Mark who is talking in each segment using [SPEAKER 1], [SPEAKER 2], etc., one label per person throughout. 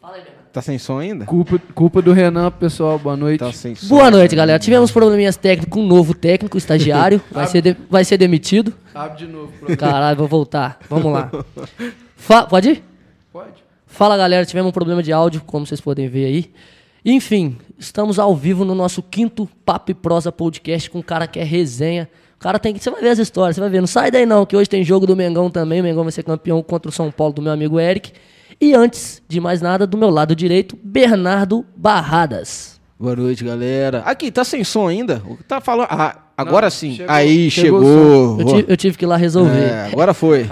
[SPEAKER 1] Fala aí, Bernardo.
[SPEAKER 2] Tá sem som ainda?
[SPEAKER 3] Culpa, culpa do Renan, pessoal. Boa noite.
[SPEAKER 2] Tá sem som.
[SPEAKER 1] Boa noite, galera. Tivemos probleminhas técnicos com um novo técnico, estagiário. Vai ser, de- vai ser demitido.
[SPEAKER 3] Abre de novo. Pro...
[SPEAKER 1] Caralho, vou voltar. Vamos lá. Fa- Pode ir?
[SPEAKER 3] Pode?
[SPEAKER 1] Fala galera, tivemos um problema de áudio, como vocês podem ver aí. Enfim, estamos ao vivo no nosso quinto Papo e Prosa Podcast com um cara que é resenha. O cara tem que. Você vai ver as histórias, você vai ver. Não sai daí não, que hoje tem jogo do Mengão também. O Mengão vai ser campeão contra o São Paulo do meu amigo Eric. E antes de mais nada, do meu lado direito, Bernardo Barradas.
[SPEAKER 2] Boa noite, galera. Aqui, tá sem som ainda? O que Tá falando. Ah, agora
[SPEAKER 3] Não,
[SPEAKER 2] sim.
[SPEAKER 3] chegou.
[SPEAKER 2] Aí
[SPEAKER 3] Chegou
[SPEAKER 2] chegou.
[SPEAKER 1] Eu, ti- eu tive que ir lá resolver.
[SPEAKER 2] É, agora foi.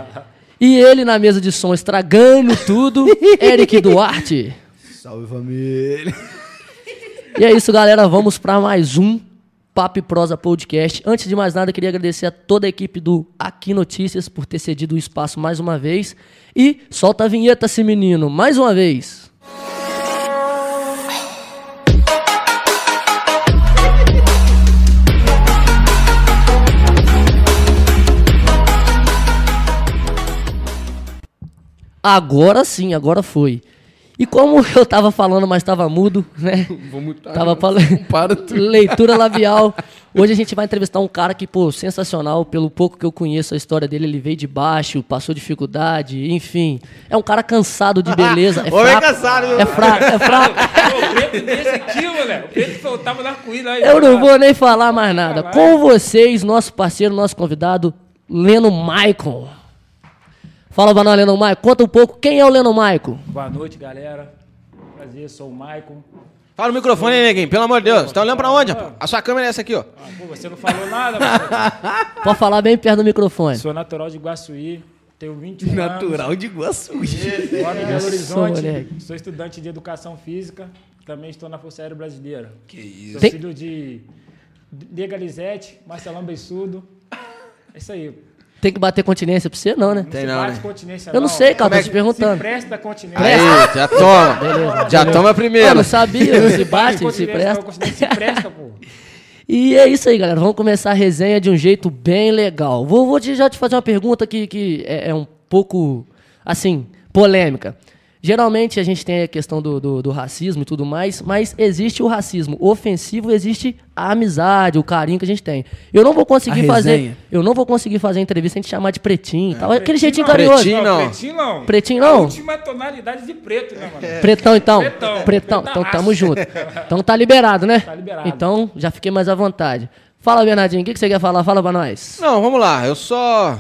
[SPEAKER 1] E ele na mesa de som estragando tudo, Eric Duarte.
[SPEAKER 3] Salve, família.
[SPEAKER 1] E é isso, galera. Vamos para mais um Papo e Prosa Podcast. Antes de mais nada, eu queria agradecer a toda a equipe do Aqui Notícias por ter cedido o espaço mais uma vez. E solta a vinheta, esse menino, mais uma vez. Agora sim, agora foi. E como eu tava falando, mas tava mudo, né?
[SPEAKER 3] Vou mutar.
[SPEAKER 1] Tava pra...
[SPEAKER 3] Para tudo.
[SPEAKER 1] Leitura labial. Hoje a gente vai entrevistar um cara que, pô, sensacional. Pelo pouco que eu conheço a história dele, ele veio de baixo, passou dificuldade, enfim. É um cara cansado de beleza. É
[SPEAKER 2] Homem
[SPEAKER 1] fraco,
[SPEAKER 2] cansado, meu.
[SPEAKER 1] é fraco, é fraco.
[SPEAKER 4] O preto desse aqui, moleque. né? O preto soltava na arco-íris. aí.
[SPEAKER 1] Eu não vou nem falar mais nada. Com vocês, nosso parceiro, nosso convidado, Leno Maicon. Fala pra nós, Leno Maicon. Conta um pouco quem é o Leno Maicon.
[SPEAKER 4] "Ah, Boa noite, galera. Prazer, sou o Maicon.
[SPEAKER 2] Fala no microfone aí, neguinho. Pelo amor de Deus. Tá olhando pra onde, rapaz? A sua câmera é essa aqui, ó.
[SPEAKER 4] Ah, pô, você não falou nada, mano.
[SPEAKER 1] Pode falar bem perto do microfone.
[SPEAKER 4] Sou natural de Guaçuí, tenho 21 anos,
[SPEAKER 3] Natural de Guaçuí.
[SPEAKER 4] moro em Belo Horizonte,
[SPEAKER 1] moleque.
[SPEAKER 4] sou estudante de Educação Física, também estou na Força Aérea Brasileira. Que isso. Sou
[SPEAKER 1] Tem-
[SPEAKER 4] filho de Legalizete, Marcelão Beiçudo. É isso aí.
[SPEAKER 1] Tem que bater continência pra você, não, né?
[SPEAKER 2] Tem
[SPEAKER 4] se
[SPEAKER 2] não,
[SPEAKER 4] bate
[SPEAKER 2] né?
[SPEAKER 4] continência,
[SPEAKER 1] Eu não sei, cara,
[SPEAKER 2] Como
[SPEAKER 1] tô
[SPEAKER 2] é
[SPEAKER 1] te
[SPEAKER 2] que-
[SPEAKER 4] Se
[SPEAKER 1] perguntando.
[SPEAKER 4] presta continência.
[SPEAKER 2] Aí, já toma. já toma a
[SPEAKER 1] Eu
[SPEAKER 2] primeira.
[SPEAKER 1] Ah, não sabia, se bate, se
[SPEAKER 4] continência,
[SPEAKER 1] presta.
[SPEAKER 4] não, continência, se presta, pô.
[SPEAKER 1] E é isso aí, galera. Vamos começar a resenha de um jeito bem legal. Vou, vou te- já te fazer uma pergunta que, que é, é um pouco, assim, polêmica. Geralmente a gente tem a questão do, do, do racismo e tudo mais, mas existe o racismo ofensivo, existe a amizade, o carinho que a gente tem. Eu não vou conseguir
[SPEAKER 3] A
[SPEAKER 1] fazer.
[SPEAKER 3] resenha.
[SPEAKER 1] Eu não vou conseguir fazer a entrevista sem te chamar de pretinho e tal. É Aquele jeitinho
[SPEAKER 4] não.
[SPEAKER 1] carinhoso.
[SPEAKER 2] Pretinho. não.
[SPEAKER 4] Pretinho não. É
[SPEAKER 1] Pretinho não?
[SPEAKER 4] A última tonalidade de preto, né, mano?
[SPEAKER 2] É.
[SPEAKER 1] Pretão, então?
[SPEAKER 4] Pretão.
[SPEAKER 1] Pretão. Então
[SPEAKER 4] Pretanaço.
[SPEAKER 1] tamo junto. Então tá liberado, né?
[SPEAKER 4] Tá liberado.
[SPEAKER 1] Então já fiquei mais à vontade. Fala, Bernardinho, o que, que você quer falar? Fala pra nós.
[SPEAKER 2] Não, vamos lá. Eu só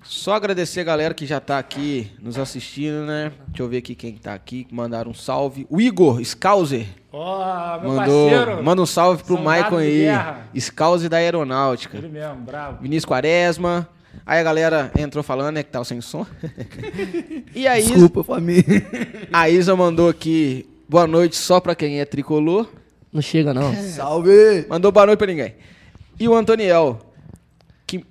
[SPEAKER 2] só agradecer a galera que já tá aqui nos assistindo, né? Deixa eu ver aqui quem tá aqui, que mandaram um salve. O Igor Skauser
[SPEAKER 4] Ó, meu
[SPEAKER 2] mandou,
[SPEAKER 4] parceiro.
[SPEAKER 2] manda um salve pro
[SPEAKER 4] Soldado
[SPEAKER 2] Maicon
[SPEAKER 4] de
[SPEAKER 2] aí.
[SPEAKER 4] guerra.
[SPEAKER 2] Skauser da Aeronáutica.
[SPEAKER 4] Ele mesmo, bravo.
[SPEAKER 2] Vinícius Quaresma. Aí a galera entrou falando, né, que tava sem som. e a Isa,
[SPEAKER 3] Desculpa, família.
[SPEAKER 2] a Isa mandou aqui boa noite só pra quem é tricolor.
[SPEAKER 1] Não chega, não.
[SPEAKER 3] É. Salve.
[SPEAKER 2] Mandou boa noite pra ninguém. E o Antoniel, que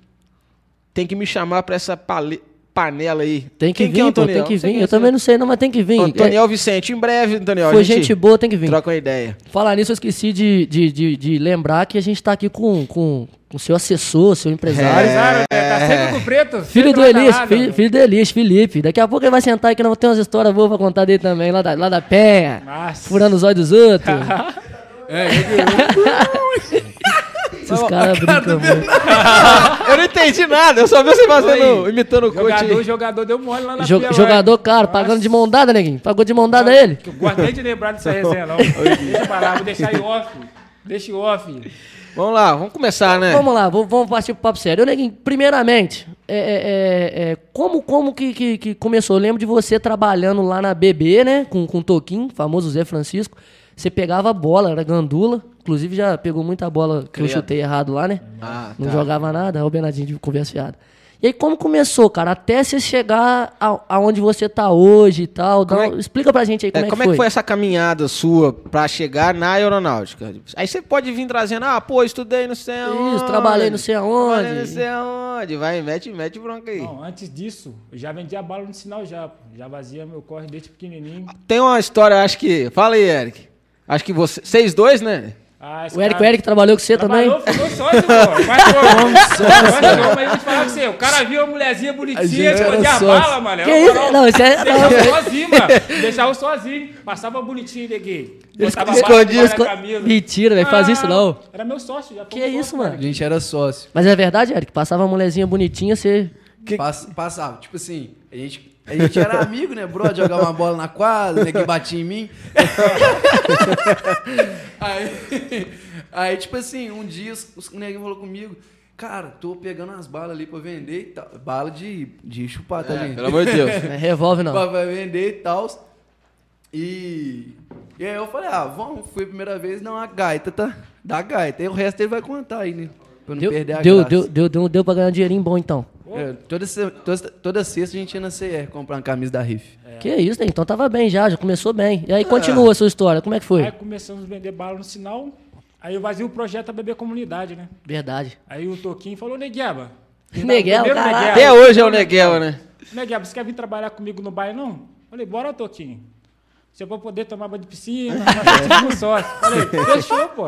[SPEAKER 2] tem que me chamar pra essa pale- panela aí.
[SPEAKER 1] Tem que
[SPEAKER 2] Quem
[SPEAKER 1] vir,
[SPEAKER 2] é o
[SPEAKER 1] pô, tem
[SPEAKER 2] Antoniel?
[SPEAKER 1] que
[SPEAKER 2] Não sei
[SPEAKER 1] vir.
[SPEAKER 2] quem
[SPEAKER 1] Eu
[SPEAKER 2] é
[SPEAKER 1] também não sei, não, mas tem que vir.
[SPEAKER 2] esse. Antoniel Vicente, em breve, Antoniel.
[SPEAKER 1] É,
[SPEAKER 2] a
[SPEAKER 1] foi
[SPEAKER 2] gente
[SPEAKER 1] gente boa, tem que vir.
[SPEAKER 2] Troca uma ideia.
[SPEAKER 1] Falar nisso, eu esqueci de, de, de, de lembrar que a gente tá aqui com, com, com o seu assessor, seu
[SPEAKER 2] É.
[SPEAKER 1] empresário.
[SPEAKER 4] Empresário, né? Tá sempre com né? o preto.
[SPEAKER 1] Filho
[SPEAKER 4] sempre
[SPEAKER 1] do
[SPEAKER 4] lá na
[SPEAKER 1] Elias,
[SPEAKER 4] área,
[SPEAKER 1] filho,
[SPEAKER 4] tá mano.
[SPEAKER 1] filho do Elias, Felipe. Daqui a pouco ele vai sentar aqui, nós vamos ter umas histórias boas pra contar dele também, lá da, lá da Penha.
[SPEAKER 4] Nossa.
[SPEAKER 1] Furando os olhos dos outros.
[SPEAKER 4] É,
[SPEAKER 1] Esses caras brincam muito.
[SPEAKER 2] eu não entendi nada, eu só vi você fazendo,
[SPEAKER 4] Oi.
[SPEAKER 2] imitando o coach.
[SPEAKER 4] Jogador, jogador deu mole lá na né?
[SPEAKER 1] Jo-
[SPEAKER 4] fila,
[SPEAKER 1] jogador caro, pagando de mão dada, neguinho. Pagou de mão dada ele.
[SPEAKER 4] velho. Gosto nem de lembrar dessa resenha, não. Deixa eu parar, vou deixar em off. Deixa em off.
[SPEAKER 2] Vamos lá, vamos começar, né?
[SPEAKER 1] Vamos lá, vou- vamos partir pro papo sério. Ô, neguinho, primeiramente, é, é, é, é, como, como que, que- que começou? Eu lembro de você trabalhando lá na BB, né? Com, com o Toquinho, famoso Zé Francisco. Você pegava bola, era gandula. Inclusive já pegou muita bola que eu
[SPEAKER 2] Credo.
[SPEAKER 1] chutei errado lá, né?
[SPEAKER 2] Ah,
[SPEAKER 1] Não
[SPEAKER 2] tá.
[SPEAKER 1] jogava nada, o Bernardinho de conversa fiada. E aí, como começou, cara? Até você chegar a- aonde você tá hoje e tal. dá
[SPEAKER 2] Como
[SPEAKER 1] um- Explica pra gente aí
[SPEAKER 2] É,
[SPEAKER 1] como,
[SPEAKER 2] como é que foi essa caminhada sua pra chegar na aeronáutica? Aí você pode vir trazendo, ah, pô, estudei não sei aonde.
[SPEAKER 1] trabalhei não sei aonde.
[SPEAKER 2] Trabalhei não sei aonde. Vai, mete, mete bronca aí.
[SPEAKER 4] Não, antes disso, eu já vendia bala no sinal já. pô. Já vazia meu corre desde pequenininho.
[SPEAKER 2] Tem uma história, acho que. Fala aí, Eric. Acho que você. Vocês dois, né?
[SPEAKER 4] Ah, esse
[SPEAKER 1] O Eric, o
[SPEAKER 4] cara-
[SPEAKER 1] Eric trabalhou com você também?
[SPEAKER 4] Trabalhou, ficou sócio, pô. Quase sócio. Quase não, mas eu vou te falar pra você. O cara viu a mulherzinha bonitinha,
[SPEAKER 3] A gente era
[SPEAKER 4] escondia a
[SPEAKER 3] sócio.
[SPEAKER 4] bala, mano.
[SPEAKER 1] Que
[SPEAKER 4] Eu-
[SPEAKER 1] isso?
[SPEAKER 4] eu-
[SPEAKER 1] Não, isso é. Não.
[SPEAKER 4] Deixava eu sozinho, mano. Deixava eu sozinho. Passava bonitinho, neguinho. Botava
[SPEAKER 1] Escondia,
[SPEAKER 4] bala fora da
[SPEAKER 1] escondia.
[SPEAKER 4] camisa. Ah,
[SPEAKER 1] Mentira, velho, faz isso não.
[SPEAKER 4] Era meu sócio. Já
[SPEAKER 1] Que isso, mano?
[SPEAKER 3] A gente era sócio.
[SPEAKER 1] Mas é verdade, Eric? Passava uma mulherzinha bonitinha, você.
[SPEAKER 3] Pass- passava, tipo assim, a gente, a gente era amigo, né, bro? Jogava uma bola na quadra, né, que batia em mim. aí, aí, tipo assim, um dia os, os neguinhos falou comigo, cara, tô pegando umas balas ali pra vender e tal. Bala de, de chupar, tá, gente?
[SPEAKER 2] Pelo amor de Deus.
[SPEAKER 1] É, revolve
[SPEAKER 3] Pra,
[SPEAKER 1] não.
[SPEAKER 3] pra vender e tal. E... E aí eu falei, ah, vamos, foi a primeira vez, não, a gaita, tá? Da gaita. E o resto ele vai contar aí, né? Pra não
[SPEAKER 1] Deu,
[SPEAKER 3] perder a
[SPEAKER 1] deu,
[SPEAKER 3] graça.
[SPEAKER 1] deu, deu, deu, deu pra ganhar um dinheirinho bom então.
[SPEAKER 3] É, toda, se- toda, toda sexta a gente ia na CR comprar uma camisa da Riff.
[SPEAKER 1] Que isso, né? Então tava bem já, já começou bem.
[SPEAKER 3] É.
[SPEAKER 1] E aí continua a sua história, como é que
[SPEAKER 4] Aí
[SPEAKER 1] foi?
[SPEAKER 4] começamos a vender bala no sinal. Aí eu vazio o projeto a Beber Comunidade, né?
[SPEAKER 1] Verdade.
[SPEAKER 4] Aí o Toquinho falou, Negueba.
[SPEAKER 1] Negueba,
[SPEAKER 4] Primeiro
[SPEAKER 1] caralho.
[SPEAKER 4] Negueba.
[SPEAKER 2] Até hoje é o Neguel, né?
[SPEAKER 4] Negueba, é, você quer vir trabalhar comigo no bairro, não? Falei, bora, Toquinho. Você vai poder tomar banho de piscina, fazer com sócio. Falei, fechou, pô.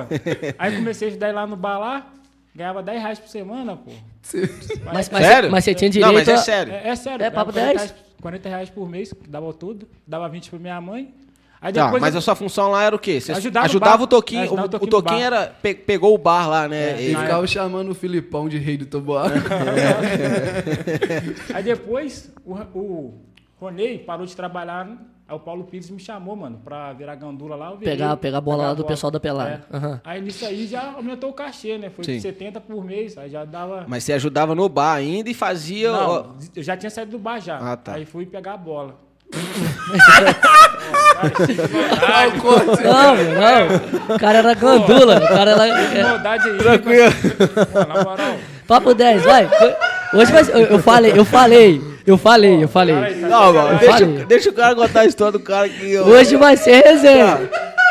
[SPEAKER 4] Aí comecei a ajudar ele lá no bar lá, ganhava 10 reais por semana, pô.
[SPEAKER 1] Mas, mas,
[SPEAKER 2] Sério?
[SPEAKER 1] mas você tinha direito.
[SPEAKER 2] Não, mas é
[SPEAKER 1] a-
[SPEAKER 2] sério.
[SPEAKER 4] É, é sério.
[SPEAKER 1] É,
[SPEAKER 4] ganhava
[SPEAKER 1] papo
[SPEAKER 4] 40
[SPEAKER 1] 10?
[SPEAKER 4] Reais, 40 reais por mês, que dava tudo. Dava 20 pra minha mãe. Aí
[SPEAKER 2] Tá,
[SPEAKER 4] depois
[SPEAKER 2] mas
[SPEAKER 4] eu-
[SPEAKER 2] a sua função lá era o quê? Você
[SPEAKER 4] Ajudava
[SPEAKER 2] ajudava,
[SPEAKER 4] o bar.
[SPEAKER 2] o Toquinho.
[SPEAKER 4] Ajudava
[SPEAKER 2] o,
[SPEAKER 4] o Toquinho
[SPEAKER 2] o
[SPEAKER 4] no
[SPEAKER 2] Toquinho
[SPEAKER 4] bar.
[SPEAKER 2] era, pe- pegou o bar lá, né?
[SPEAKER 3] E
[SPEAKER 2] Ele-
[SPEAKER 4] na
[SPEAKER 3] ficava chamando o Filipão de rei do toboágua.
[SPEAKER 4] Aí depois o, o Ronei parou de trabalhar. Aí o Paulo Pires me chamou, mano, pra virar gandula lá. eu virei.
[SPEAKER 1] Pegar- pegar a bola lá do pessoal da pelada.
[SPEAKER 4] É.
[SPEAKER 1] Aham.
[SPEAKER 4] Aí nisso aí já aumentou o cachê, né? Foi
[SPEAKER 2] Sim.
[SPEAKER 4] de 70 por mês. Aí já dava.
[SPEAKER 2] Mas você ajudava no bar ainda e fazia.
[SPEAKER 4] Não,
[SPEAKER 2] ó,
[SPEAKER 4] eu já tinha saído do bar já.
[SPEAKER 2] Ah, tá.
[SPEAKER 4] Aí fui pegar a bola.
[SPEAKER 1] Não, meu, não. O cara era gandula. O cara era. é,
[SPEAKER 4] Maldade aí. Tranquilo. Na moral.
[SPEAKER 1] papo 10, vai. Hoje vai ser- eu, eu falei, eu falei, eu falei, eu
[SPEAKER 4] Cara,
[SPEAKER 1] falei.
[SPEAKER 4] tá
[SPEAKER 2] Não, mano,
[SPEAKER 4] sacanagem.
[SPEAKER 2] deixa,
[SPEAKER 1] Fale.
[SPEAKER 2] deixa o cara contar a história do cara que. ó.
[SPEAKER 1] Hoje vai ser resenha.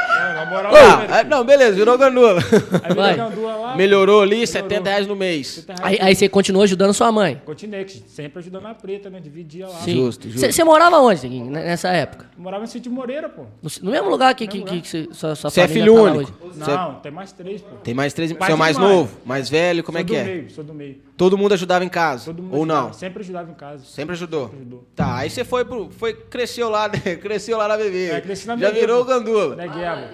[SPEAKER 4] É, Na moral, velho.
[SPEAKER 2] Ah, ah, não, beleza, virou gandula.
[SPEAKER 4] aí
[SPEAKER 1] vai.
[SPEAKER 4] virei gandula lá.
[SPEAKER 2] Melhorou ali, 70 reais no mês.
[SPEAKER 4] 70 reais.
[SPEAKER 1] Aí, aí você continuou ajudando sua mãe.
[SPEAKER 4] Continuei, que sempre ajudando a preta, né? Dividia lá.
[SPEAKER 1] Sim.
[SPEAKER 2] Justo, justo.
[SPEAKER 1] Você morava onde, Diguinho, ne- nessa época?
[SPEAKER 4] Morava em Sítio Moreira, pô.
[SPEAKER 1] No, no mesmo lugar que, que, que, que sua, sua
[SPEAKER 2] Você é
[SPEAKER 1] família
[SPEAKER 2] filho
[SPEAKER 1] tá lá
[SPEAKER 2] único.
[SPEAKER 1] hoje?
[SPEAKER 2] Você é-
[SPEAKER 4] Não, tem mais três, pô.
[SPEAKER 2] Tem mais três.
[SPEAKER 4] Pai
[SPEAKER 2] Você é o
[SPEAKER 4] de
[SPEAKER 2] mais
[SPEAKER 4] mãe.
[SPEAKER 2] novo, mais velho, como é
[SPEAKER 4] sou
[SPEAKER 2] que
[SPEAKER 4] do
[SPEAKER 2] é?
[SPEAKER 4] meio, sou do meio.
[SPEAKER 2] Todo mundo ajudava em casa.
[SPEAKER 4] Todo mundo
[SPEAKER 2] Ou
[SPEAKER 4] ajudava,
[SPEAKER 2] não?
[SPEAKER 4] Sempre ajudava em casa.
[SPEAKER 2] Sempre ajudou.
[SPEAKER 4] ajudou.
[SPEAKER 2] Tá, aí você foi pro. Foi, cresceu lá, né? Cresceu lá na bebê.
[SPEAKER 4] É, cresci na
[SPEAKER 2] Já
[SPEAKER 4] bebê,
[SPEAKER 2] virou
[SPEAKER 4] pô.
[SPEAKER 2] gandula.
[SPEAKER 4] Né, Guiaba?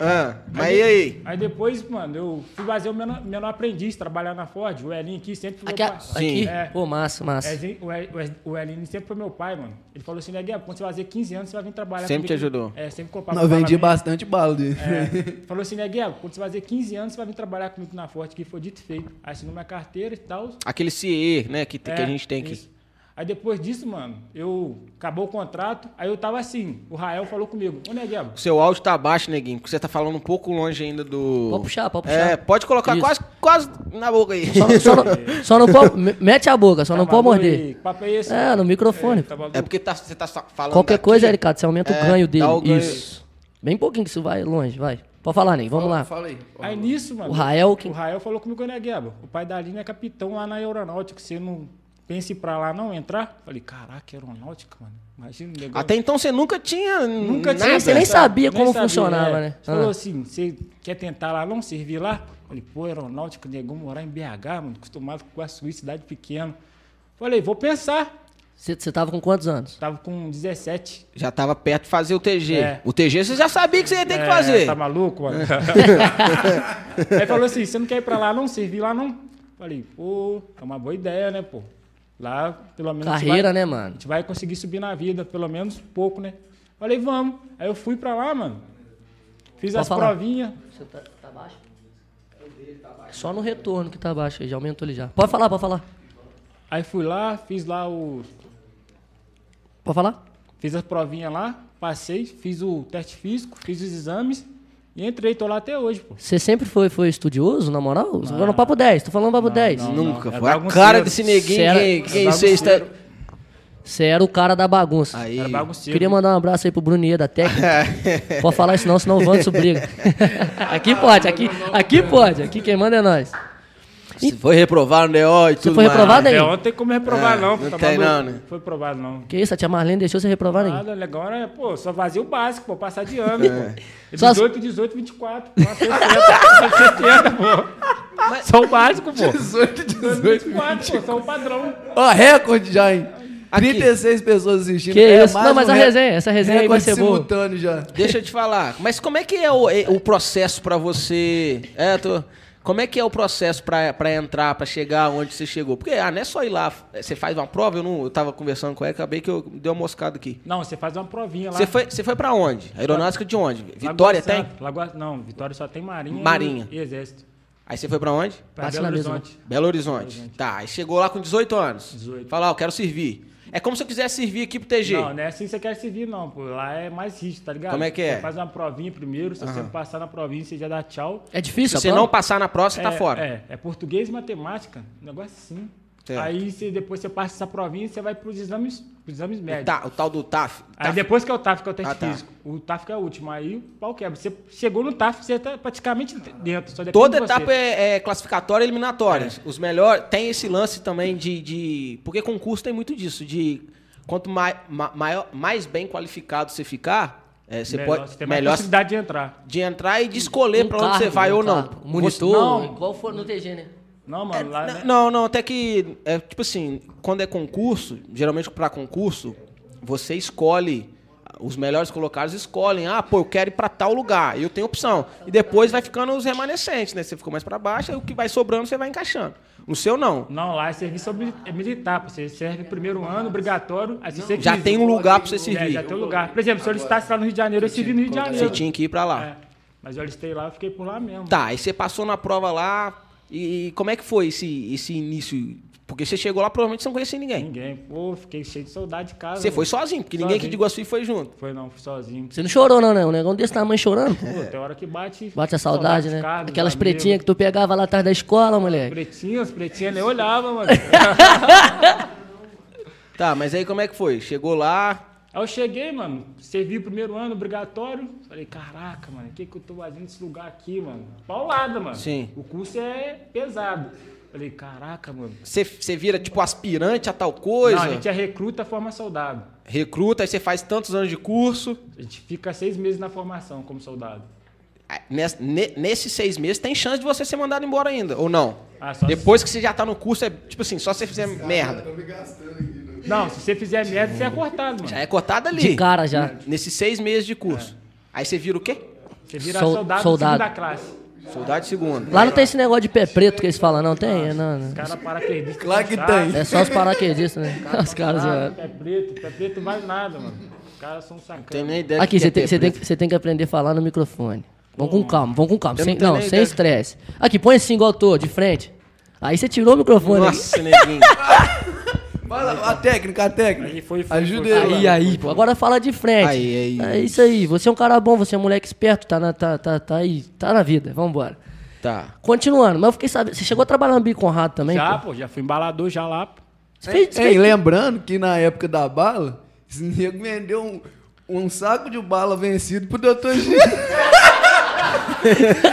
[SPEAKER 2] Ah, mas e aí?
[SPEAKER 4] Aí depois, mano, eu fui fazer o menor, menor aprendiz, trabalhar na Ford. O Elinho aqui sempre foi
[SPEAKER 1] Aqui,
[SPEAKER 4] meu pai.
[SPEAKER 1] aqui?
[SPEAKER 4] É.
[SPEAKER 1] Pô, massa, massa.
[SPEAKER 4] Ezinho- o El- o El- O Elinho sempre foi meu pai, mano. Ele falou assim, né, Guiaba, quando você fazer 15 anos, você vai vir trabalhar
[SPEAKER 2] Sempre te
[SPEAKER 4] comigo.
[SPEAKER 2] ajudou.
[SPEAKER 4] É, sempre comprava.
[SPEAKER 3] Nós vendi
[SPEAKER 4] bala
[SPEAKER 3] bastante bala né? de...
[SPEAKER 4] É, falou assim, né, Guiaba, quando você fazer 15 anos, você vai vir trabalhar comigo na Ford, que foi dito e feito. Aí assinou minha carteira e tal.
[SPEAKER 2] Aquele CIE, né, que, que
[SPEAKER 4] É,
[SPEAKER 2] a gente tem que.
[SPEAKER 4] isso. Aí depois disso, mano, eu acabou o contrato, aí eu tava assim, o Rael falou comigo, ô né, Negueba,
[SPEAKER 2] O seu áudio tá baixo, neguinho, porque você tá falando um pouco longe ainda do.
[SPEAKER 1] Pode puxar, pode
[SPEAKER 2] É,
[SPEAKER 1] puxar.
[SPEAKER 2] pode colocar
[SPEAKER 1] Isso.
[SPEAKER 2] quase, quase na boca aí.
[SPEAKER 1] Só, só não- só não pode. me- Mete a boca,
[SPEAKER 4] Tá
[SPEAKER 1] só não pode morder.
[SPEAKER 4] Que papo é esse?
[SPEAKER 1] É, no microfone.
[SPEAKER 4] Tá maluco?
[SPEAKER 2] É porque tá- você tá só falando.
[SPEAKER 1] Qualquer
[SPEAKER 2] daqui.
[SPEAKER 1] coisa, Ericado, você aumenta o
[SPEAKER 2] É,
[SPEAKER 1] ganho dele.
[SPEAKER 2] dá o ganho.
[SPEAKER 1] Isso. Bem pouquinho que isso vai longe, vai. Pode falar, Ney, vamos lá.
[SPEAKER 3] Fala aí.
[SPEAKER 4] Aí nisso, mano,
[SPEAKER 1] O Rael que-
[SPEAKER 4] o Rael falou comigo, né, Gueba, o pai da Aline é capitão lá na aeronáutica, você não pensa em ir pra lá não entrar? Falei, caraca, aeronáutica, mano, imagina o negócio.
[SPEAKER 2] Até então você nunca tinha.
[SPEAKER 4] Nunca
[SPEAKER 2] nada.
[SPEAKER 4] tinha
[SPEAKER 1] Você nem
[SPEAKER 4] pensado,
[SPEAKER 1] sabia como
[SPEAKER 4] sabia,
[SPEAKER 1] funcionava,
[SPEAKER 4] é.
[SPEAKER 1] né?
[SPEAKER 4] Você Falou
[SPEAKER 1] Ah.
[SPEAKER 4] assim, você quer tentar lá não, servir lá? Falei, pô, aeronáutico, negão, morar em BH, mano, acostumado com a Suíça, cidade pequena. Falei, vou pensar.
[SPEAKER 1] Você você tava com quantos anos?
[SPEAKER 4] Tava com 17.
[SPEAKER 2] Já tava perto de fazer o TG.
[SPEAKER 4] É.
[SPEAKER 2] O TG você já sabia que você ia ter que
[SPEAKER 4] É,
[SPEAKER 2] fazer. É.
[SPEAKER 4] Tá maluco, mano? Aí falou assim, você não quer ir pra lá não, servir lá não? Falei, pô, é uma boa ideia, né, pô? Lá, pelo menos... a gente
[SPEAKER 1] Carreira,
[SPEAKER 4] vai-
[SPEAKER 1] né,
[SPEAKER 4] A
[SPEAKER 1] mano?
[SPEAKER 4] gente vai conseguir subir na vida, pelo menos pouco, né? Falei, vamos. Aí eu fui pra lá, mano. Fiz
[SPEAKER 1] Pode
[SPEAKER 4] as
[SPEAKER 1] falar.
[SPEAKER 4] provinhas.
[SPEAKER 1] Tá, baixo? Só no retorno que tá baixo aí, já aumentou ele já. Pode falar, pode falar.
[SPEAKER 4] Aí fui lá, fiz lá o.
[SPEAKER 1] Pode falar?
[SPEAKER 4] Fiz as provinhas lá, passei, fiz o teste físico, fiz os exames e entrei, tô lá até hoje, pô.
[SPEAKER 1] Você sempre foi, foi estudioso, na moral? Você foi no papo 10, tô falando papo 10.
[SPEAKER 2] Nunca.
[SPEAKER 4] não, é
[SPEAKER 2] Foi a
[SPEAKER 4] bagunceiro.
[SPEAKER 2] cara desse neguinho.
[SPEAKER 1] Você era-
[SPEAKER 2] Quem, quem
[SPEAKER 4] é
[SPEAKER 2] você está.
[SPEAKER 1] Você era o cara da bagunça.
[SPEAKER 2] Aí.
[SPEAKER 4] Era bagunceiro.
[SPEAKER 1] Queria mandar um abraço aí pro Brunier da técnica. pode falar isso não, senão o Vantos briga. aqui pode, aqui, aqui pode. Aqui quem manda é nós.
[SPEAKER 2] Você foi reprovado no DO e tudo
[SPEAKER 1] foi
[SPEAKER 2] mais.
[SPEAKER 1] reprovado,
[SPEAKER 4] Até
[SPEAKER 1] hein?
[SPEAKER 4] ontem como reprovar,
[SPEAKER 2] É,
[SPEAKER 4] não.
[SPEAKER 2] não
[SPEAKER 4] tomar
[SPEAKER 2] tem
[SPEAKER 4] banho.
[SPEAKER 2] não, né?
[SPEAKER 4] Foi provado, não.
[SPEAKER 1] Que isso, a tia Marlene deixou você reprovar aí.
[SPEAKER 4] Nada, agora é, pô, só vazia o básico, pô, passar de ano, pô.
[SPEAKER 1] Só as-
[SPEAKER 4] 18, 18, 24, pô, 60, pô, 70, pô. Só o básico, pô.
[SPEAKER 3] 18, 18.
[SPEAKER 4] 24, pô, só o padrão.
[SPEAKER 3] Ó, recorde já, hein?
[SPEAKER 2] Aqui.
[SPEAKER 3] 36 pessoas assistindo. É um
[SPEAKER 1] Que isso? Não, mas a
[SPEAKER 3] re-
[SPEAKER 1] resenha, essa resenha aí vai
[SPEAKER 3] recorde
[SPEAKER 1] ser boa.
[SPEAKER 3] simultâneo já.
[SPEAKER 2] Deixa eu te falar, mas como é que é o, é- o processo pra você. É, tô- Como é que é o processo pra pra entrar, pra chegar onde você chegou? Porque ah, não é só ir lá, é, você faz uma prova, eu não, eu tava conversando com ela, acabei que eu dei uma moscada aqui.
[SPEAKER 4] Não, você faz uma provinha lá.
[SPEAKER 2] Você foi, você foi para onde? Aeronáutica de onde?
[SPEAKER 4] Lagoa
[SPEAKER 2] Vitória tem?
[SPEAKER 4] Santa, Lagoa... Não, Vitória só tem Marinha, e-
[SPEAKER 2] Marinha.
[SPEAKER 4] e Exército.
[SPEAKER 2] Aí você foi pra onde?
[SPEAKER 4] Pra
[SPEAKER 1] Bate
[SPEAKER 4] Belo
[SPEAKER 1] na mesa,
[SPEAKER 4] Horizonte.
[SPEAKER 2] Belo Horizonte. Tá, aí chegou lá com 18 anos.
[SPEAKER 4] 18.
[SPEAKER 2] Fala, ó, eu quero servir. É como se eu quisesse servir aqui pro TG.
[SPEAKER 4] Não, não é assim que você quer servir, não, pô. Lá é mais rígido, tá ligado?
[SPEAKER 2] Como é que é?
[SPEAKER 4] Você faz uma provinha primeiro, se você passar na provinha, você já dá tchau.
[SPEAKER 1] É
[SPEAKER 2] Se
[SPEAKER 1] difícil,
[SPEAKER 2] você
[SPEAKER 1] a
[SPEAKER 2] não
[SPEAKER 1] prova?
[SPEAKER 2] passar na próxima, você
[SPEAKER 4] Tá
[SPEAKER 2] tá
[SPEAKER 4] é,
[SPEAKER 2] fora.
[SPEAKER 4] É, é português e matemática, um negócio assim.
[SPEAKER 2] Certo.
[SPEAKER 4] Aí você, depois você passa essa provinha e você vai pros exames, pros exames médicos.
[SPEAKER 2] Tá, o tal do TAF.
[SPEAKER 4] Aí
[SPEAKER 2] TAF.
[SPEAKER 4] depois que é o TAF, que é o teste
[SPEAKER 2] Ah, tá.
[SPEAKER 4] físico. O TAF que é o último, aí o pau quebra. Você chegou no TAF, você tá praticamente dentro. Só depende
[SPEAKER 2] Toda
[SPEAKER 4] de você. É.
[SPEAKER 2] etapa é, é classificatória e eliminatória. Os melhores. Tem esse lance também de, de- Porque concurso tem muito disso. De quanto mai- ma- maior- mais bem qualificado você ficar, é, você
[SPEAKER 4] melhor,
[SPEAKER 2] pode.
[SPEAKER 4] Você tem mais
[SPEAKER 2] melhor
[SPEAKER 4] possibilidade de entrar.
[SPEAKER 2] de entrar e de escolher
[SPEAKER 1] Um
[SPEAKER 2] pra onde você
[SPEAKER 1] cargo,
[SPEAKER 2] vai
[SPEAKER 1] um
[SPEAKER 2] ou não.
[SPEAKER 1] cargo. Um
[SPEAKER 2] Você-
[SPEAKER 1] Monitor,
[SPEAKER 4] Não.
[SPEAKER 1] igual for no TG, né?
[SPEAKER 4] Não, mano, lá... né?
[SPEAKER 2] Não, não, até que. É, tipo assim, quando é concurso, geralmente pra concurso, você escolhe. Os melhores colocados escolhem. Ah, pô, eu quero ir pra tal lugar. Eu tenho opção. E depois vai ficando os remanescentes, né? Você ficou mais pra baixo, aí o que vai sobrando você vai encaixando. No seu, não.
[SPEAKER 4] Não, lá é serviço obli- é militar. pô. Você serve primeiro ano, obrigatório. Aí se você
[SPEAKER 2] Já
[SPEAKER 4] quiser-
[SPEAKER 2] tem um lugar pra você
[SPEAKER 4] É, já
[SPEAKER 2] servir.
[SPEAKER 4] tem um lugar. Por exemplo, se eu listasse lá no Rio de Janeiro, eu servi no Rio de Janeiro.
[SPEAKER 2] Você tinha que ir pra lá.
[SPEAKER 4] É, mas eu listei lá, eu fiquei por lá mesmo.
[SPEAKER 2] Tá, aí você passou na prova lá. E, e como é que foi esse, esse início? Porque você chegou lá, provavelmente você não conhecia ninguém.
[SPEAKER 4] Ninguém. Pô, fiquei cheio de saudade de casa.
[SPEAKER 2] Você
[SPEAKER 4] mano.
[SPEAKER 2] foi sozinho, porque ninguém aqui de
[SPEAKER 4] Sozinho.
[SPEAKER 2] Iguaçu foi junto.
[SPEAKER 4] Foi não, fui sozinho.
[SPEAKER 1] Você não chorou, não, né? Um negão desse tamanho chorando. pô.
[SPEAKER 4] Pô,
[SPEAKER 2] é.
[SPEAKER 4] tem hora que bate...
[SPEAKER 1] Bate a saudade,
[SPEAKER 4] de
[SPEAKER 1] né?
[SPEAKER 4] casa, dos
[SPEAKER 1] Aquelas
[SPEAKER 4] amigos.
[SPEAKER 1] pretinhas que tu pegava lá atrás da escola, moleque.
[SPEAKER 4] Pretinhas, pretinhas, nem olhava, mano.
[SPEAKER 2] Tá, mas aí como é que foi? Chegou lá,
[SPEAKER 4] Aí eu cheguei, mano, servi o primeiro ano obrigatório. Falei, caraca, mano, o que, que eu tô fazendo nesse lugar aqui, mano? Paulada, mano.
[SPEAKER 2] Sim.
[SPEAKER 4] O curso é pesado. Falei, caraca, mano.
[SPEAKER 2] Você- Você vira, tipo, aspirante a tal
[SPEAKER 4] Não,
[SPEAKER 2] coisa?
[SPEAKER 4] a gente é recruta, forma soldado.
[SPEAKER 2] Recruta, aí você faz tantos anos de curso.
[SPEAKER 4] A gente fica seis meses na formação como soldado.
[SPEAKER 2] Ah, nes- ne- Nesses seis meses tem chance de você ser mandado embora ainda, ou não?
[SPEAKER 4] Ah, só
[SPEAKER 2] Depois que você já tá no curso, é tipo assim, só se você fizer merda.
[SPEAKER 4] Não, se você fizer merda, você é cortado, mano.
[SPEAKER 2] Já é cortado ali.
[SPEAKER 1] De cara já.
[SPEAKER 2] Nesses seis meses de
[SPEAKER 4] É.
[SPEAKER 2] curso. Aí você vira o quê?
[SPEAKER 4] Você vira
[SPEAKER 1] Sol-
[SPEAKER 4] soldado,
[SPEAKER 1] soldado.
[SPEAKER 4] segunda classe.
[SPEAKER 2] Soldado segundo.
[SPEAKER 1] Lá não tem esse negócio de pé preto que eles falam, não tem? É, Não, não.
[SPEAKER 4] Os caras paraquedistas.
[SPEAKER 3] Claro que
[SPEAKER 4] são
[SPEAKER 3] tem.
[SPEAKER 4] chatos,
[SPEAKER 1] É só os paraquedistas, né? Os caras. ó.
[SPEAKER 4] Claro, tá pé preto, pé preto não vale nada, mano. Os caras são sacanas.
[SPEAKER 2] Tem nem ideia do
[SPEAKER 1] Aqui,
[SPEAKER 2] que
[SPEAKER 1] você
[SPEAKER 2] é
[SPEAKER 1] tem,
[SPEAKER 2] ter
[SPEAKER 1] você tem,
[SPEAKER 2] preto. Hum.
[SPEAKER 1] que- você tem que aprender a falar no microfone. Vamos com calma, vamos com calma.
[SPEAKER 2] Eu não
[SPEAKER 1] Sem,
[SPEAKER 2] tenho
[SPEAKER 1] não,
[SPEAKER 2] nem
[SPEAKER 1] sem
[SPEAKER 2] ideia.
[SPEAKER 1] estresse. Aqui, põe assim igual eu tô, de frente. Aí você tirou o microfone.
[SPEAKER 2] Nossa, neguinho.
[SPEAKER 3] Vai lá, a técnica, a técnica.
[SPEAKER 4] Aí foi- foi-
[SPEAKER 3] Ajuda
[SPEAKER 4] foi-
[SPEAKER 3] ele lá.
[SPEAKER 1] Aí, aí, pô. Agora fala de frente.
[SPEAKER 2] Aí, aí.
[SPEAKER 1] É isso aí. Você é um cara bom, você é um moleque esperto, tá na, tá, tá, tá aí, tá na vida. Vambora.
[SPEAKER 2] Tá.
[SPEAKER 1] Continuando, mas eu fiquei sabendo. Você chegou a trabalhar no Bico Conrado também?
[SPEAKER 4] Já,
[SPEAKER 1] pô?
[SPEAKER 4] pô, já fui embalador já lá. pô.
[SPEAKER 1] Você fez,
[SPEAKER 3] Ei, lembrando que na época da bala, esse nego vendeu um, um saco de bala vencido pro Dr. G.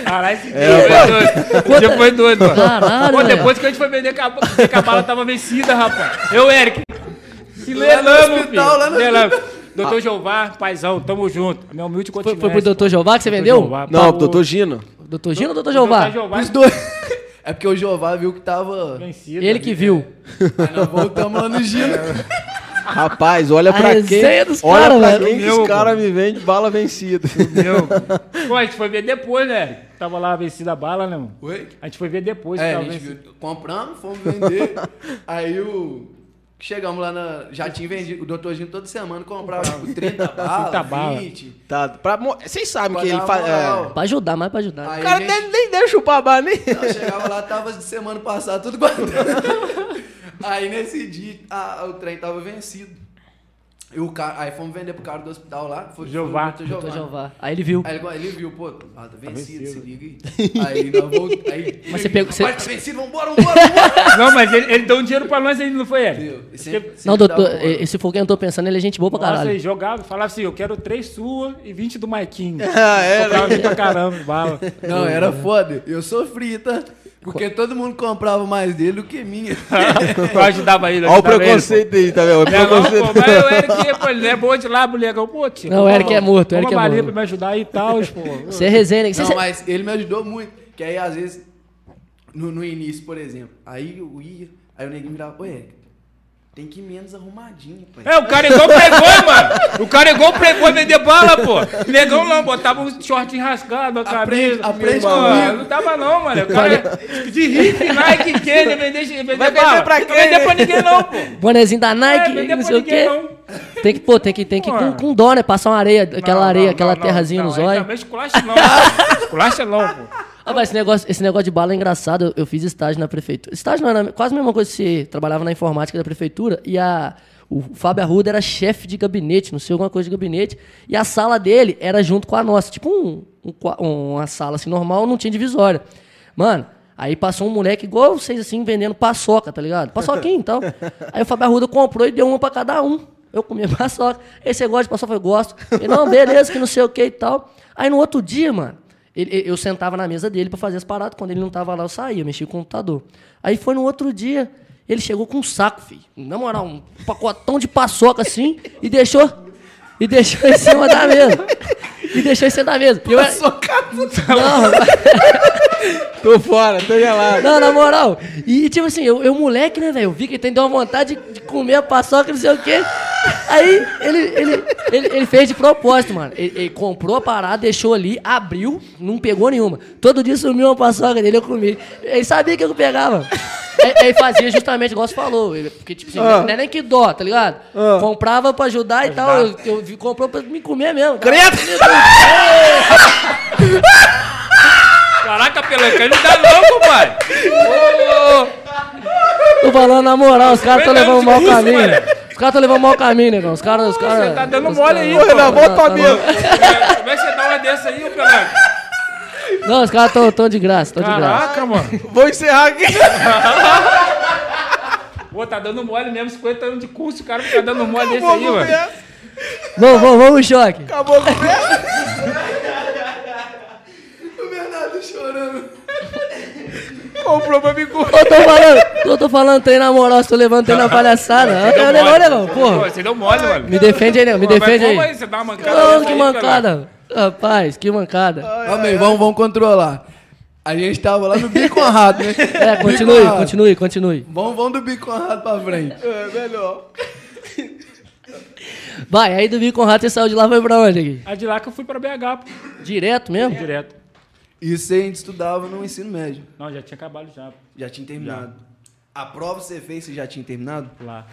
[SPEAKER 4] Caralho, esse
[SPEAKER 3] É,
[SPEAKER 4] dia foi doido. Esse dia foi doido, mano.
[SPEAKER 1] Caralho,
[SPEAKER 4] Pô,
[SPEAKER 1] velho.
[SPEAKER 4] depois que a gente foi vender, que a, que a bala tava vencida, rapaz. Eu, Eric. Se
[SPEAKER 3] Lá no
[SPEAKER 4] lelamos, filho.
[SPEAKER 3] hospital, lá no
[SPEAKER 4] Lelamos. Doutor Jeová, paizão, tamo junto. Meu humilde
[SPEAKER 1] foi,
[SPEAKER 4] continente.
[SPEAKER 1] foi pro Dr. Jeová que você vendeu?
[SPEAKER 4] Jeová,
[SPEAKER 2] Não,
[SPEAKER 4] pau-
[SPEAKER 2] doutor Gino.
[SPEAKER 1] Doutor Gino ou Dr. Jeová?
[SPEAKER 4] Dr. Jeová
[SPEAKER 3] Os dois. É porque o Jeová viu que tava.
[SPEAKER 4] vencido.
[SPEAKER 1] Ele que viu.
[SPEAKER 3] Aí nós voltamos lá no Gino.
[SPEAKER 4] É, né?
[SPEAKER 2] Rapaz, olha
[SPEAKER 1] A
[SPEAKER 2] pra quem.
[SPEAKER 1] resenha dos
[SPEAKER 2] olha
[SPEAKER 1] caras, né?
[SPEAKER 2] pra
[SPEAKER 1] velho.
[SPEAKER 2] quem que
[SPEAKER 4] Meu,
[SPEAKER 2] os caras me vendem bala vencida.
[SPEAKER 4] Meu. Pô, a gente foi ver depois, né? Eric? Tava lá vencida a bala, né, mano?
[SPEAKER 3] Oi?
[SPEAKER 4] A gente foi ver depois. que
[SPEAKER 3] É, a
[SPEAKER 4] tava
[SPEAKER 3] gente
[SPEAKER 4] vencida.
[SPEAKER 3] viu, compramos, fomos vender. aí o. Chegamos lá na. Já tinha vendido. O doutor Gino toda semana comprava tipo 30 balas.
[SPEAKER 4] 30 bala.
[SPEAKER 3] 20.
[SPEAKER 2] Tá, pra mo- Vocês sabem
[SPEAKER 3] Pra
[SPEAKER 2] que ele é,
[SPEAKER 3] dar uma
[SPEAKER 2] faz.
[SPEAKER 3] moral.
[SPEAKER 1] Pra ajudar, mais pra ajudar.
[SPEAKER 2] O
[SPEAKER 3] Aí
[SPEAKER 2] cara
[SPEAKER 3] a gente-
[SPEAKER 2] nem, nem deve chupar a bala, nem.
[SPEAKER 3] Então, Eu chegava lá, tava de semana passada, tudo guardado. Aí nesse dia, a- o trem tava vencido. E o cara, aí fomos vender pro cara do hospital lá. Foi,
[SPEAKER 4] Jeová,
[SPEAKER 3] foi o
[SPEAKER 1] Dr. Jeová. Aí ele viu.
[SPEAKER 3] Aí ele, ele viu, pô, ah, tá vencido,
[SPEAKER 4] vencido.
[SPEAKER 3] se liga aí. Aí nós voltamos. Aí,
[SPEAKER 1] Mas você pegou- você-
[SPEAKER 3] Rapaz, tá vencido, vambora, vambora, vambora.
[SPEAKER 4] Não, mas ele, ele deu um dinheiro pra nós ainda, não foi, Eric?
[SPEAKER 3] Meu, e sempre-
[SPEAKER 1] Não,
[SPEAKER 3] sempre
[SPEAKER 1] doutor,
[SPEAKER 3] dava uma-
[SPEAKER 1] esse foi quem eu tô pensando, ele é gente boa pra
[SPEAKER 4] Nossa,
[SPEAKER 1] caralho.
[SPEAKER 4] ele jogava, falava assim, eu quero três sua e 20 do Maiquinho.
[SPEAKER 2] Ah, é, né?
[SPEAKER 4] Comprava pra caramba, bala.
[SPEAKER 3] Não, era foda. Eu sofri, tá? Porque todo mundo comprava mais dele do que minha.
[SPEAKER 4] Eu ajudava ele.
[SPEAKER 5] Olha o
[SPEAKER 4] ajudava ele,
[SPEAKER 5] preconceito aí, tá vendo? O
[SPEAKER 4] pô. Não, não,
[SPEAKER 5] preconceito.
[SPEAKER 4] pô, mas o Eric, pô, ele é bom de lá, moleque. Pô, tio,
[SPEAKER 1] Não, o Eric
[SPEAKER 4] pô,
[SPEAKER 1] é morto, o Eric
[SPEAKER 4] toma
[SPEAKER 1] é
[SPEAKER 4] uma balinha
[SPEAKER 1] morto.
[SPEAKER 4] pra me ajudar e tal, pô.
[SPEAKER 1] Você é resenha, né? Você-
[SPEAKER 3] Não,
[SPEAKER 1] você-
[SPEAKER 3] mas ele me ajudou muito. Que aí, às vezes, no, no início, por exemplo, aí eu ia, aí o neguinho virava, ô Eric, tem que ir menos arrumadinho, pai.
[SPEAKER 4] É, o cara é igual pregou, mano. O cara é igual pregou vender bala, pô. Negão não, botava um short rasgado, a
[SPEAKER 3] Aprende-
[SPEAKER 4] camisa.
[SPEAKER 3] aprende
[SPEAKER 4] Mano,
[SPEAKER 3] comigo.
[SPEAKER 4] Não tava não, mano. O cara de riff, Nike, Kenny, vender, vender
[SPEAKER 2] Vai vender
[SPEAKER 4] bala.
[SPEAKER 2] pra
[SPEAKER 4] Não
[SPEAKER 2] quem,
[SPEAKER 4] vender
[SPEAKER 2] né?
[SPEAKER 4] pra ninguém não, pô.
[SPEAKER 1] Bonezinho da
[SPEAKER 4] É,
[SPEAKER 1] Nike,
[SPEAKER 4] vender
[SPEAKER 1] não
[SPEAKER 4] pra
[SPEAKER 1] sei o
[SPEAKER 4] ninguém
[SPEAKER 1] quê.
[SPEAKER 4] não.
[SPEAKER 1] Tem que, pô, tem que, tem que ir com,
[SPEAKER 4] Mano.
[SPEAKER 1] com dó, né? Passar uma areia, aquela
[SPEAKER 4] Não,
[SPEAKER 1] areia,
[SPEAKER 4] não,
[SPEAKER 1] aquela
[SPEAKER 4] não, não,
[SPEAKER 1] terrazinha
[SPEAKER 4] não, é
[SPEAKER 1] nos
[SPEAKER 4] aí
[SPEAKER 1] olhos.
[SPEAKER 4] Também esculacha não. esculacha não, pô.
[SPEAKER 1] Ah, mas esse negócio, esse negócio de bala é engraçado. Eu, eu fiz estágio na prefeitura. Estágio não era quase a mesma coisa que você trabalhava na informática da prefeitura e a. O Fábio Arruda era chefe de gabinete, não sei, alguma coisa de gabinete. E a sala dele era junto com a nossa. Tipo um, um qua- uma sala assim normal, não tinha divisória. Mano, aí passou um moleque igual vocês assim, vendendo paçoca, tá ligado? Paçoquinha e tal. Aí o Fábio Arruda comprou e deu uma pra cada um. Eu comia paçoca. Esse você gosta de paçoca? Eu gosto. Ele, não, beleza, que não sei o que e tal. Aí no outro dia, mano, ele- eu- eu sentava na mesa dele pra fazer as paradas. Quando ele não tava lá, eu saía, mexia com o computador. Aí foi no outro dia, ele chegou com um saco, filho. Na moral, um pacotão de paçoca assim e deixou. E deixou em cima da mesa. E deixou em cima da mesa. E eu, não, rapaz.
[SPEAKER 5] Tô fora, tô gelado.
[SPEAKER 1] Não, na moral. E tipo assim, eu, eu moleque, né, velho? Eu vi que ele tem deu uma vontade de, de comer a paçoca, não sei o quê. Aí ele, ele, ele, ele fez de propósito, mano. Ele, ele comprou a parada, deixou ali, abriu, não pegou nenhuma. Todo dia sumiu uma paçoca dele, eu comi. Ele sabia que eu pegava. Aí- Aí fazia justamente igual você falou. ele- porque, tipo assim, não é nem que dó, tá ligado? Comprava pra ajudar e tal. Eu, eu vi- comprou pra me comer mesmo. tá cara.
[SPEAKER 4] Caraca, Pelanca, não dá não, compadre.
[SPEAKER 1] Tô falando na moral, os caras estão
[SPEAKER 4] Verdade,
[SPEAKER 1] levando mau
[SPEAKER 4] isso,
[SPEAKER 1] caminho. né?
[SPEAKER 4] mano.
[SPEAKER 1] Os caras estão levando mau caminho, negão. Os caras. Os cara,
[SPEAKER 4] Você tá dando
[SPEAKER 1] os
[SPEAKER 4] mole
[SPEAKER 1] cara-
[SPEAKER 4] aí,
[SPEAKER 5] Ô, Renan,
[SPEAKER 1] Não,
[SPEAKER 5] volta
[SPEAKER 1] tá
[SPEAKER 5] a
[SPEAKER 1] bom.
[SPEAKER 5] mesa.
[SPEAKER 4] Como é que você dá uma dessa aí, ô Pelanca?
[SPEAKER 1] Não, os caras estão de graça, estão de graça.
[SPEAKER 4] Caraca, mano.
[SPEAKER 5] Vou encerrar aqui.
[SPEAKER 4] Pô, tá dando mole mesmo, 50 anos de curso, o cara fica dando mole desse aí, mano.
[SPEAKER 1] Vamos, vamos, vamos, choque.
[SPEAKER 5] Acabou com o
[SPEAKER 3] O Bernardo chorando.
[SPEAKER 5] Comprou pra mim com...
[SPEAKER 1] Eu tô falando, eu tô falando, treino na moral, se tô levando treino na palhaçada. Não tem negócio, negão,
[SPEAKER 4] Pô,
[SPEAKER 1] porra.
[SPEAKER 4] você deu mole, mano.
[SPEAKER 1] Me defende aí, negão, me
[SPEAKER 4] Pô, mas
[SPEAKER 1] defende
[SPEAKER 4] como
[SPEAKER 1] aí.
[SPEAKER 4] Você dá uma mancada.
[SPEAKER 1] Não,
[SPEAKER 4] dessa
[SPEAKER 1] que
[SPEAKER 4] aí,
[SPEAKER 1] mancada. Rapaz, que mancada.
[SPEAKER 3] Calma aí, vamos, vamos controlar. A gente tava lá no bico honrado, né?
[SPEAKER 1] É,
[SPEAKER 3] Bico
[SPEAKER 1] continue,
[SPEAKER 3] honrado.
[SPEAKER 1] continue, continue.
[SPEAKER 3] Vamos, vamos do bico honrado pra frente.
[SPEAKER 5] É, melhor.
[SPEAKER 1] Vai, aí do Bico Conrado, você saiu de lá, foi pra onde aqui?
[SPEAKER 4] Pelé. A É de lá que eu fui pra BH, pô.
[SPEAKER 1] Direto mesmo?
[SPEAKER 4] Direto.
[SPEAKER 3] Isso aí a gente estudava no ensino médio.
[SPEAKER 4] Não, já tinha acabado já, pô,
[SPEAKER 3] Já tinha terminado. A prova que você fez, você já tinha terminado?
[SPEAKER 4] lá.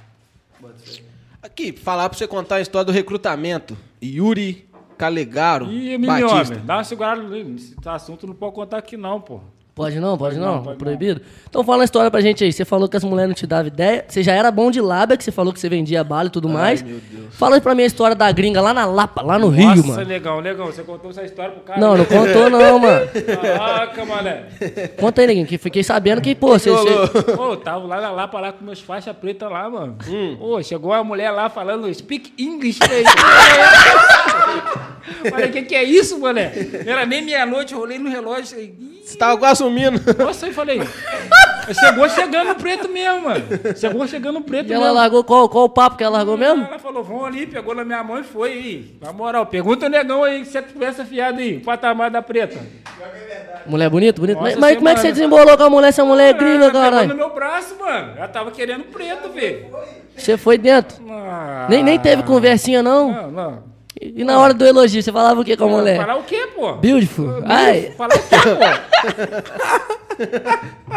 [SPEAKER 2] Aqui, falar pra você contar a história do recrutamento. Yuri Calegaro
[SPEAKER 4] Ih, é mini
[SPEAKER 2] Batista.
[SPEAKER 4] homem, dá uma segurada no esse assunto, não pode contar aqui não, pô.
[SPEAKER 1] Pode não, pode não,
[SPEAKER 4] não, pode
[SPEAKER 1] proibido. Então fala uma história pra gente aí. Você falou que as mulheres não te davam ideia. Você já era bom de lábia, que você falou que você vendia bala e tudo mais. Fala aí pra mim a história da gringa lá na Lapa, lá no Rio,
[SPEAKER 4] Nossa, tá
[SPEAKER 1] mano.
[SPEAKER 4] Negão, Negão, você contou essa história pro cara?
[SPEAKER 1] Não, não contou não, mano.
[SPEAKER 4] Caraca, mané.
[SPEAKER 1] Conta aí, neguinho, que fiquei sabendo que, pô, você... você-
[SPEAKER 4] Ô, eu tava lá na Lapa, lá com meus faixas pretas lá, mano.
[SPEAKER 1] Hum.
[SPEAKER 4] Ô, chegou uma mulher lá falando speak English. Falei, Falei, o que, que é isso, mané? Não era nem meia-noite, eu olhei no relógio. falei, "Ih,
[SPEAKER 2] Você tava quase sumindo.
[SPEAKER 4] Nossa, eu falei. Chegou chegando preto mesmo, mano. Chegou chegando preto
[SPEAKER 1] E
[SPEAKER 4] mesmo.
[SPEAKER 1] ela largou qual, qual o papo que ela largou mesmo?
[SPEAKER 4] Ela falou, vão ali, pegou na minha mão e foi. Aí. Na moral, pergunta o negão aí, se você tivesse afiado aí, o patamar da preta.
[SPEAKER 1] Mulher bonita, bonita.
[SPEAKER 4] Nossa
[SPEAKER 1] Mas, mas como é que você
[SPEAKER 4] Senhora.
[SPEAKER 1] desembolou com a mulher? Essa mulher é gringa,
[SPEAKER 4] Ela pegou no
[SPEAKER 1] caralho.
[SPEAKER 4] meu braço, mano. Ela tava querendo preto, velho. Ah,
[SPEAKER 1] Você foi dentro. Nem, nem teve conversinha, não.
[SPEAKER 4] Não, não.
[SPEAKER 1] E na hora do elogio, você falava o que com a mulher?
[SPEAKER 4] Falar o quê, pô?
[SPEAKER 1] Beautiful. Ai,
[SPEAKER 4] Falar o quê, pô?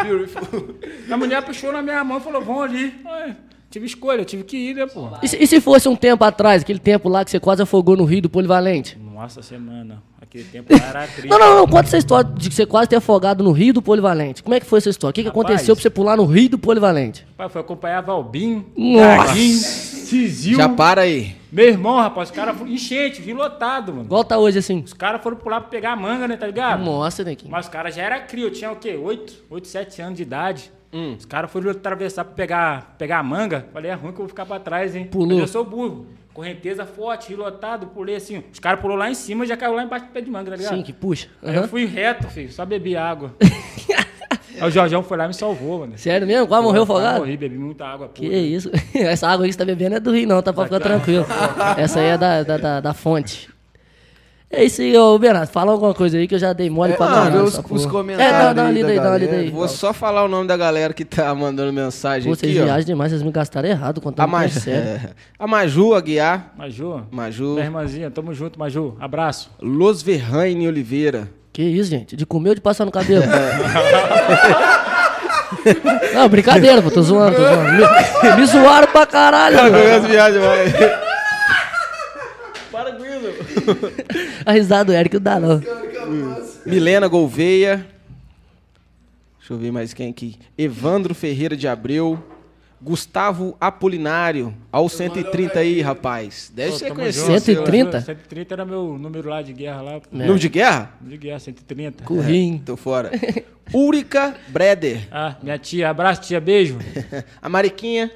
[SPEAKER 4] Beautiful. A mulher puxou na minha mão e falou, vão ali. Ai, tive escolha, tive que ir, né, pô?
[SPEAKER 1] E se, e se fosse um tempo atrás, aquele tempo lá que você quase afogou no rio do Polivalente?
[SPEAKER 4] Nossa semana, aquele tempo lá era triste.
[SPEAKER 1] Não, não, não, conta essa história de que você quase ter afogado no rio do Polivalente. Como é que foi essa história? O que, que
[SPEAKER 4] Rapaz.
[SPEAKER 1] aconteceu pra você pular no rio do Polivalente?
[SPEAKER 4] Pai, foi acompanhar Valbim,
[SPEAKER 1] Nossa.
[SPEAKER 4] Gaguinho, Cizil.
[SPEAKER 2] Já para aí.
[SPEAKER 4] Meu irmão, rapaz, os caras foram enchente, vi lotado, mano.
[SPEAKER 1] Igual tá hoje assim.
[SPEAKER 4] Os caras foram pular pra pegar a manga, né, tá ligado?
[SPEAKER 1] Nossa, Nequinho.
[SPEAKER 4] Mas os caras já era cria, eu tinha o quê? 8, 8, 7 anos de idade.
[SPEAKER 1] Hum.
[SPEAKER 4] Os caras foram atravessar pra pegar, pegar a manga. Falei, é ruim que eu vou ficar pra trás, hein?
[SPEAKER 1] Pulou.
[SPEAKER 4] Mas Eu sou burro. Correnteza forte, rio lotado, pulei assim. Os caras pulou lá em cima e já caiu lá embaixo do pé de manga, tá ligado?
[SPEAKER 1] Sim, que puxa.
[SPEAKER 4] Aí
[SPEAKER 1] Aham.
[SPEAKER 4] Eu fui reto, filho, só bebi água. Aí o Jorgão foi lá e me salvou, mano.
[SPEAKER 1] Sério mesmo? Quase morreu
[SPEAKER 4] Eu
[SPEAKER 1] afogado?
[SPEAKER 4] Morri, bebi muita água
[SPEAKER 1] Que
[SPEAKER 4] pura.
[SPEAKER 1] isso? Essa água aí que você tá bebendo é do rio, não, tá? Pra ficar tranquilo. Essa aí é da, da, da, da fonte. É isso aí, ô Bernardo. Fala alguma coisa aí que eu já dei mole
[SPEAKER 3] É,
[SPEAKER 1] pra
[SPEAKER 3] ah,
[SPEAKER 1] caralho.
[SPEAKER 3] vê os-
[SPEAKER 1] essa
[SPEAKER 3] os
[SPEAKER 1] porra.
[SPEAKER 3] comentários
[SPEAKER 1] É, dá, dá uma
[SPEAKER 3] aí
[SPEAKER 1] lida
[SPEAKER 3] da
[SPEAKER 1] aí, dá uma lida
[SPEAKER 3] galera.
[SPEAKER 1] aí.
[SPEAKER 2] Vou só falar o nome da galera que tá mandando mensagem
[SPEAKER 1] Vocês
[SPEAKER 2] aqui, ó.
[SPEAKER 1] viajam demais, vocês me gastaram errado
[SPEAKER 3] Tá
[SPEAKER 1] contando
[SPEAKER 2] A,
[SPEAKER 1] mais
[SPEAKER 2] Maj... é,
[SPEAKER 1] sério.
[SPEAKER 2] a Maju Aguiar,
[SPEAKER 4] Maju,
[SPEAKER 2] Maju,
[SPEAKER 4] minha irmãzinha, tamo junto, Maju. Abraço.
[SPEAKER 2] Los Verraine Oliveira.
[SPEAKER 1] Que isso, gente? De comer ou de passar no cabelo? Não, brincadeira, pô. Tô zoando, tô zoando. Me, me zoaram pra caralho. mano. A risada do Eric não dá, não.
[SPEAKER 2] Milena Gouveia. Deixa eu ver mais quem aqui. Evandro Ferreira de Abreu. Gustavo Apolinário. Ao 130 aí, rapaz. Deve ser conhecido.
[SPEAKER 1] junto.
[SPEAKER 2] seu, né?
[SPEAKER 1] 130?
[SPEAKER 4] 130 era meu número lá de guerra lá.
[SPEAKER 1] É.
[SPEAKER 2] Número de guerra?
[SPEAKER 4] De guerra, 130.
[SPEAKER 1] Currinho.
[SPEAKER 2] Tô fora. Úrica Breder.
[SPEAKER 4] Ah, minha tia, abraço, tia, beijo.
[SPEAKER 2] A Mariquinha.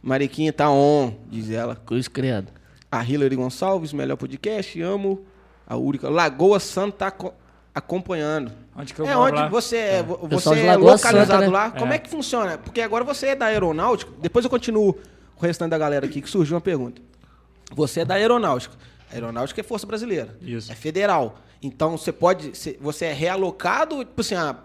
[SPEAKER 2] Mariquinha tá on, diz ela.
[SPEAKER 1] Cruz credo.
[SPEAKER 2] A Hilary Gonçalves, melhor podcast, amo. A Úrica. Lagoa Santa tá co- acompanhando.
[SPEAKER 4] Onde que eu
[SPEAKER 2] é
[SPEAKER 4] moro
[SPEAKER 2] onde
[SPEAKER 4] lá?
[SPEAKER 2] você é, vo-
[SPEAKER 1] Pessoal
[SPEAKER 2] você
[SPEAKER 1] de
[SPEAKER 2] é
[SPEAKER 1] Lagoa
[SPEAKER 2] localizado
[SPEAKER 1] Santa, né?
[SPEAKER 2] lá. Como é que funciona? Porque agora você é da aeronáutica. Depois eu continuo com o restante da galera aqui, que surgiu uma pergunta. Você é da aeronáutica. A aeronáutica é Força Brasileira.
[SPEAKER 4] Isso.
[SPEAKER 2] É federal. Então você pode. você- Você é realocado, tipo assim, ah,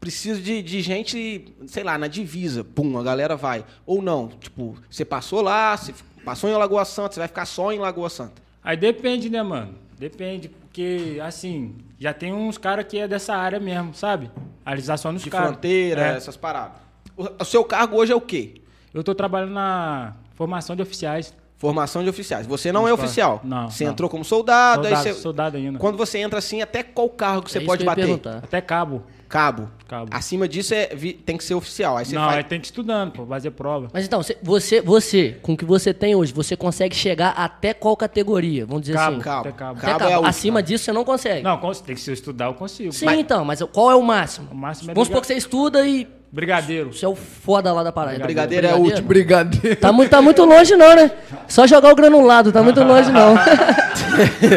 [SPEAKER 2] preciso de, de gente, sei lá, na divisa. Pum, a galera vai. Ou não. Tipo, você passou lá, você f- passou em Lagoa Santa, você vai ficar só em Lagoa Santa.
[SPEAKER 4] Aí depende, né, mano? Depende, porque, assim, já tem uns caras que é dessa área mesmo, sabe? Aí eles só nos
[SPEAKER 2] De
[SPEAKER 4] caras.
[SPEAKER 2] fronteira,
[SPEAKER 4] É.
[SPEAKER 2] essas paradas. O, o seu cargo hoje é o quê?
[SPEAKER 4] Eu tô trabalhando na formação de oficiais.
[SPEAKER 2] Formação de oficiais. Você não é
[SPEAKER 4] Vamos lá.
[SPEAKER 2] oficial.
[SPEAKER 4] Não,
[SPEAKER 2] Você
[SPEAKER 4] não.
[SPEAKER 2] entrou como soldado,
[SPEAKER 4] Soldado,
[SPEAKER 2] aí você.
[SPEAKER 4] soldado ainda.
[SPEAKER 2] Quando você entra assim, até qual cargo que você
[SPEAKER 1] É isso
[SPEAKER 2] pode
[SPEAKER 1] que eu ia
[SPEAKER 2] bater?
[SPEAKER 1] perguntar.
[SPEAKER 4] Até cabo.
[SPEAKER 2] Cabo.
[SPEAKER 4] Cabo.
[SPEAKER 2] Acima disso é, vi- tem que ser oficial. Aí você
[SPEAKER 4] não, aí
[SPEAKER 2] faz.
[SPEAKER 4] tem que ir estudando, pô, fazer prova.
[SPEAKER 1] Mas então, cê- você, você, com o que você tem hoje, você consegue chegar até qual categoria? Vamos dizer
[SPEAKER 4] Cabo,
[SPEAKER 1] assim.
[SPEAKER 2] Cabo.
[SPEAKER 4] Até cabo.
[SPEAKER 2] Cabo,
[SPEAKER 1] Até cabo.
[SPEAKER 2] é a última.
[SPEAKER 1] Acima disso, você não consegue.
[SPEAKER 4] Não, cons- tem que se eu estudar, eu consigo.
[SPEAKER 1] Sim, então, mas qual é o máximo?
[SPEAKER 4] O máximo é
[SPEAKER 1] Vamos supor
[SPEAKER 4] briga-
[SPEAKER 1] que você estuda e
[SPEAKER 4] Brigadeiro.
[SPEAKER 1] você é o foda lá da parada.
[SPEAKER 2] Brigadeiro é o último.
[SPEAKER 3] Brigadeiro.
[SPEAKER 1] Tá muito, tá muito longe não, né? Só jogar o granulado, tá muito longe não.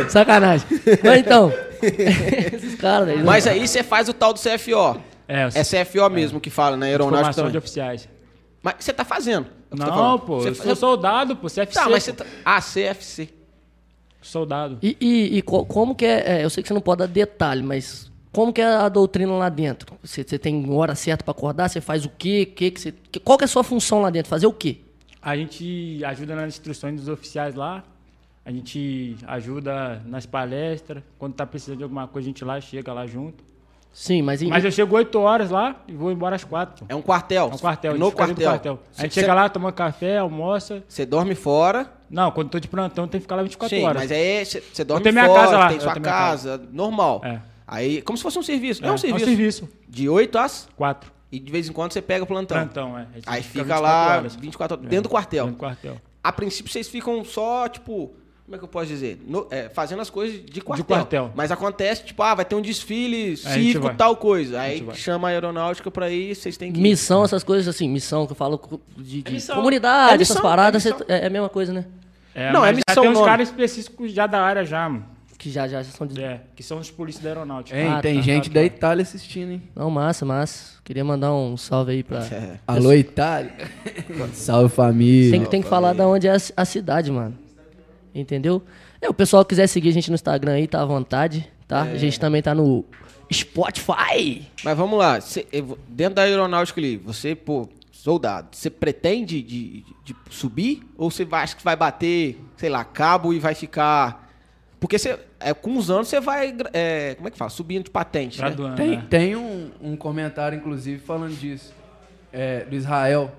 [SPEAKER 1] Sacanagem. Mas então, esses caras, velho.
[SPEAKER 2] Mas aí você faz o tal do CFO.
[SPEAKER 4] É,
[SPEAKER 2] É CFO mesmo que fala, né? Aeronáutica
[SPEAKER 4] formação
[SPEAKER 2] também.
[SPEAKER 4] de oficiais.
[SPEAKER 2] Mas você tá fazendo. é o que eu tô
[SPEAKER 4] Não,
[SPEAKER 2] falando.
[SPEAKER 4] pô,
[SPEAKER 2] Você
[SPEAKER 4] eu
[SPEAKER 2] fa-
[SPEAKER 4] sou soldado, pô, CFC.
[SPEAKER 2] Tá, mas você
[SPEAKER 4] pô.
[SPEAKER 2] tá. Ah, CFC.
[SPEAKER 4] Soldado.
[SPEAKER 1] E, e- e co- como que é, é, Eu sei que você não pode dar detalhe, mas como que é a doutrina lá dentro? Você, você tem hora certa pra acordar? Você faz o quê? Que que você, que- qual que é a sua função lá dentro? Fazer o quê?
[SPEAKER 4] A gente ajuda nas instruções dos oficiais lá. A gente ajuda nas palestras. Quando tá precisando de alguma coisa, a gente lá chega lá junto.
[SPEAKER 1] Sim, mas, em-
[SPEAKER 4] Mas eu chego 8 horas lá e vou embora às 4.
[SPEAKER 2] É um quartel.
[SPEAKER 4] É um quartel, a
[SPEAKER 2] No
[SPEAKER 4] gente fica dentro do
[SPEAKER 2] quartel.
[SPEAKER 4] A gente
[SPEAKER 2] Cê-
[SPEAKER 4] chega lá, toma café, almoça.
[SPEAKER 2] Você dorme fora.
[SPEAKER 4] Não, quando tô de plantão, tem que ficar lá 24
[SPEAKER 2] Sim,
[SPEAKER 4] horas.
[SPEAKER 2] mas é um aí você dorme
[SPEAKER 4] tenho minha
[SPEAKER 2] fora,
[SPEAKER 4] casa lá,
[SPEAKER 2] tem
[SPEAKER 4] eu
[SPEAKER 2] sua
[SPEAKER 4] tenho minha casa.
[SPEAKER 2] casa, normal.
[SPEAKER 4] É.
[SPEAKER 2] Aí, como se fosse um serviço.
[SPEAKER 4] É,
[SPEAKER 2] Não é um serviço.
[SPEAKER 4] É um serviço.
[SPEAKER 2] De 8 às...
[SPEAKER 4] 4.
[SPEAKER 2] E de vez em quando você pega plantão.
[SPEAKER 4] Plantão, é. A gente
[SPEAKER 2] Então, Aí fica,
[SPEAKER 4] 24
[SPEAKER 2] lá
[SPEAKER 4] horas.
[SPEAKER 2] 24 horas,
[SPEAKER 4] É,
[SPEAKER 2] dentro do quartel.
[SPEAKER 4] Dentro do quartel.
[SPEAKER 2] A princípio vocês ficam só, tipo... Como é que eu posso dizer? No- é, fazendo as coisas de quartel.
[SPEAKER 4] quartel.
[SPEAKER 2] Mas acontece, tipo, ah, vai ter um desfile
[SPEAKER 4] a gente
[SPEAKER 2] cívico,
[SPEAKER 4] vai.
[SPEAKER 2] tal coisa. Aí
[SPEAKER 4] gente vai.
[SPEAKER 2] chama a aeronáutica pra ir, vocês têm que ir.
[SPEAKER 1] missão, essas coisas assim, missão que eu falo co- de, de
[SPEAKER 2] missão.
[SPEAKER 1] comunidade,
[SPEAKER 2] É missão,
[SPEAKER 1] essas paradas,
[SPEAKER 2] é
[SPEAKER 1] cê- é, é a mesma coisa, né?
[SPEAKER 4] É,
[SPEAKER 2] Não,
[SPEAKER 4] não,
[SPEAKER 2] é
[SPEAKER 4] é
[SPEAKER 2] missão
[SPEAKER 4] Já tem uns
[SPEAKER 2] nome.
[SPEAKER 4] caras específicos já da área já, mano.
[SPEAKER 1] Que já, já são de...
[SPEAKER 4] É, que são os polícias da aeronáutica.
[SPEAKER 3] Hein,
[SPEAKER 1] Ah,
[SPEAKER 3] tem
[SPEAKER 1] tá,
[SPEAKER 3] gente
[SPEAKER 4] tá,
[SPEAKER 3] da
[SPEAKER 4] tá.
[SPEAKER 3] Itália assistindo, hein?
[SPEAKER 1] Não, massa, massa. Queria mandar um salve aí pra...
[SPEAKER 2] É.
[SPEAKER 3] Alô, Itália. Salve, família.
[SPEAKER 1] Tem que, tem que falar da onde é a, ci- a cidade, mano. Entendeu? É, o pessoal que quiser seguir a gente no Instagram aí, tá à vontade, tá? A gente também tá no Spotify.
[SPEAKER 2] Mas vamos lá, cê- eu vou- dentro da aeronáutica ali, você, pô, soldado, você pretende de, de subir ou você vai- acha que vai bater, sei lá, cabo e vai ficar. Porque você, é, com os anos você vai, gra- é, como é que fala? Subindo de patente.
[SPEAKER 1] é.
[SPEAKER 2] Né?
[SPEAKER 4] Graduando,
[SPEAKER 3] Tem,
[SPEAKER 4] né?
[SPEAKER 3] tem um, um comentário, inclusive, falando disso. É, do Israel.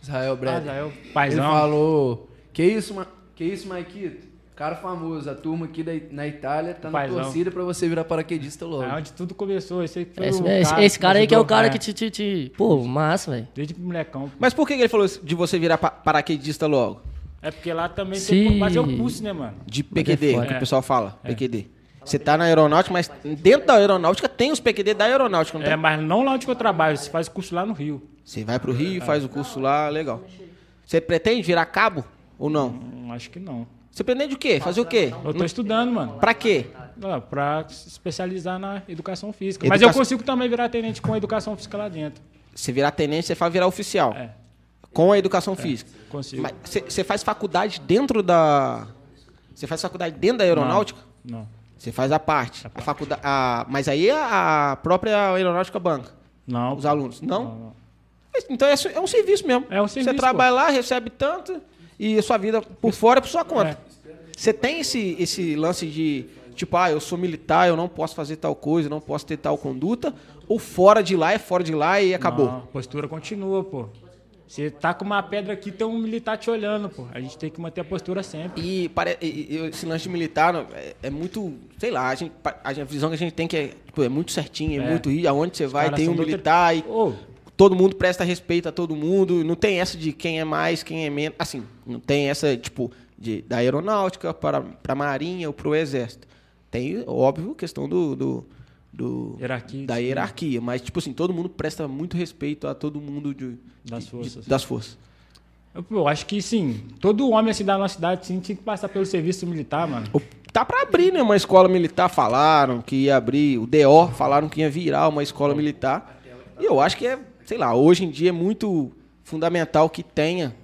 [SPEAKER 3] Israel
[SPEAKER 4] Ah,
[SPEAKER 3] Breder.
[SPEAKER 4] já é o
[SPEAKER 3] Ele
[SPEAKER 4] paizão.
[SPEAKER 3] falou: Que isso, ma... que isso, Maikito? Cara famoso, a turma aqui da I- na Itália tá na
[SPEAKER 4] Paizão.
[SPEAKER 3] torcida pra você virar paraquedista logo.
[SPEAKER 4] É onde tudo começou. Esse, aí foi
[SPEAKER 1] Esse,
[SPEAKER 4] o
[SPEAKER 1] esse- esse cara aí que é o
[SPEAKER 4] ajudou,
[SPEAKER 1] cara que te, te, te- Pô, massa, velho.
[SPEAKER 4] Desde molecão.
[SPEAKER 2] Mas por que que ele falou de você virar pa- paraquedista logo?
[SPEAKER 4] É porque lá também
[SPEAKER 1] Se-
[SPEAKER 4] tem que fazer o curso, né, mano?
[SPEAKER 2] De PQD,
[SPEAKER 1] foda.
[SPEAKER 2] que o
[SPEAKER 4] É.
[SPEAKER 2] pessoal fala, PQD. Você tá na aeronáutica, mas dentro da aeronáutica tem os PQD da aeronáutica, não
[SPEAKER 4] É,
[SPEAKER 2] tem?
[SPEAKER 4] mas não lá onde que eu trabalho. Você faz o curso lá no Rio.
[SPEAKER 2] Você vai pro
[SPEAKER 4] É.
[SPEAKER 2] Rio, faz o curso lá, legal. Você pretende virar cabo ou não?
[SPEAKER 4] Hum, acho que não.
[SPEAKER 2] Você pretende o quê? Fazer o quê?
[SPEAKER 4] Eu tô estudando, mano.
[SPEAKER 2] Pra quê?
[SPEAKER 4] Lá, Pra se especializar na educação física. Mas
[SPEAKER 2] Educa-
[SPEAKER 4] eu consigo também virar tenente com a educação física lá dentro.
[SPEAKER 2] Você virar tenente, você faz virar oficial.
[SPEAKER 4] É,
[SPEAKER 2] Com a educação física.
[SPEAKER 4] consigo.
[SPEAKER 2] Mas você- você faz faculdade dentro da. Você faz faculdade dentro da aeronáutica?
[SPEAKER 4] Não,
[SPEAKER 2] Você faz a parte. A faculdade, a, mas aí é a, a própria aeronáutica banca,
[SPEAKER 4] não.
[SPEAKER 2] os alunos. Não?
[SPEAKER 4] Não, não.
[SPEAKER 2] Então é, su- é um serviço mesmo.
[SPEAKER 4] É um serviço,
[SPEAKER 2] Você
[SPEAKER 4] pô.
[SPEAKER 2] trabalha lá, recebe tanto e a sua vida por fora é por sua conta.
[SPEAKER 4] É.
[SPEAKER 2] Você tem esse, esse lance de, tipo, ah, eu sou militar, eu não posso fazer tal coisa, eu não posso ter tal conduta. Ou fora de lá, é fora de lá e acabou.
[SPEAKER 4] Não, a postura continua, pô. Você tá com uma pedra aqui, tem um militar te olhando, pô. A gente tem que manter a postura sempre.
[SPEAKER 2] E, pare- e- e esse lance de militar não, é, é muito, sei lá, a, gente, pa- a gente- a visão que a gente tem que é, tipo, é muito certinho, é,
[SPEAKER 4] É.
[SPEAKER 2] muito rígido, aonde você vai,
[SPEAKER 4] caras
[SPEAKER 2] tem um
[SPEAKER 4] são doutor-
[SPEAKER 2] militar e
[SPEAKER 4] Ô,
[SPEAKER 2] todo mundo presta respeito a todo mundo, não tem essa de quem é mais, quem é menos, assim, não tem essa, tipo, de, da aeronáutica para, para a marinha ou para o exército. Tem, óbvio, questão do... do, do-
[SPEAKER 4] Hierarquia, né?
[SPEAKER 2] Da
[SPEAKER 4] sim.
[SPEAKER 2] hierarquia, mas, tipo assim, todo mundo presta muito respeito a todo mundo de,
[SPEAKER 4] Das
[SPEAKER 2] de-
[SPEAKER 4] forças.
[SPEAKER 2] das forças.
[SPEAKER 4] eu, pô, eu acho que sim. Todo homem assim da nossa cidade sim, tinha que passar pelo serviço militar, mano.
[SPEAKER 2] O- Tá pra abrir, né? Uma escola militar falaram que ia abrir, o DO falaram que ia virar uma escola militar. E eu acho que é, sei lá, hoje em dia é muito fundamental que tenha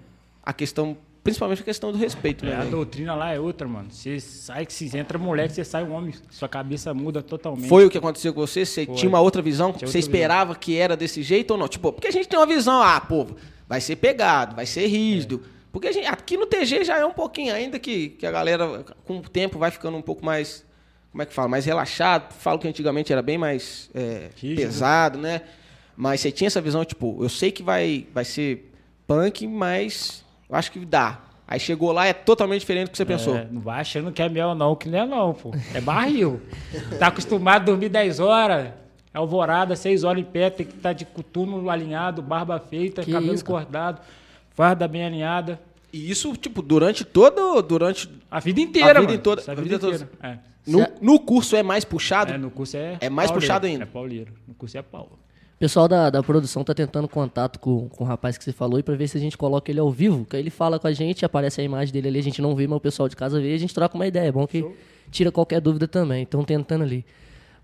[SPEAKER 2] a questão, principalmente a questão do respeito,
[SPEAKER 4] É,
[SPEAKER 2] né?
[SPEAKER 4] a
[SPEAKER 2] velho?
[SPEAKER 4] doutrina lá é outra, mano. Você sai que se entra moleque, você sai um homem. Sua cabeça muda totalmente.
[SPEAKER 2] Foi o que aconteceu com você? Você tinha uma outra visão?
[SPEAKER 4] Tinha
[SPEAKER 2] você
[SPEAKER 4] outra visão.
[SPEAKER 2] esperava que era desse jeito ou não? Tipo, porque a gente tem uma visão, ah, pô, vai ser pegado, vai ser rígido.
[SPEAKER 4] É.
[SPEAKER 2] Porque a gente, aqui no TG já é um pouquinho, ainda que, que a galera, com o tempo, vai ficando um pouco mais, como é que fala, mais relaxado. Falo que antigamente era bem mais é,
[SPEAKER 4] Rígido.
[SPEAKER 2] pesado, né? Mas você tinha essa visão, tipo, eu sei que vai, vai ser punk, mas eu acho que dá. Aí chegou lá, é totalmente diferente do que você pensou.
[SPEAKER 4] É, não vai achando que é mel, não, que não é não, pô. É barril. tá acostumado a dormir 10 horas, alvorada, 6 horas em pé, tem que estar de coturno alinhado, barba feita,
[SPEAKER 1] Que
[SPEAKER 4] cabelo
[SPEAKER 1] isso, cara.
[SPEAKER 4] cordado, farda bem alinhada.
[SPEAKER 2] E isso, tipo, durante todo, durante
[SPEAKER 4] A vida inteira,
[SPEAKER 2] vida
[SPEAKER 4] mano.
[SPEAKER 2] toda-
[SPEAKER 4] Isso é
[SPEAKER 2] a vida
[SPEAKER 4] É.
[SPEAKER 2] No,
[SPEAKER 1] Cê-
[SPEAKER 2] no curso é mais puxado?
[SPEAKER 4] É, no curso é.
[SPEAKER 2] É mais puxado ainda.
[SPEAKER 4] É pauleiro. No curso é pau.
[SPEAKER 1] O pessoal da, da produção tá tentando contato com, com o rapaz que você falou aí pra ver se a gente coloca ele ao vivo. Que aí ele fala com a gente, aparece a imagem dele ali, a gente não vê, mas o pessoal de casa vê e a gente troca uma ideia. É bom que tira qualquer dúvida também. Estão tentando ali.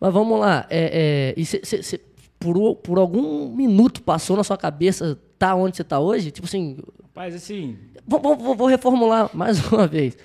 [SPEAKER 1] Mas vamos lá. É, é, e cê- cê- cê- por, o- por algum minuto passou na sua cabeça tá onde você tá hoje? Tipo assim,
[SPEAKER 4] Rapaz, assim,
[SPEAKER 1] vou, vou- vou- vou reformular mais uma vez.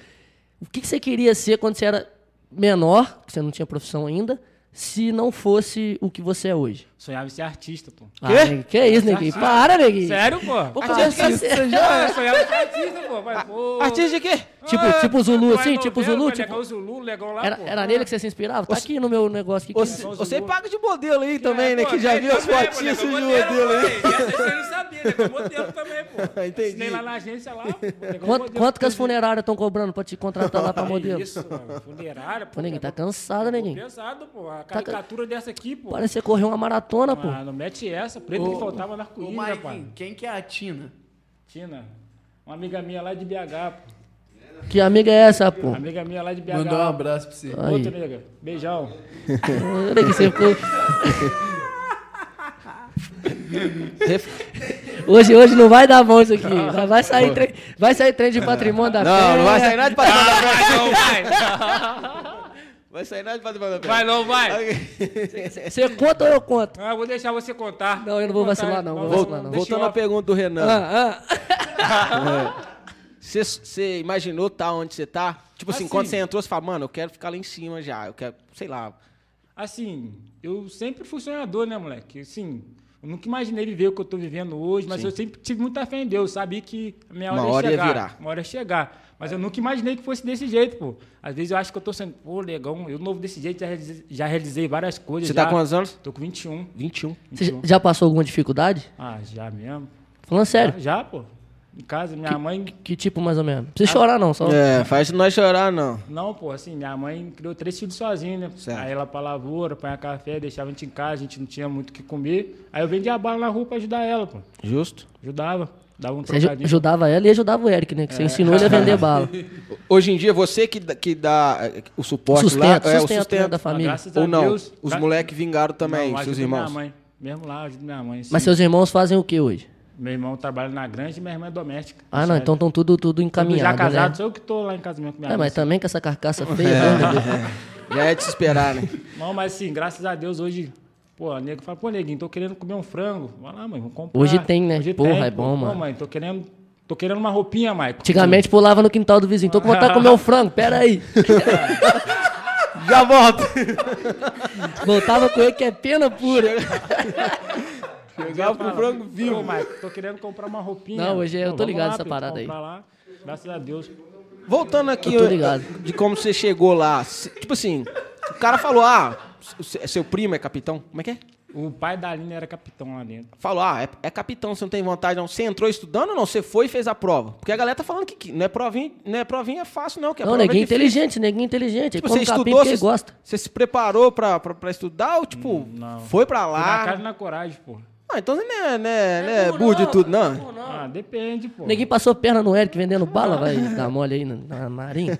[SPEAKER 1] O que, que você queria ser quando você era menor, que você não tinha profissão ainda, se não fosse o que você é hoje?
[SPEAKER 4] sonhava em ser artista, pô.
[SPEAKER 1] Ah, neguinho, que isso, neguinho? Para, neguinho.
[SPEAKER 4] Sério, pô?
[SPEAKER 1] Pô, conversa sério.
[SPEAKER 4] Ah, eu sonhava em ser artista, pô. Mas, pô.
[SPEAKER 2] Artista de quê?
[SPEAKER 1] Tipo,
[SPEAKER 4] Ah,
[SPEAKER 1] tipo Zulu,
[SPEAKER 4] pô, é
[SPEAKER 1] assim, tipo
[SPEAKER 4] novela,
[SPEAKER 1] Zulu,
[SPEAKER 4] pô,
[SPEAKER 1] tipo...
[SPEAKER 4] Legal Zulu, legal lá,
[SPEAKER 1] Era,
[SPEAKER 4] pô.
[SPEAKER 1] era nele que você se inspirava? Tá aqui no meu negócio aqui.
[SPEAKER 2] Você,
[SPEAKER 1] que-
[SPEAKER 2] você paga de modelo aí também, né?
[SPEAKER 4] pô,
[SPEAKER 2] Que já
[SPEAKER 4] é,
[SPEAKER 2] viu as
[SPEAKER 4] também, pô,
[SPEAKER 2] fotinhas de
[SPEAKER 4] legal
[SPEAKER 2] modelo aí.
[SPEAKER 4] pô, aí. Essa você não sabia, né? Que é modelo também, pô.
[SPEAKER 2] Entendi.
[SPEAKER 4] Ensinei lá na agência lá. pô, legal
[SPEAKER 1] Quanto,
[SPEAKER 4] modelo,
[SPEAKER 1] quanto que as
[SPEAKER 4] inclusive.
[SPEAKER 1] funerárias estão cobrando pra te contratar lá pra
[SPEAKER 4] Que
[SPEAKER 1] modelo?
[SPEAKER 4] Isso, mano. Funerária, pô.
[SPEAKER 1] Pô, neguinho, tá
[SPEAKER 4] pegou-
[SPEAKER 1] cansado,
[SPEAKER 4] pegou
[SPEAKER 1] neguinho. Tá
[SPEAKER 4] Pesado, pô. A caricatura dessa aqui, pô.
[SPEAKER 1] Parece que você correu uma maratona, pô.
[SPEAKER 4] Ah, não mete essa. Preto que faltava na
[SPEAKER 3] Ô,
[SPEAKER 4] arco-íris, né,
[SPEAKER 3] Maikinho,
[SPEAKER 4] pá?
[SPEAKER 3] quem que é a Tina?
[SPEAKER 4] Tina, uma amiga minha lá de BH, pô.
[SPEAKER 1] Que amiga é essa, pô?
[SPEAKER 4] Uma Amiga minha lá de BH.
[SPEAKER 3] Mandar um abraço pra você.
[SPEAKER 1] Aí.
[SPEAKER 4] Outra, nega. Beijão.
[SPEAKER 1] Olha que você ficou... Hoje, hoje não vai dar bom isso aqui. Vai- Vai sair, tre- vai sair trem de patrimônio da
[SPEAKER 2] Não, não vai sair nada de patrimônio da fé.
[SPEAKER 5] Vai sair nada de bater
[SPEAKER 4] Vai, não, vai.
[SPEAKER 1] Você conta ou eu conto?
[SPEAKER 4] Ah, vou deixar você contar.
[SPEAKER 1] Não, eu não vou
[SPEAKER 4] Contar,
[SPEAKER 1] vacilar, não, vou
[SPEAKER 4] deixa
[SPEAKER 1] vacilar, não.
[SPEAKER 4] eu-
[SPEAKER 2] Voltando à pergunta do Renan.
[SPEAKER 1] Ah, ah.
[SPEAKER 2] ah. Você você imaginou tá onde você tá? Tipo assim,
[SPEAKER 4] Assim.
[SPEAKER 2] quando você entrou, você fala, mano, eu quero ficar lá em cima já. Eu quero, sei lá.
[SPEAKER 4] Assim, eu sempre fui sonhador, né, moleque? Assim, eu nunca imaginei viver o que eu tô vivendo hoje, mas eu sempre tive muita fé em Deus. Eu sabia que a minha
[SPEAKER 2] Uma
[SPEAKER 4] hora,
[SPEAKER 2] hora ia
[SPEAKER 4] ia chegar.
[SPEAKER 2] virar.
[SPEAKER 4] Uma hora ia chegar. Mas eu nunca imaginei que fosse desse jeito, pô. Às vezes eu acho que eu tô sendo, pô, negão, eu novo desse jeito, já realizei, já realizei várias coisas.
[SPEAKER 2] Você
[SPEAKER 4] já.
[SPEAKER 2] tá com quantos anos?
[SPEAKER 4] Tô com 21.
[SPEAKER 2] 21.
[SPEAKER 1] Você já- já passou alguma dificuldade?
[SPEAKER 4] Ah, já mesmo?
[SPEAKER 1] Falando sério.
[SPEAKER 4] Já, pô. Em casa, minha mãe
[SPEAKER 1] Que tipo, mais ou menos? Não precisa chorar, não. Só...
[SPEAKER 2] É, faz nós chorar, não.
[SPEAKER 4] Não, pô, assim, minha mãe criou três filhos sozinha, né?
[SPEAKER 2] Certo.
[SPEAKER 4] Aí ela pra lavoura, apanhar café, deixava a gente em casa, a gente não tinha muito o que comer. Aí eu vendia bala na rua pra ajudar ela, pô.
[SPEAKER 2] Justo.
[SPEAKER 4] Ajudava, dava um
[SPEAKER 1] Você aju-
[SPEAKER 4] trocadinho.
[SPEAKER 1] ajudava ela e ajudava o Eric, né? Que
[SPEAKER 2] É.
[SPEAKER 1] você ensinou ele a vender bala.
[SPEAKER 2] Hoje em dia, você que, dá- que dá eh, o suporte lá.
[SPEAKER 1] sustento,
[SPEAKER 2] é, o
[SPEAKER 1] sustento, né,
[SPEAKER 2] sustento.
[SPEAKER 1] da família.
[SPEAKER 4] Graças a
[SPEAKER 2] Ou não,
[SPEAKER 4] Deus.
[SPEAKER 2] os
[SPEAKER 4] Gra-
[SPEAKER 2] moleques vingaram também,
[SPEAKER 4] Não, eu
[SPEAKER 2] seus
[SPEAKER 4] ajudo
[SPEAKER 2] irmãos. é
[SPEAKER 4] Minha mãe. Mesmo lá, eu ajudo minha mãe.
[SPEAKER 1] Mas
[SPEAKER 4] sim.
[SPEAKER 1] seus irmãos fazem o que hoje?
[SPEAKER 4] Meu irmão trabalha na granja e minha irmã é doméstica.
[SPEAKER 1] Ah, não, então estão tudo, tudo
[SPEAKER 4] Tudo
[SPEAKER 1] encaminhado,
[SPEAKER 4] já casado,
[SPEAKER 1] né?
[SPEAKER 4] sou eu que tô lá em casamento com minha
[SPEAKER 1] É, mas
[SPEAKER 4] moça.
[SPEAKER 1] também com essa carcaça
[SPEAKER 2] É.
[SPEAKER 1] feia, né, pelo amor de Deus.
[SPEAKER 2] Já é de se esperar, né?
[SPEAKER 4] Não, mas assim, graças a Deus hoje, pô, a nega fala, pô, neguinho, tô querendo comer um frango. Vai lá, mãe, vamos comprar.
[SPEAKER 1] Hoje tem, né? Porra, é bom,
[SPEAKER 4] pô,
[SPEAKER 1] mano.
[SPEAKER 4] Pô, mãe, tô querendo, tô querendo uma roupinha, Mike.
[SPEAKER 1] Antigamente pulava no quintal do vizinho. Tô com vontade de comer um frango, pera aí.
[SPEAKER 2] Já volto.
[SPEAKER 1] Voltava com ele que é pena pura.
[SPEAKER 2] Chegava pro um frango vivo.
[SPEAKER 4] Pô, Mike, tô querendo comprar uma roupinha.
[SPEAKER 1] Não, hoje eu tô
[SPEAKER 4] Pô, vamos
[SPEAKER 1] ligado
[SPEAKER 4] lá,
[SPEAKER 1] nessa
[SPEAKER 4] Pedro,
[SPEAKER 1] parada aí.
[SPEAKER 4] comprar Lá. Graças a Deus.
[SPEAKER 2] Voltando aqui eh,
[SPEAKER 1] Eu tô ligado.
[SPEAKER 2] de como você chegou lá. se- Tipo assim, o cara falou, ah, se- seu primo é capitão? Como é que é?
[SPEAKER 4] O pai da Aline era capitão lá dentro.
[SPEAKER 2] Falou, ah, é, é capitão, você não tem vontade não. Você entrou estudando ou não? Você foi e fez a prova. Porque a galera tá falando que, que não, é provinha, não é provinha é fácil não, que a
[SPEAKER 1] Não,
[SPEAKER 2] prova é
[SPEAKER 1] neguinho
[SPEAKER 2] difícil.
[SPEAKER 1] inteligente, neguinho inteligente.
[SPEAKER 2] Tipo,
[SPEAKER 1] Ele come
[SPEAKER 2] você
[SPEAKER 1] capim
[SPEAKER 2] estudou,
[SPEAKER 1] porque
[SPEAKER 2] você,
[SPEAKER 1] gosta.
[SPEAKER 2] você se preparou pra, pra, pra estudar ou, tipo, foi pra
[SPEAKER 4] Fui Hum, Na casa
[SPEAKER 2] lá?
[SPEAKER 4] e na coragem, pô.
[SPEAKER 2] Ah, então você não é, não é, não é burro de tudo, não?
[SPEAKER 4] Ah, depende, pô.
[SPEAKER 1] Neguinho passou perna no Eric vendendo bala, vai dar mole aí na, na marinha.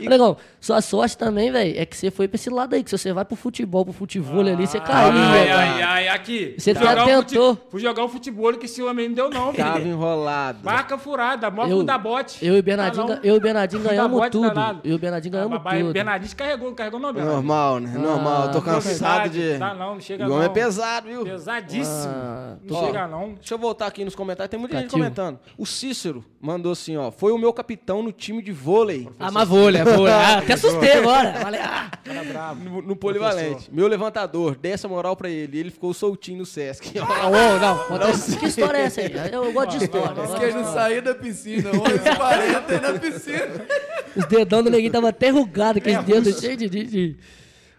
[SPEAKER 1] Ô, Negão, sua sorte também, velho, é que você foi pra esse lado aí, que se você vai pro futebol, pro futebol ali, você caiu,
[SPEAKER 4] Ai,
[SPEAKER 1] velho.
[SPEAKER 4] ai, ai, aqui.
[SPEAKER 1] Você
[SPEAKER 4] Fui jogar
[SPEAKER 1] até
[SPEAKER 4] um
[SPEAKER 1] tentou.
[SPEAKER 4] fute- Fui jogar o futebol que esse homem não deu, não,
[SPEAKER 2] Tava
[SPEAKER 4] filho.
[SPEAKER 2] enrolado.
[SPEAKER 4] Vaca furada, mó
[SPEAKER 1] Eu-
[SPEAKER 4] da bote.
[SPEAKER 1] Eu e o Bernardinho,
[SPEAKER 4] Ah, não.
[SPEAKER 1] ga- eu e o Bernardinho
[SPEAKER 4] Fui dar
[SPEAKER 1] ganhamos
[SPEAKER 4] bote
[SPEAKER 1] tudo.
[SPEAKER 4] danado.
[SPEAKER 1] Eu e o Bernardinho
[SPEAKER 4] Ah,
[SPEAKER 1] ganhamos
[SPEAKER 4] babai-
[SPEAKER 1] tudo.
[SPEAKER 4] Bernardinho descarregou, não carregou não, Bernardinho.
[SPEAKER 2] Normal, né? Normal, eu tô cansado
[SPEAKER 4] é Verdade,
[SPEAKER 2] de...
[SPEAKER 4] Tá não, não chega
[SPEAKER 2] o homem é
[SPEAKER 4] não.
[SPEAKER 2] pesado, viu?
[SPEAKER 4] Pesadíssimo.
[SPEAKER 1] Ah,
[SPEAKER 4] não
[SPEAKER 2] Ó,
[SPEAKER 4] chega não.
[SPEAKER 2] Deixa eu voltar aqui nos comentários, tem muita gente
[SPEAKER 1] Cativo.
[SPEAKER 2] comentando. O Cícero mandou assim, ó, foi o meu capitão no time de vôlei.
[SPEAKER 1] Ah, mas vôlei, é vôlei. Ah, até assustei agora. Falei, ah.
[SPEAKER 4] Cara Tá bravo.
[SPEAKER 2] No, no polivalente. Meu levantador, dê essa moral pra ele. Ele ficou soltinho no Sesc.
[SPEAKER 1] Ah, ô, não, acontece- Que história é essa aí? Eu gosto de história. eu
[SPEAKER 3] Diz
[SPEAKER 1] gosto
[SPEAKER 3] que
[SPEAKER 1] de
[SPEAKER 3] ele não
[SPEAKER 1] história.
[SPEAKER 3] saía da piscina, 11h40 e na piscina.
[SPEAKER 1] Os dedão do neguinho tava até enrugado, aqueles dedos cheios de, de, de-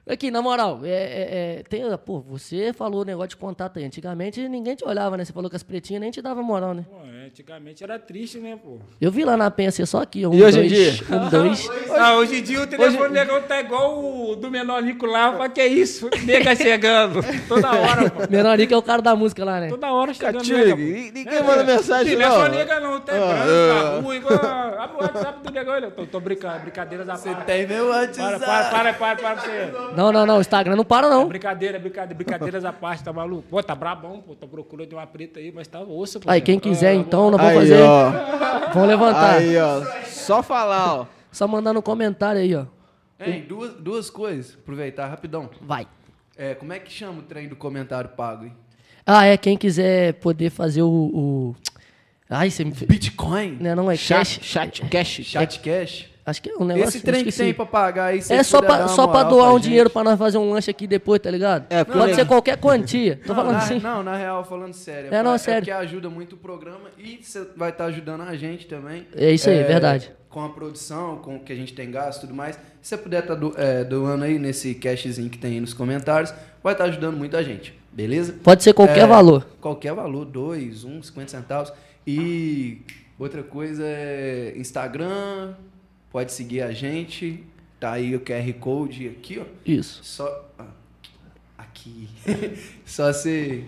[SPEAKER 1] Aqui, na moral, é, é- é, tem, pô, você falou o negócio de contato aí. Antigamente ninguém te olhava, né? Você falou que as pretinhas nem te dava moral, né?
[SPEAKER 4] Pô, é, antigamente era triste, né, pô?
[SPEAKER 1] Eu vi lá na penha ser só aqui, um,
[SPEAKER 2] E hoje em
[SPEAKER 1] dois, um, dois.
[SPEAKER 4] Ah, hoje em dia o telefone negão tá igual o do Menorico lá. Fala, que isso? Nega chegando. Toda hora, pô.
[SPEAKER 1] Menor que é o cara da música lá, né?
[SPEAKER 4] Toda hora chegando
[SPEAKER 2] Tigre,
[SPEAKER 4] nega, pô.
[SPEAKER 2] ninguém manda mensagem,
[SPEAKER 4] Filho, não é só
[SPEAKER 2] não. Ah, é.
[SPEAKER 4] nega não, tem branca, ruim, igual... Abre o WhatsApp do negão, ele... Tô, tô brincando, brincadeiras da
[SPEAKER 3] Você
[SPEAKER 4] parte.
[SPEAKER 3] tem meu
[SPEAKER 4] Para, para,
[SPEAKER 3] WhatsApp.
[SPEAKER 4] para, para, para, pra você.
[SPEAKER 1] Não, não, não, o Instagram não para, não.
[SPEAKER 4] Brincadeira, brincadeira, brincadeiras à parte, tá maluco? Pô, tá brabão, pô. Tô procurando de uma preta aí, mas tá osso, pô.
[SPEAKER 1] Aí, quem quiser, então, nós vamos
[SPEAKER 2] Aí,
[SPEAKER 1] fazer. Ah, tá.
[SPEAKER 2] ó.
[SPEAKER 1] Vamos levantar.
[SPEAKER 2] Aí, ó. Só falar, ó.
[SPEAKER 1] Só mandar no comentário aí, ó.
[SPEAKER 3] Hein, duas, duas coisas, aproveitar rapidão.
[SPEAKER 1] Vai.
[SPEAKER 3] É, como é que chama o trem do comentário pago, hein?
[SPEAKER 1] Ah, é, quem quiser poder fazer o... o- Ai, você me... fe-
[SPEAKER 3] Bitcoin?
[SPEAKER 1] Não, não é
[SPEAKER 2] Chat,
[SPEAKER 1] cash.
[SPEAKER 2] chat, cash.
[SPEAKER 3] Chatcash?
[SPEAKER 1] Acho que é um negócio...
[SPEAKER 3] Esse trem que
[SPEAKER 1] esqueci.
[SPEAKER 3] tem pra pagar aí,
[SPEAKER 1] É só pra, só pra doar um dinheiro pra nós fazer um lanche aqui depois, tá ligado?
[SPEAKER 2] É, por
[SPEAKER 1] Pode
[SPEAKER 2] aí.
[SPEAKER 1] ser qualquer quantia. Tô
[SPEAKER 3] Tô
[SPEAKER 1] falando
[SPEAKER 3] falando na,
[SPEAKER 1] assim.
[SPEAKER 3] Não, na real, falando sério.
[SPEAKER 1] É, não,
[SPEAKER 3] pra-
[SPEAKER 1] sério.
[SPEAKER 3] porque ajuda muito o programa e você vai estar ajudando a gente também.
[SPEAKER 1] É isso aí, verdade.
[SPEAKER 3] Com a produção, com o que a gente tem gasto e tudo mais. Se você puder estar doando aí nesse cashzinho que tem aí nos comentários, vai estar ajudando muito a gente, beleza?
[SPEAKER 1] Pode ser qualquer
[SPEAKER 3] É,
[SPEAKER 1] valor.
[SPEAKER 3] Qualquer valor, 2, 1, 50 centavos. E outra coisa é Instagram, pode seguir a gente. Tá aí o QR Code aqui, ó.
[SPEAKER 1] Isso.
[SPEAKER 3] Só. ah, Aqui. só se.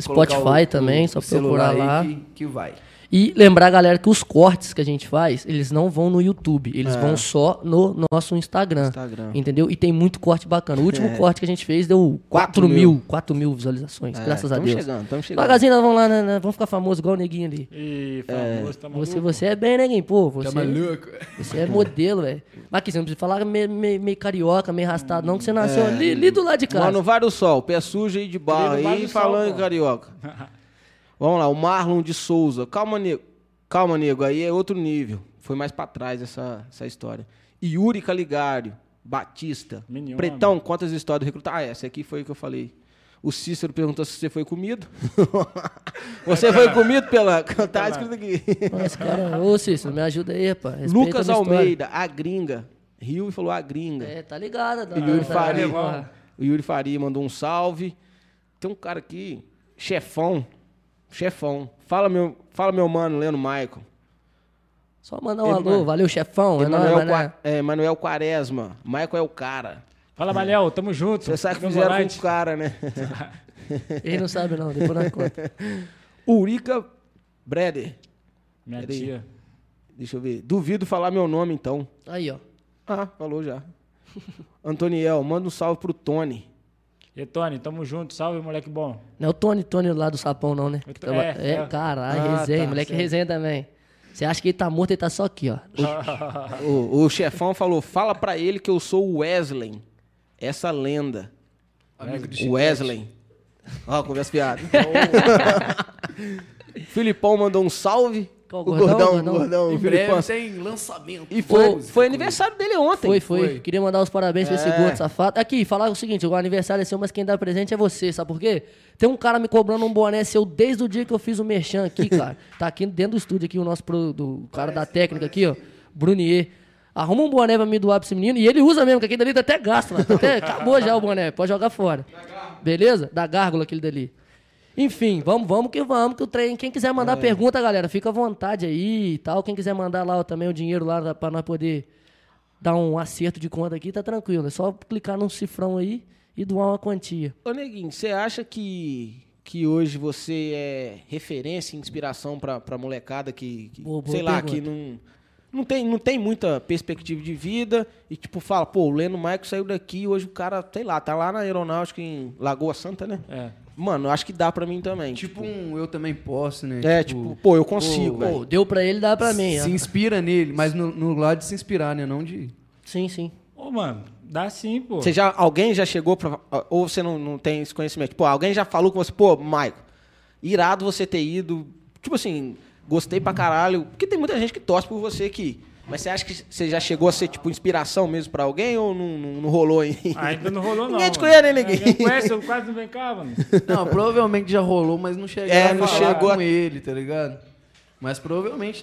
[SPEAKER 1] Spotify
[SPEAKER 3] colocar
[SPEAKER 1] também, só
[SPEAKER 3] celular
[SPEAKER 1] procurar
[SPEAKER 3] aí
[SPEAKER 1] lá.
[SPEAKER 3] Que, que vai.
[SPEAKER 1] E lembrar, galera, que os cortes que a gente faz, eles não vão no YouTube. Eles vão só no nosso Instagram.
[SPEAKER 2] É. Instagram. É.
[SPEAKER 1] Entendeu? E tem muito corte bacana. O último corte que a gente fez deu 4
[SPEAKER 2] Quatro mil. É,
[SPEAKER 1] mil. 4 mil visualizações, graças a
[SPEAKER 2] tamo
[SPEAKER 1] Deus.
[SPEAKER 2] chegando, tamo chegando.
[SPEAKER 1] Devagarzinho, nós vamos lá, né, né, vamos ficar famosos igual o neguinho ali.
[SPEAKER 4] E famoso, tá maluco?
[SPEAKER 1] Você, você é bem, neguinho, pô. Você,
[SPEAKER 3] maluco?
[SPEAKER 1] Você é modelo, velho. Mas aqui, você não precisa falar é meio, meio- meio carioca, meio arrastado, não, que você nasceu ali, ali do lado de casa.
[SPEAKER 2] É. Lá no Vale do Sol, pé sujo aí de barro.
[SPEAKER 4] Querido Vale
[SPEAKER 2] Aí
[SPEAKER 4] do Sol,
[SPEAKER 2] falando em
[SPEAKER 4] pô.
[SPEAKER 2] carioca. Vamos lá, o Marlon de Souza. Calma, nego. Calma, nego. Aí é outro nível. Foi mais pra trás essa, essa história. Yuri Caligari, Batista.
[SPEAKER 4] Menino,
[SPEAKER 2] Pretão, quantas histórias do recrutar? Ah, essa aqui foi o que eu falei. O Cícero perguntou se você foi comido. você foi comido, Pelanca? Tá escrito aqui.
[SPEAKER 1] Mas, esse cara, ô Cícero, me ajuda aí, rapaz. Respeita
[SPEAKER 2] Lucas
[SPEAKER 1] a minha história.
[SPEAKER 2] Almeida, a gringa. Rio e falou a gringa.
[SPEAKER 1] É, tá ligado. Tá,
[SPEAKER 2] O Yuri
[SPEAKER 1] tá-
[SPEAKER 2] Faria.
[SPEAKER 1] porra.
[SPEAKER 2] O Yuri Faria mandou um salve. Tem um cara aqui, chefão. Chefão. Fala, meu, fala, meu mano, Leandro Maicon.
[SPEAKER 1] Só mandar um
[SPEAKER 2] Ele,
[SPEAKER 1] alô,
[SPEAKER 2] mano.
[SPEAKER 1] valeu, chefão. É nóis,
[SPEAKER 2] Emanuel,
[SPEAKER 1] vai,
[SPEAKER 2] Qua-
[SPEAKER 1] né?
[SPEAKER 2] é, Emanuel Quaresma. Maicon é o cara.
[SPEAKER 4] Fala, Manel, tamo junto.
[SPEAKER 2] Você sabe o que
[SPEAKER 4] Meu
[SPEAKER 2] fizeram com
[SPEAKER 4] volante.
[SPEAKER 2] o cara, né?
[SPEAKER 1] Ele não sabe, não, depois nós conta.
[SPEAKER 2] Urica Breder.
[SPEAKER 4] Minha
[SPEAKER 2] Peraí.
[SPEAKER 4] tia.
[SPEAKER 2] Deixa eu ver. Duvido falar meu nome, então.
[SPEAKER 1] Aí, ó.
[SPEAKER 2] Ah, falou já. Antoniel, manda um salve pro Tony.
[SPEAKER 4] E Tony, tamo junto, salve, moleque bom.
[SPEAKER 1] Não é o Tony, Tony lá do Sapão, não, né?
[SPEAKER 4] Eu
[SPEAKER 1] Que
[SPEAKER 4] tô-
[SPEAKER 1] traba-
[SPEAKER 4] é,
[SPEAKER 1] É,
[SPEAKER 4] é.
[SPEAKER 1] caralho,
[SPEAKER 3] Ah,
[SPEAKER 1] resenha,
[SPEAKER 3] tá,
[SPEAKER 1] moleque
[SPEAKER 3] sei.
[SPEAKER 1] resenha também. Você acha que ele tá morto, ele tá só aqui, ó.
[SPEAKER 2] O, o chefão falou: fala pra ele que eu sou o Wesley. Essa lenda.
[SPEAKER 3] Amigo do
[SPEAKER 2] O Wesley. Ó, conversa piada. Filipão mandou um salve.
[SPEAKER 1] Qual,
[SPEAKER 2] o
[SPEAKER 1] gordão,
[SPEAKER 2] gordão,
[SPEAKER 1] gordão?
[SPEAKER 2] o gordão.
[SPEAKER 3] Em
[SPEAKER 2] o Filipão.
[SPEAKER 3] breve tem lançamento.
[SPEAKER 2] E foi,
[SPEAKER 1] Ô,
[SPEAKER 2] foi aniversário dele ontem.
[SPEAKER 1] Foi, foi,
[SPEAKER 3] Foi.
[SPEAKER 1] Queria mandar os parabéns pra esse
[SPEAKER 2] É.
[SPEAKER 1] gordo safado. Aqui, falar o seguinte, o aniversário é seu, mas quem dá presente é você, sabe por quê? Tem um cara me cobrando um boné seu desde o dia que eu fiz o merchan aqui, cara. tá aqui dentro do estúdio aqui, o nosso pro- do cara da técnica aqui, ó, Brunier. Arruma um boné pra me doar pra esse menino. E ele usa mesmo, que aquele dali tá até gasto, mano. Tá Até, acabou já o boné, pode jogar fora. Beleza? Da gárgula aquele dali. Enfim, vamos, vamos que vamos, que o trem. Quem quiser
[SPEAKER 2] É.
[SPEAKER 1] mandar pergunta, galera, fica à vontade aí e tal. Quem quiser mandar lá ó, também o dinheiro lá pra nós poder dar um acerto de conta aqui, tá tranquilo. É só clicar num cifrão aí e doar uma quantia.
[SPEAKER 2] Ô, Neguinho, você acha que, que hoje você é referência, e inspiração pra, pra molecada que, que,
[SPEAKER 1] Boa, boa
[SPEAKER 2] sei lá,
[SPEAKER 1] pergunta.
[SPEAKER 2] que não, não, tem, não tem muita perspectiva de vida e, tipo, fala, pô, o Leno Maico saiu daqui e hoje o cara, sei lá, tá lá na aeronáutica em Lagoa Santa, né?
[SPEAKER 4] É.
[SPEAKER 2] Mano, eu acho que dá pra mim também.
[SPEAKER 3] Tipo um eu também posso, né?
[SPEAKER 2] é, tipo, pô, eu consigo,
[SPEAKER 3] pô,
[SPEAKER 2] velho.
[SPEAKER 1] Pô, deu pra ele, dá pra mim.
[SPEAKER 3] Se
[SPEAKER 1] Sim,
[SPEAKER 3] inspira nele, mas no, no lado de se inspirar, né? Não de.
[SPEAKER 1] sim. sim.
[SPEAKER 4] Ô, mano, dá sim, pô.
[SPEAKER 2] Você já, alguém já chegou pra, ou você não, não tem esse conhecimento? Pô, alguém já falou com você, pô, Maico, irado você ter ido. Tipo assim, gostei pra caralho. Porque tem muita gente que torce por você aqui. Mas você acha que você já chegou a ser, tipo, inspiração mesmo pra alguém ou não, não, não rolou aí?
[SPEAKER 4] Ainda não rolou, não.
[SPEAKER 2] Ninguém te
[SPEAKER 4] mano.
[SPEAKER 2] conhece, né, Neguinho?
[SPEAKER 4] Ninguém conhece, eu quase não vem cá, mano.
[SPEAKER 3] Não, provavelmente já rolou, mas não chegou
[SPEAKER 2] É,
[SPEAKER 3] a
[SPEAKER 2] não
[SPEAKER 3] falar
[SPEAKER 2] chegou a-
[SPEAKER 3] com ele, tá ligado? Mas provavelmente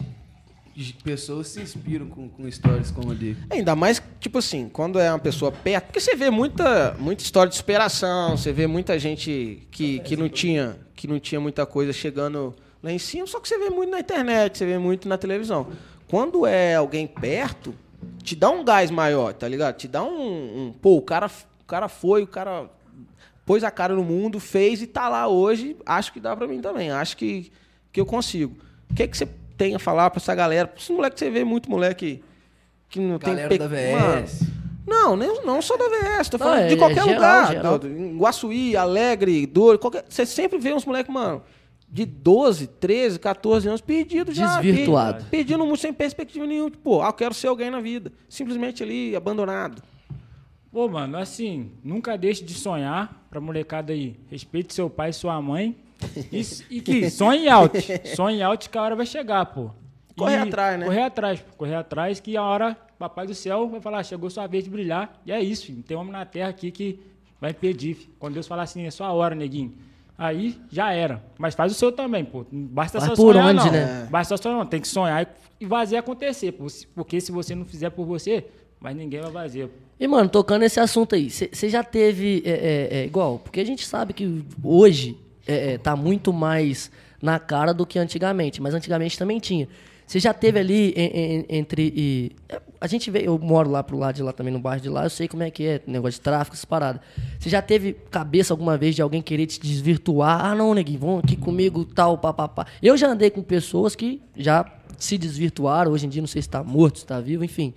[SPEAKER 3] j- pessoas se inspiram com, com histórias como a dele.
[SPEAKER 2] Ainda mais, tipo assim, quando é uma pessoa perto, porque você vê muita, muita história de superação, você vê muita gente que, que, não tinha, que não tinha muita coisa chegando lá em cima, só que você vê muito na internet, você vê muito na televisão. Quando é alguém perto, te dá um gás maior, tá ligado? Te dá um. um- pô, o cara, o cara foi, o cara pôs a cara no mundo, fez e tá lá hoje. Acho que dá pra mim também, acho que, que eu consigo. O que, é que você tem a falar pra essa galera? Pra esse moleque que você vê muito moleque. Que não
[SPEAKER 3] Galera
[SPEAKER 2] tem
[SPEAKER 3] da
[SPEAKER 2] pe-
[SPEAKER 3] VS.
[SPEAKER 2] não, nem, não só da VS, tô
[SPEAKER 1] Não,
[SPEAKER 2] falando
[SPEAKER 1] é-
[SPEAKER 2] de
[SPEAKER 1] é
[SPEAKER 2] qualquer
[SPEAKER 1] geral,
[SPEAKER 2] lugar.
[SPEAKER 1] geral.
[SPEAKER 2] Dodo. Em Guaçuí, Alegre, Douro, qualquer. Você sempre vê uns moleques, mano, de 12, 13, 14 anos, perdido já. aqui,
[SPEAKER 1] Desvirtuado.
[SPEAKER 2] Perdido muito sem perspectiva nenhuma. Tipo, ah, eu quero ser alguém na vida. Simplesmente ali, abandonado.
[SPEAKER 4] Pô, mano, assim, nunca deixe de sonhar pra molecada aí. Respeite seu pai e sua mãe. E, e que sonhe alto. Sonhe alto que a hora vai chegar, pô.
[SPEAKER 2] Correr
[SPEAKER 4] E
[SPEAKER 2] atrás, né?
[SPEAKER 4] Correr atrás, pô. Correr atrás que a hora, papai do céu vai falar, chegou sua vez de brilhar. E é isso, filho. Não tem homem na terra aqui que vai impedir. filho. Quando Deus falar assim, é sua hora, neguinho. Aí já era. Mas faz o seu também, pô. Não basta
[SPEAKER 1] Faz
[SPEAKER 4] só
[SPEAKER 1] por
[SPEAKER 4] sonhar,
[SPEAKER 1] onde,
[SPEAKER 4] não.
[SPEAKER 1] né?
[SPEAKER 4] Basta só sonhar, não. Tem que sonhar e fazer acontecer, pô. Se- Porque se você não fizer por você, mas ninguém vai fazer, pô.
[SPEAKER 1] E, mano, tocando esse assunto aí, você já teve. É, é, é, igual, porque a gente sabe que hoje é, é, tá muito mais na cara do que antigamente, mas antigamente também tinha. Você já teve ali en- en- entre. e- é, a gente vê, eu moro lá pro lado de lá também, no bairro de lá, eu sei como é que é, negócio de tráfico, essas paradas. Você já teve cabeça alguma vez de alguém querer te desvirtuar? Ah, não, neguinho, vão aqui comigo, tal, papapá. Eu já andei com pessoas que já se desvirtuaram, hoje em dia não sei se tá morto, se tá vivo, enfim.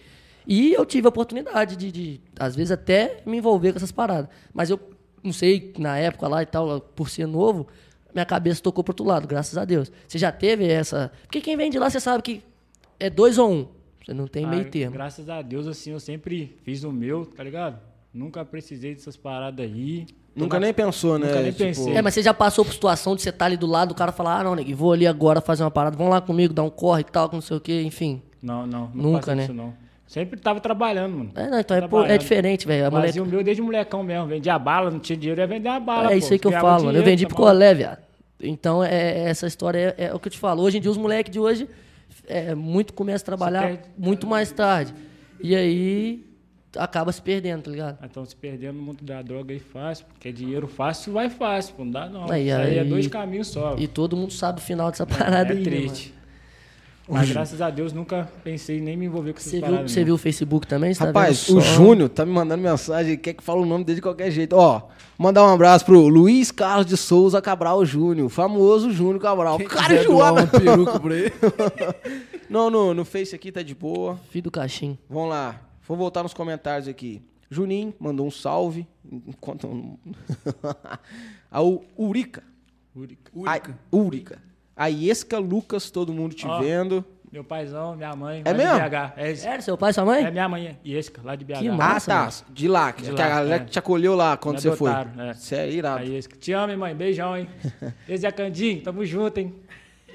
[SPEAKER 1] E eu tive a oportunidade de, de, às vezes, até me envolver com essas paradas. Mas eu não sei, na época lá e tal, por ser novo, minha cabeça tocou pro outro lado, graças a Deus. Você já teve essa. Porque quem vem de lá, você sabe que é dois ou um. Você não tem meio
[SPEAKER 4] Ah,
[SPEAKER 1] termo.
[SPEAKER 4] Graças a Deus, assim, eu sempre fiz o meu, tá ligado? Nunca precisei dessas paradas aí.
[SPEAKER 2] Nunca nem pensou, né?
[SPEAKER 4] Nunca nem
[SPEAKER 2] Tipo,
[SPEAKER 4] pensei.
[SPEAKER 1] É, mas você já passou por situação de você estar ali do lado, o cara falar, ah, não, neguinho, vou ali agora fazer uma parada, vão lá comigo, dar um corre e tal, que não sei o quê, enfim.
[SPEAKER 4] Não, não, não
[SPEAKER 1] Nunca,
[SPEAKER 4] passei
[SPEAKER 1] né?
[SPEAKER 4] disso, não. Sempre tava trabalhando, mano.
[SPEAKER 1] É, não, então é, pô,
[SPEAKER 4] Trabalhando.
[SPEAKER 1] é diferente, velho. A
[SPEAKER 4] Fazia
[SPEAKER 1] moleque-
[SPEAKER 4] o meu desde molecão mesmo. Vendia bala, não tinha dinheiro, ia vender a bala.
[SPEAKER 1] É
[SPEAKER 4] pô.
[SPEAKER 1] isso aí que eu
[SPEAKER 4] Ganhava
[SPEAKER 1] falo, mano. Eu
[SPEAKER 4] dinheiro, tá
[SPEAKER 1] vendi pro
[SPEAKER 4] tomava-
[SPEAKER 1] colé, viado. Então, é, é- essa história é, é o que eu te falo. Hoje em dia, os moleques de hoje, é, muito começam a trabalhar
[SPEAKER 4] perde.
[SPEAKER 1] muito mais tarde. E aí, acaba se perdendo, tá ligado?
[SPEAKER 4] Ah, Então se perdendo no mundo da droga aí fácil, porque dinheiro fácil vai fácil, pô. Não dá não.
[SPEAKER 1] Aí,
[SPEAKER 4] isso aí é
[SPEAKER 1] aí-
[SPEAKER 4] dois caminhos só.
[SPEAKER 1] E todo mundo sabe o final dessa parada
[SPEAKER 4] é
[SPEAKER 1] aí, né,
[SPEAKER 4] triste.
[SPEAKER 1] mano?
[SPEAKER 4] Mas graças a Deus nunca pensei em nem me envolver com essas
[SPEAKER 1] Você viu,
[SPEAKER 4] paradas. né?
[SPEAKER 1] você
[SPEAKER 4] não.
[SPEAKER 1] viu o Facebook também? Você tá
[SPEAKER 2] Rapaz,
[SPEAKER 1] vendo
[SPEAKER 2] o
[SPEAKER 1] só?
[SPEAKER 2] Júnior tá me mandando mensagem, quer que fale o nome dele de qualquer jeito. Ó, mandar um abraço pro Luiz Carlos de Souza Cabral Júnior, famoso Júnior Cabral.
[SPEAKER 3] Quem
[SPEAKER 2] Cara,
[SPEAKER 3] quiser doar
[SPEAKER 2] Joana!
[SPEAKER 3] uma peruca pra ele.
[SPEAKER 2] Não, no, no Face aqui tá de boa.
[SPEAKER 1] Filho do cachim.
[SPEAKER 2] Vamos lá. Vou voltar nos comentários aqui. Juninho mandou um salve. Enquanto... Ao Urica. Urica. A, Urica. A Iesca Lucas, todo mundo te
[SPEAKER 4] Ó.
[SPEAKER 2] vendo.
[SPEAKER 4] Meu paizão, minha mãe.
[SPEAKER 2] É
[SPEAKER 4] lá de
[SPEAKER 2] mesmo?
[SPEAKER 4] BH. É,
[SPEAKER 1] Sério, seu pai e sua mãe?
[SPEAKER 4] é minha mãe, e esse, lá de BH.
[SPEAKER 1] Que
[SPEAKER 2] Ah,
[SPEAKER 1] Nossa,
[SPEAKER 2] tá.
[SPEAKER 1] moço.
[SPEAKER 2] De lá. que
[SPEAKER 4] De
[SPEAKER 2] que
[SPEAKER 4] lá,
[SPEAKER 2] a galera
[SPEAKER 4] é.
[SPEAKER 2] que te acolheu lá quando
[SPEAKER 4] Me
[SPEAKER 2] você foi.
[SPEAKER 4] adotaram, é.
[SPEAKER 2] Isso é irado.
[SPEAKER 4] Aí, esse- te amo, hein, mãe. Beijão, hein? Esse é Candinho, tamo junto, hein?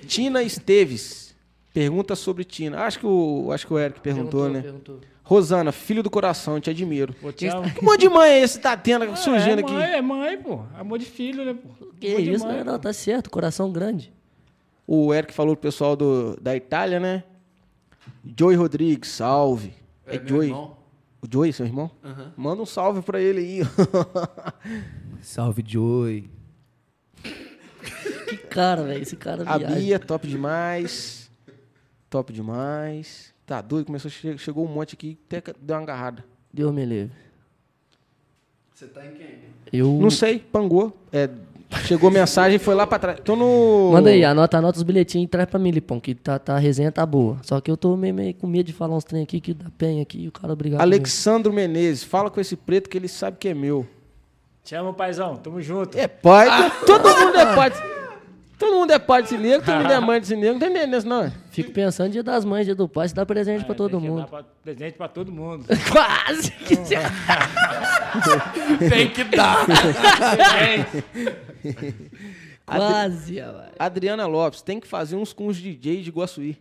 [SPEAKER 2] Tina Esteves. Pergunta sobre Tina. Acho que o, acho que o Eric perguntou, né?
[SPEAKER 1] Perguntou.
[SPEAKER 2] Rosana, filho do coração, te admiro.
[SPEAKER 4] Pô, te amo.
[SPEAKER 2] Que monte de mãe é esse que tá tendo surgindo
[SPEAKER 4] é,
[SPEAKER 2] aqui?
[SPEAKER 4] Mãe, é mãe, pô. Amor de filho, né, pô?
[SPEAKER 1] Que
[SPEAKER 4] Amor de
[SPEAKER 1] isso,
[SPEAKER 4] mãe,
[SPEAKER 1] né?
[SPEAKER 4] pô.
[SPEAKER 1] Não, tá certo, coração grande.
[SPEAKER 2] O Eric falou pro pessoal do, da Itália, né? Joey Rodrigues, salve. É,
[SPEAKER 3] meu
[SPEAKER 2] Joey.
[SPEAKER 3] irmão.
[SPEAKER 2] O Joey, seu irmão?
[SPEAKER 3] Aham.
[SPEAKER 2] Manda um salve pra ele aí.
[SPEAKER 3] Salve, Joey.
[SPEAKER 1] Que cara, velho, esse cara
[SPEAKER 2] A
[SPEAKER 1] viaja.
[SPEAKER 2] Bia, top demais. Top demais. Tá doido, começou, che- chegou um monte aqui, até que deu uma agarrada.
[SPEAKER 1] Deus me livre.
[SPEAKER 3] Você tá em quem?
[SPEAKER 1] Eu...
[SPEAKER 2] Não sei, pangou. É, chegou mensagem e foi lá pra trás. Tô no.
[SPEAKER 1] Manda aí, anota, anota os bilhetinhos e traz pra mim, Lipão, que tá, tá- a resenha tá boa. Só que eu tô meio, meio com medo de falar uns trem aqui que dá penha aqui e o cara obrigado.
[SPEAKER 2] Alexandro Menezes, fala com esse preto que ele sabe que é meu.
[SPEAKER 4] Te amo, paizão. Tamo junto.
[SPEAKER 2] É pai, todo mundo é pai. Todo mundo é pai desse negro, todo mundo é mãe desse negro. Não tem entendendo isso, não. é?
[SPEAKER 1] Fico pensando dia das mães, dia do pai, se dá presente pra todo
[SPEAKER 4] Tem que
[SPEAKER 1] mundo.
[SPEAKER 4] É, Ah, dar pra- presente pra todo mundo.
[SPEAKER 1] Quase! que se-
[SPEAKER 4] Tem que dar.
[SPEAKER 1] Quase, velho.
[SPEAKER 2] Adriana Lopes, tem que fazer uns com os DJ de Guaçuí.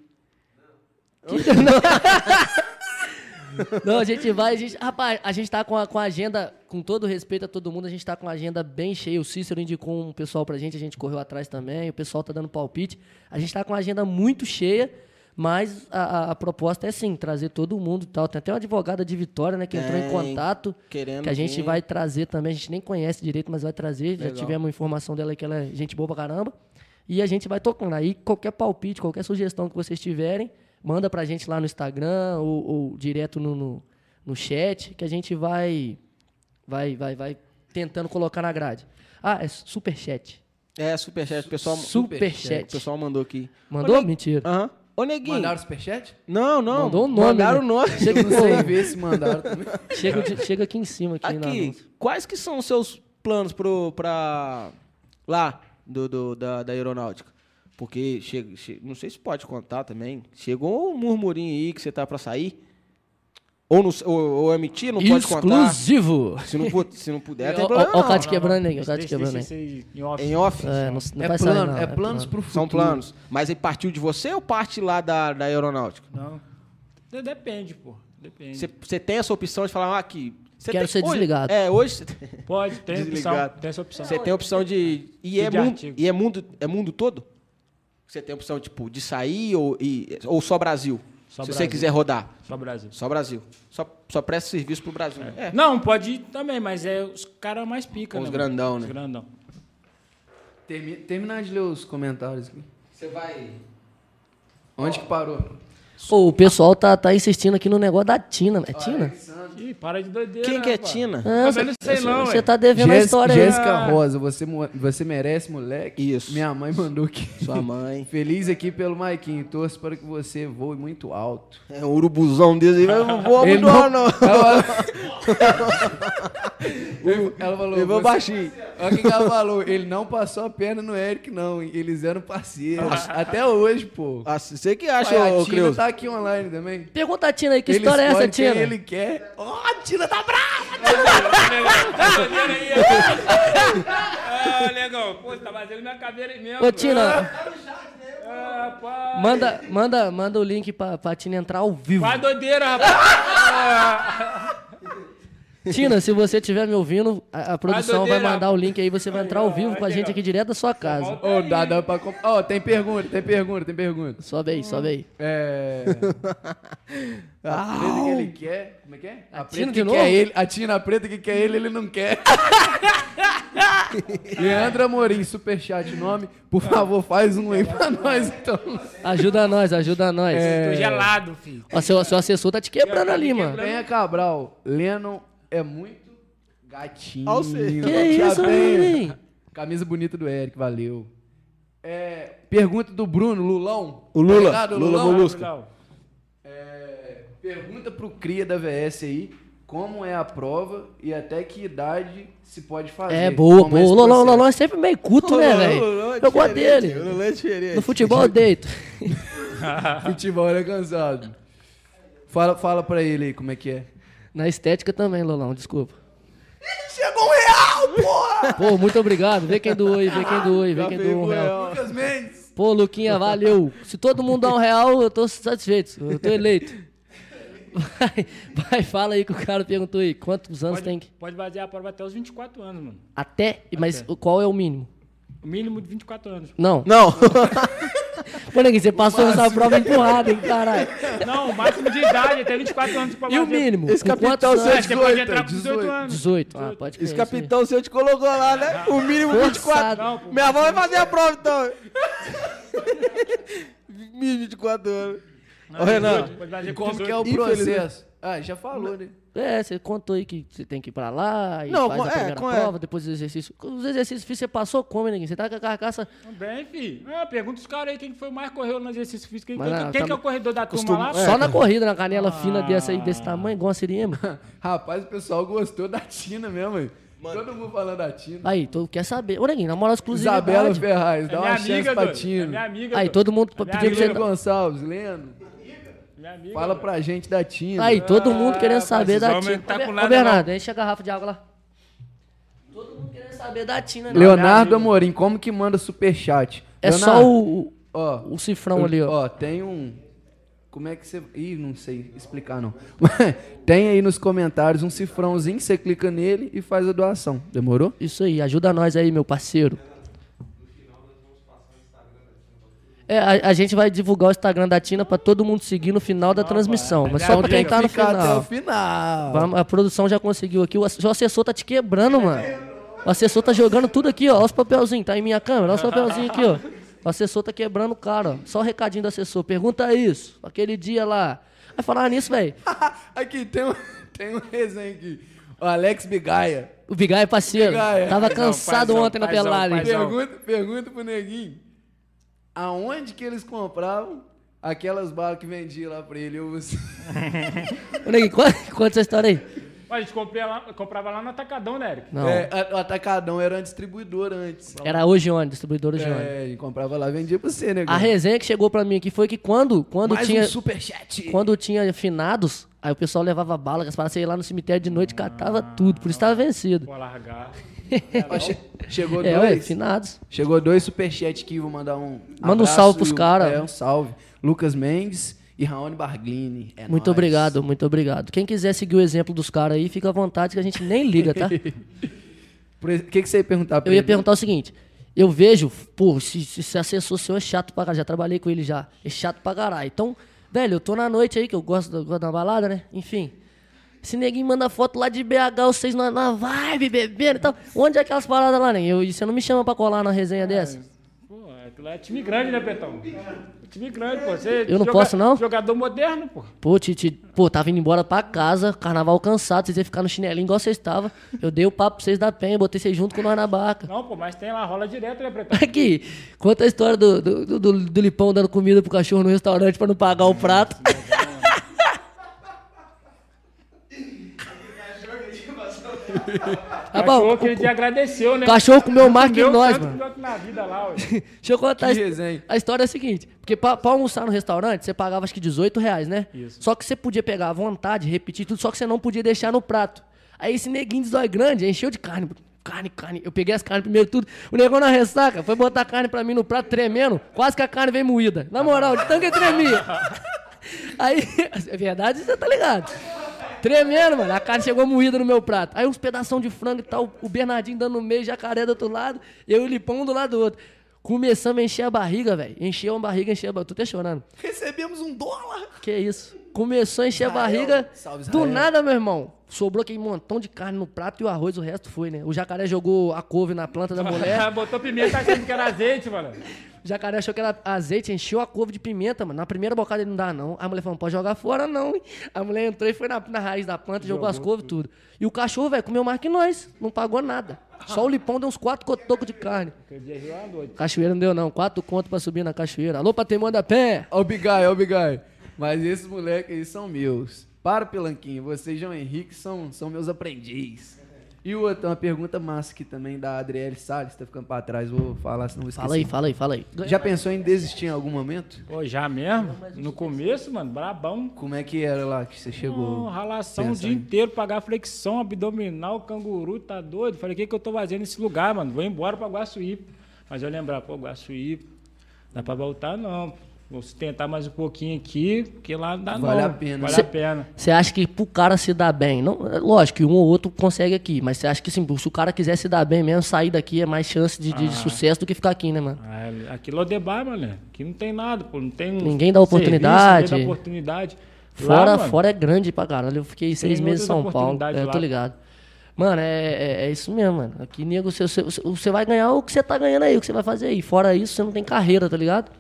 [SPEAKER 1] Não, a gente vai, a gente. Rapaz, a gente tá com a, com a agenda, com todo respeito a todo mundo, a gente tá com a agenda bem cheia. O Cícero indicou um pessoal pra gente, a gente correu atrás também, o pessoal tá dando palpite. A gente tá com a agenda muito cheia, mas a, a- a proposta é sim, trazer todo mundo e tal. Tem até uma advogada de Vitória, né, que entrou em
[SPEAKER 2] Tem,
[SPEAKER 1] contato.
[SPEAKER 2] querendo
[SPEAKER 1] Que a gente
[SPEAKER 2] vir.
[SPEAKER 1] vai trazer também, a gente nem conhece direito, mas vai trazer. Já tivemos informação dela que ela é gente boa pra caramba. E a gente vai tocando. Aí qualquer palpite, qualquer sugestão que vocês tiverem, manda pra gente lá no Instagram ou, ou direto no, no, no chat, que a gente vai, vai, vai, vai tentando colocar na grade. Ah, é superchat.
[SPEAKER 2] É, superchat, o pessoal, o
[SPEAKER 1] Superchat.
[SPEAKER 2] pessoal mandou aqui.
[SPEAKER 1] Mandou? Mentira.
[SPEAKER 2] Aham. Ô, neguinho.
[SPEAKER 3] Mandaram superchat?
[SPEAKER 2] Não, não.
[SPEAKER 1] Mandou o nome,
[SPEAKER 2] Mandaram
[SPEAKER 1] né?
[SPEAKER 2] o nome.
[SPEAKER 1] Chega,
[SPEAKER 3] Não sei ver se mandaram também.
[SPEAKER 1] chega, de- chega aqui em cima. Aqui, na
[SPEAKER 2] Aqui, quais que são os seus planos pro, pra lá do, do- da, da aeronáutica? Porque, chega, che- não sei se pode contar também, chegou um murmurinho aí que você tá pra sair. Ou, não, ou, ou é mentira, não pode contar.
[SPEAKER 1] Exclusivo!
[SPEAKER 2] Se não, pu- se não puder, tem problema
[SPEAKER 1] Ó o
[SPEAKER 2] não.
[SPEAKER 1] Cádio quebrando aí, ó o Cádio
[SPEAKER 4] Deixa-
[SPEAKER 1] quebrando aí.
[SPEAKER 4] deixa isso aí em off.
[SPEAKER 2] Em off,
[SPEAKER 1] É, não, não
[SPEAKER 3] É
[SPEAKER 1] vai sair,
[SPEAKER 3] plano,
[SPEAKER 1] não.
[SPEAKER 3] é planos pro futuro.
[SPEAKER 2] são planos. Mas aí partiu de você ou parte lá da, da aeronáutica?
[SPEAKER 4] Não. De- Depende, pô. Depende.
[SPEAKER 2] Você, você tem essa opção de falar, ah, aqui... você
[SPEAKER 1] Quero
[SPEAKER 2] tem-
[SPEAKER 1] ser
[SPEAKER 2] hoje-
[SPEAKER 1] desligado.
[SPEAKER 2] É, hoje...
[SPEAKER 4] Pode, tem opção.
[SPEAKER 2] Desligado.
[SPEAKER 4] Tem essa opção.
[SPEAKER 2] Você tem a opção de. E, é,
[SPEAKER 4] de
[SPEAKER 2] mundo,
[SPEAKER 4] artigo.
[SPEAKER 2] e é, mundo, é mundo todo? Você tem a opção, tipo, de sair ou, e- ou só Brasil?
[SPEAKER 4] Só
[SPEAKER 2] se você
[SPEAKER 4] Brasil.
[SPEAKER 2] quiser rodar.
[SPEAKER 4] Só Brasil.
[SPEAKER 2] Só Brasil. Só, só presta serviço pro Brasil. né? É.
[SPEAKER 4] Não, pode ir também, mas é os caras mais pica,
[SPEAKER 2] Os
[SPEAKER 4] né,
[SPEAKER 2] grandão,
[SPEAKER 4] mano?
[SPEAKER 2] né?
[SPEAKER 4] Os grandão.
[SPEAKER 3] Termi- terminar de ler os comentários aqui.
[SPEAKER 2] Você vai.
[SPEAKER 3] Onde que parou?
[SPEAKER 1] Pô, o pessoal tá, tá insistindo aqui no negócio da Tina. É Tina? Ah,
[SPEAKER 4] Ih, para de doideira.
[SPEAKER 2] Quem que é
[SPEAKER 4] rapaz.
[SPEAKER 2] Tina?
[SPEAKER 4] Mas eu não sei não,
[SPEAKER 1] Você
[SPEAKER 4] ué.
[SPEAKER 1] tá devendo a
[SPEAKER 3] Jéssica-
[SPEAKER 1] história aí.
[SPEAKER 3] Jéssica Rosa, você, mo- você merece, moleque.
[SPEAKER 2] Isso.
[SPEAKER 3] Minha mãe mandou aqui.
[SPEAKER 2] Sua mãe.
[SPEAKER 3] Feliz aqui pelo Maiquinho. Torço para que você voe muito alto.
[SPEAKER 2] É um urubuzão desse aí. Eu não vou
[SPEAKER 3] Ele
[SPEAKER 2] abandonar, não.
[SPEAKER 3] Ela ela falou.
[SPEAKER 2] Eu vou
[SPEAKER 3] você-
[SPEAKER 2] baixinho.
[SPEAKER 3] Olha o que que ela falou. Ele não passou a perna no Eric, não. hein? Eles eram parceiros. Até hoje, pô.
[SPEAKER 2] Ah, você que
[SPEAKER 3] Ué,
[SPEAKER 2] acha,
[SPEAKER 3] a
[SPEAKER 2] ô
[SPEAKER 3] Tina
[SPEAKER 2] Creuza.
[SPEAKER 3] tá aqui online também.
[SPEAKER 1] Pergunta a Tina aí, que
[SPEAKER 3] Ele
[SPEAKER 1] história é essa,
[SPEAKER 3] escolhe quem
[SPEAKER 1] Tina?
[SPEAKER 3] ele quer. Ó, a Tina tá brava!
[SPEAKER 4] Ah, negão, pô, você tá batendo minha cadeira aí mesmo.
[SPEAKER 1] Ô, Tina,
[SPEAKER 4] Ah, pá.
[SPEAKER 1] manda, manda, manda o link pra, pra Tina entrar ao vivo.
[SPEAKER 4] Vai doideira, rapaz.
[SPEAKER 1] Tina, se você estiver me ouvindo, a, a produção vai
[SPEAKER 4] doideira.
[SPEAKER 1] mandar o link aí, você vai entrar ao vivo com a gente aqui direto da sua casa.
[SPEAKER 3] Ô, dá, dá pra... comp- Ó, tem pergunta, tem pergunta, tem pergunta.
[SPEAKER 1] Sobe aí, sobe aí.
[SPEAKER 3] É... Ah, A preta que ele quer... Como é que é? A, preta
[SPEAKER 1] Tina
[SPEAKER 3] que
[SPEAKER 1] de novo?
[SPEAKER 3] quer ele... A Tina, a preta que quer ele, ele não quer. Leandro Amorim, superchat, nome. Por favor, faz um aí pra nós, então.
[SPEAKER 1] Ajuda nós, ajuda nós.
[SPEAKER 3] É.
[SPEAKER 4] Tô gelado, filho.
[SPEAKER 1] Ó, seu, seu assessor tá te quebrando ali, mano.
[SPEAKER 3] Penha é Cabral, Lennon é muito gatinho.
[SPEAKER 2] Ao ser.
[SPEAKER 1] Que
[SPEAKER 3] Já
[SPEAKER 1] isso,
[SPEAKER 3] Penha.
[SPEAKER 1] menino?
[SPEAKER 3] Camisa bonita do Eric, valeu. É, pergunta do Bruno, Lulão.
[SPEAKER 2] O Lula,
[SPEAKER 3] Tá ligado,
[SPEAKER 1] Então
[SPEAKER 2] Lula
[SPEAKER 3] Lulão?
[SPEAKER 2] Molusco.
[SPEAKER 4] Não.
[SPEAKER 3] É, pergunta pro Cria da VS aí. como é a prova e até que idade se pode fazer.
[SPEAKER 1] É, boa,
[SPEAKER 3] Como
[SPEAKER 1] boa.
[SPEAKER 3] esse
[SPEAKER 1] O Lolão, o
[SPEAKER 3] processo.
[SPEAKER 1] Lolão é sempre meio culto, né, velho?
[SPEAKER 4] é
[SPEAKER 1] Eu gosto dele. No futebol eu deito.
[SPEAKER 3] Futebol ele é cansado. Fala, fala pra ele aí como é que é.
[SPEAKER 1] Na estética também, Lolão, desculpa.
[SPEAKER 3] É
[SPEAKER 5] Chegou um real, porra!
[SPEAKER 1] Pô, muito obrigado. Vê quem doou aí, vê quem doou aí, vê quem doou um real.
[SPEAKER 3] Lucas Mendes!
[SPEAKER 1] Pô, Luquinha, valeu. Se todo mundo dá um real, eu tô satisfeito. Eu tô eleito. Vai, vai, fala aí que o cara perguntou aí. Quantos anos tem
[SPEAKER 4] Pode,
[SPEAKER 1] que.
[SPEAKER 4] pode basear a prova até os 24 anos, mano.
[SPEAKER 1] Até. Mas qual é o mínimo?
[SPEAKER 4] O mínimo de 24 anos.
[SPEAKER 1] Não.
[SPEAKER 2] Não.
[SPEAKER 1] Pô, neguinho, você passou essa prova empurrada, hein, caralho.
[SPEAKER 4] Não, o máximo de idade, até 24 anos pra
[SPEAKER 1] E o
[SPEAKER 4] basear.
[SPEAKER 1] mínimo?
[SPEAKER 2] Esse
[SPEAKER 1] Com
[SPEAKER 2] capitão
[SPEAKER 1] quantos anos?
[SPEAKER 4] Mas Você pode
[SPEAKER 3] 18,
[SPEAKER 4] entrar com 18,
[SPEAKER 3] 18.
[SPEAKER 4] anos.
[SPEAKER 1] 18. Ah, pode crer,
[SPEAKER 2] Esse
[SPEAKER 1] isso aí.
[SPEAKER 2] capitão seu te colocou lá, né? O mínimo
[SPEAKER 1] Forçado.
[SPEAKER 2] 24.
[SPEAKER 4] Não, pô.
[SPEAKER 2] Minha avó Ah, vai fazer a prova, então. Mínimo 24 anos. Ô, Renan.
[SPEAKER 4] Pode basear com
[SPEAKER 3] Como
[SPEAKER 4] 18.
[SPEAKER 3] que é o
[SPEAKER 2] Infelizmente.
[SPEAKER 3] processo? Ah, já falou, né?
[SPEAKER 1] É, você contou aí que você tem que ir pra lá e
[SPEAKER 2] Não,
[SPEAKER 1] faz a
[SPEAKER 2] é,
[SPEAKER 1] primeira
[SPEAKER 2] com- é.
[SPEAKER 1] prova, depois os exercícios. Os exercícios físicos você passou como, neguinho? Você tá com a carcaça.
[SPEAKER 4] Bem, filho. Ah, pergunta os caras aí quem que foi o mais correu no exercício físico. Quem,
[SPEAKER 1] Mas,
[SPEAKER 4] quem-
[SPEAKER 1] ah,
[SPEAKER 4] quem
[SPEAKER 1] tá-
[SPEAKER 4] que é o corredor da turma lá?
[SPEAKER 2] É.
[SPEAKER 1] Só na corrida, na canela
[SPEAKER 2] Ah.
[SPEAKER 1] fina dessa aí, desse tamanho, igual a siriema.
[SPEAKER 3] Rapaz, o pessoal gostou da Tina mesmo, hein? Todo mundo falando da Tina.
[SPEAKER 1] Aí, tu quer saber. Ô, neguinho, na moral exclusividade.
[SPEAKER 3] Isabela Ferraz,
[SPEAKER 4] É
[SPEAKER 3] dá
[SPEAKER 4] minha
[SPEAKER 3] uma chance
[SPEAKER 4] amiga,
[SPEAKER 3] pra
[SPEAKER 4] doido. É minha
[SPEAKER 3] Tina.
[SPEAKER 4] amiga.
[SPEAKER 1] Aí,
[SPEAKER 4] doido.
[SPEAKER 1] todo mundo
[SPEAKER 4] minha
[SPEAKER 1] pediu que
[SPEAKER 4] amiga,
[SPEAKER 1] você.
[SPEAKER 3] Guilherme Gonçalves, Lendo,
[SPEAKER 4] Minha amiga.
[SPEAKER 3] fala
[SPEAKER 4] doido.
[SPEAKER 3] pra gente da Tina.
[SPEAKER 1] Aí, todo mundo querendo saber da
[SPEAKER 4] homens
[SPEAKER 1] Tina.
[SPEAKER 4] tá
[SPEAKER 1] Ô,
[SPEAKER 4] com
[SPEAKER 1] Be-
[SPEAKER 4] nada,
[SPEAKER 1] Ô, Bernardo, enche a garrafa de água lá. Todo mundo querendo saber da Tina, né?
[SPEAKER 3] Leonardo Amorim, como que manda superchat?
[SPEAKER 1] É só
[SPEAKER 3] Leonardo,
[SPEAKER 1] o,
[SPEAKER 3] Ó,
[SPEAKER 1] o cifrão ali, ó.
[SPEAKER 3] Ó, tem um. Como é que você. Ih, não sei explicar não. tem aí nos comentários um cifrãozinho, você clica nele e faz a doação. Demorou?
[SPEAKER 1] Isso aí, ajuda nós aí, meu parceiro. É, a, a gente vai divulgar o Instagram da Tina pra todo mundo seguir no final da transmissão. Mas só pra quem tá no
[SPEAKER 3] Fica até
[SPEAKER 1] final.
[SPEAKER 3] o final.
[SPEAKER 1] Vamos, a produção já conseguiu aqui. O, ass- o assessor tá te quebrando, mano. O assessor tá jogando tudo aqui, ó. Olha os papelzinhos, tá em minha câmera. Olha os papelzinhos aqui, ó. O assessor tá quebrando o cara, ó. Só o recadinho do assessor. Pergunta isso. Aquele dia lá. Vai falar nisso, velho.
[SPEAKER 3] aqui, tem um, tem um resenha aqui. O Alex Bigaia.
[SPEAKER 1] O Bigai é parceiro.
[SPEAKER 3] Bigai.
[SPEAKER 1] Tava cansado
[SPEAKER 4] paizão,
[SPEAKER 1] ontem na
[SPEAKER 4] paizão,
[SPEAKER 1] pelada. hein?
[SPEAKER 4] paizão.
[SPEAKER 3] Pergunta, pergunta pro neguinho. Aonde que eles compravam aquelas balas que vendia lá pra ele? Eu, você.
[SPEAKER 1] Ô, Neguinho, conta conta essa história aí.
[SPEAKER 4] Ó, A gente compra lá- comprava lá no Atacadão, né, Eric?
[SPEAKER 1] Não.
[SPEAKER 3] É, a- o Atacadão era uma distribuidora antes.
[SPEAKER 1] Era hoje onde, distribuidora hoje onde.
[SPEAKER 3] É, e comprava lá, vendia pra você, negão.
[SPEAKER 1] A resenha que chegou pra mim aqui foi que quando, quando
[SPEAKER 3] Mais
[SPEAKER 1] tinha
[SPEAKER 3] um superchat.
[SPEAKER 1] quando tinha finados, aí o pessoal levava bala, que as paradas, você ia lá no cemitério de noite, catava
[SPEAKER 3] Ah.
[SPEAKER 1] tudo, por isso tava vencido.
[SPEAKER 4] Vou largar.
[SPEAKER 3] Ó, che- chegou
[SPEAKER 1] É, ué,
[SPEAKER 3] dois.
[SPEAKER 1] finados.
[SPEAKER 3] chegou dois superchats aqui, vou mandar um.
[SPEAKER 1] Manda um
[SPEAKER 3] abraço
[SPEAKER 1] salve pros
[SPEAKER 3] e um-
[SPEAKER 1] cara.
[SPEAKER 3] É, um salve. Lucas Mendes e Raoni Barglini. É
[SPEAKER 1] Muito
[SPEAKER 3] nóis.
[SPEAKER 1] obrigado, muito obrigado. Quem quiser seguir o exemplo dos caras aí, fica à vontade que a gente nem liga, tá?
[SPEAKER 3] Por ex- O que, que você ia perguntar pra
[SPEAKER 1] Eu ia
[SPEAKER 3] ele?
[SPEAKER 1] perguntar o seguinte: eu vejo, pô, se, se, se assessor seu é chato pra caralho, já trabalhei com ele já, é chato pra caralho. Então, velho, eu tô na noite aí, que eu gosto, da- gosto da balada, né? Enfim. Esse neguinho manda foto lá de BH, vocês na, na vibe, bebendo e tal. Onde é aquelas paradas lá, né? Eu, e você não me chama pra colar na resenha dessa?
[SPEAKER 4] Pô, aquilo lá é time grande, né, Betão? É Time grande, pô. Você
[SPEAKER 1] Eu não posso, não?
[SPEAKER 4] Jogador moderno, pô.
[SPEAKER 1] Pô, Titi, pô, tava indo embora pra casa, carnaval cansado, vocês iam ficar no chinelinho igual vocês estavam. Eu dei o papo pra vocês da penha, botei vocês junto com nós na barca.
[SPEAKER 4] Não, pô, mas tem lá, rola direto, né, Betão?
[SPEAKER 1] Aqui, conta a história do, do, do- do- do Lipão dando comida pro cachorro no restaurante pra não pagar o prato. Tá
[SPEAKER 4] Cachorro,
[SPEAKER 1] bom,
[SPEAKER 4] aquele
[SPEAKER 1] o,
[SPEAKER 4] dia agradeceu, né?
[SPEAKER 1] o cachorro comeu mais que
[SPEAKER 4] Comeu
[SPEAKER 1] nós,
[SPEAKER 4] tanto
[SPEAKER 1] mano.
[SPEAKER 4] quanto na vida lá, ué.
[SPEAKER 1] Deixa eu contar a,
[SPEAKER 3] Que
[SPEAKER 1] his-
[SPEAKER 3] resenha.
[SPEAKER 1] a história é a seguinte. Porque pra, pra almoçar no restaurante, você pagava acho que 18 reais, né?
[SPEAKER 4] Isso.
[SPEAKER 1] Só que você podia pegar à vontade, repetir tudo, só que você não podia deixar no prato. Aí esse neguinho de zóio grande encheu de carne. Carne, carne. Eu peguei as carnes primeiro tudo. O negão na ressaca foi botar a carne pra mim no prato tremendo. Quase que a carne veio moída. Na moral, de tanto que tremia. Aí, é verdade, você tá ligado. Tremendo, mano. A carne chegou moída no meu prato. Aí uns pedação de frango e tal. O Bernardinho dando no meio, jacaré do outro lado. Eu e o Lipão um do lado do outro. Começamos a encher a barriga, velho. Encheu a barriga, encheu a barriga. Tô até chorando.
[SPEAKER 3] Recebemos um dólar.
[SPEAKER 1] Que isso? Começou a encher a
[SPEAKER 3] Israel.
[SPEAKER 1] barriga.
[SPEAKER 3] Salve,
[SPEAKER 1] do
[SPEAKER 3] Israel.
[SPEAKER 1] nada, meu irmão. Sobrou aquele montão de carne no prato e o arroz, o resto foi, né? O jacaré jogou a couve na planta da mulher.
[SPEAKER 4] Botou pimenta achando que era azeite, mano.
[SPEAKER 1] O jacaré achou que era azeite, encheu a couve de pimenta, mano. Na primeira bocada ele não dá, não. A mulher falou, não pode jogar fora, não. hein? A mulher entrou e foi na, na raiz da planta, jogou, as couves e tudo. E o cachorro, velho, comeu mais que nós. Não pagou nada. Só o Lipão deu uns quatro cotocos de carne.
[SPEAKER 4] Aquele dia riu à noite.
[SPEAKER 1] Cachoeira não deu, não. Quatro conto pra subir na cachoeira. Alô, Patemão da Pé.
[SPEAKER 3] Ó o Bigaia, ó o Bigaia. Mas esses moleques aí são meus. Para, Pelanquinho, você e João Henrique são, são meus aprendiz. E outra, uma pergunta massa aqui também da Adriele Salles, tá ficando pra trás, vou falar, senão vou esquecer.
[SPEAKER 1] Fala aí, fala aí, fala aí.
[SPEAKER 3] Já pensou em desistir em algum momento?
[SPEAKER 4] Ô, já mesmo? No começo, mano, brabão.
[SPEAKER 3] Como é que era lá que você chegou?
[SPEAKER 4] Não, ralação o
[SPEAKER 3] Pensa
[SPEAKER 4] dia
[SPEAKER 3] aí.
[SPEAKER 4] inteiro, pagar flexão abdominal, canguru, tá doido? Falei, o que, que eu tô fazendo nesse lugar, mano? Vou embora pra Guaçuí. Mas eu lembrar, pô, Guaçuí, dá pra voltar não. Vou tentar mais um pouquinho aqui, porque lá não dá
[SPEAKER 3] Vale
[SPEAKER 4] não.
[SPEAKER 3] a pena.
[SPEAKER 4] Vale
[SPEAKER 1] Cê-
[SPEAKER 4] a pena.
[SPEAKER 1] Você acha que pro cara se dar bem, não, é lógico que um ou outro consegue aqui, mas você acha que sim, se o cara quiser se dar bem mesmo, sair daqui é mais chance de, de sucesso do que ficar aqui, né, mano?
[SPEAKER 4] Ah, Aqui Lodebar, mano, aqui não tem nada, pô. Não tem um
[SPEAKER 1] Ninguém dá oportunidade.
[SPEAKER 4] serviço, ninguém dá oportunidade. Lá,
[SPEAKER 1] Fora,
[SPEAKER 4] mano,
[SPEAKER 1] fora é grande pra caralho. Eu fiquei seis meses em São
[SPEAKER 4] outras
[SPEAKER 1] Paulo.
[SPEAKER 4] oportunidades
[SPEAKER 1] É, eu tô
[SPEAKER 4] lá.
[SPEAKER 1] ligado. Mano, é, é, é isso mesmo, mano. Aqui, nego, você, você, você vai ganhar o que você tá ganhando aí, o que você vai fazer aí. Fora isso, você não tem carreira, tá ligado?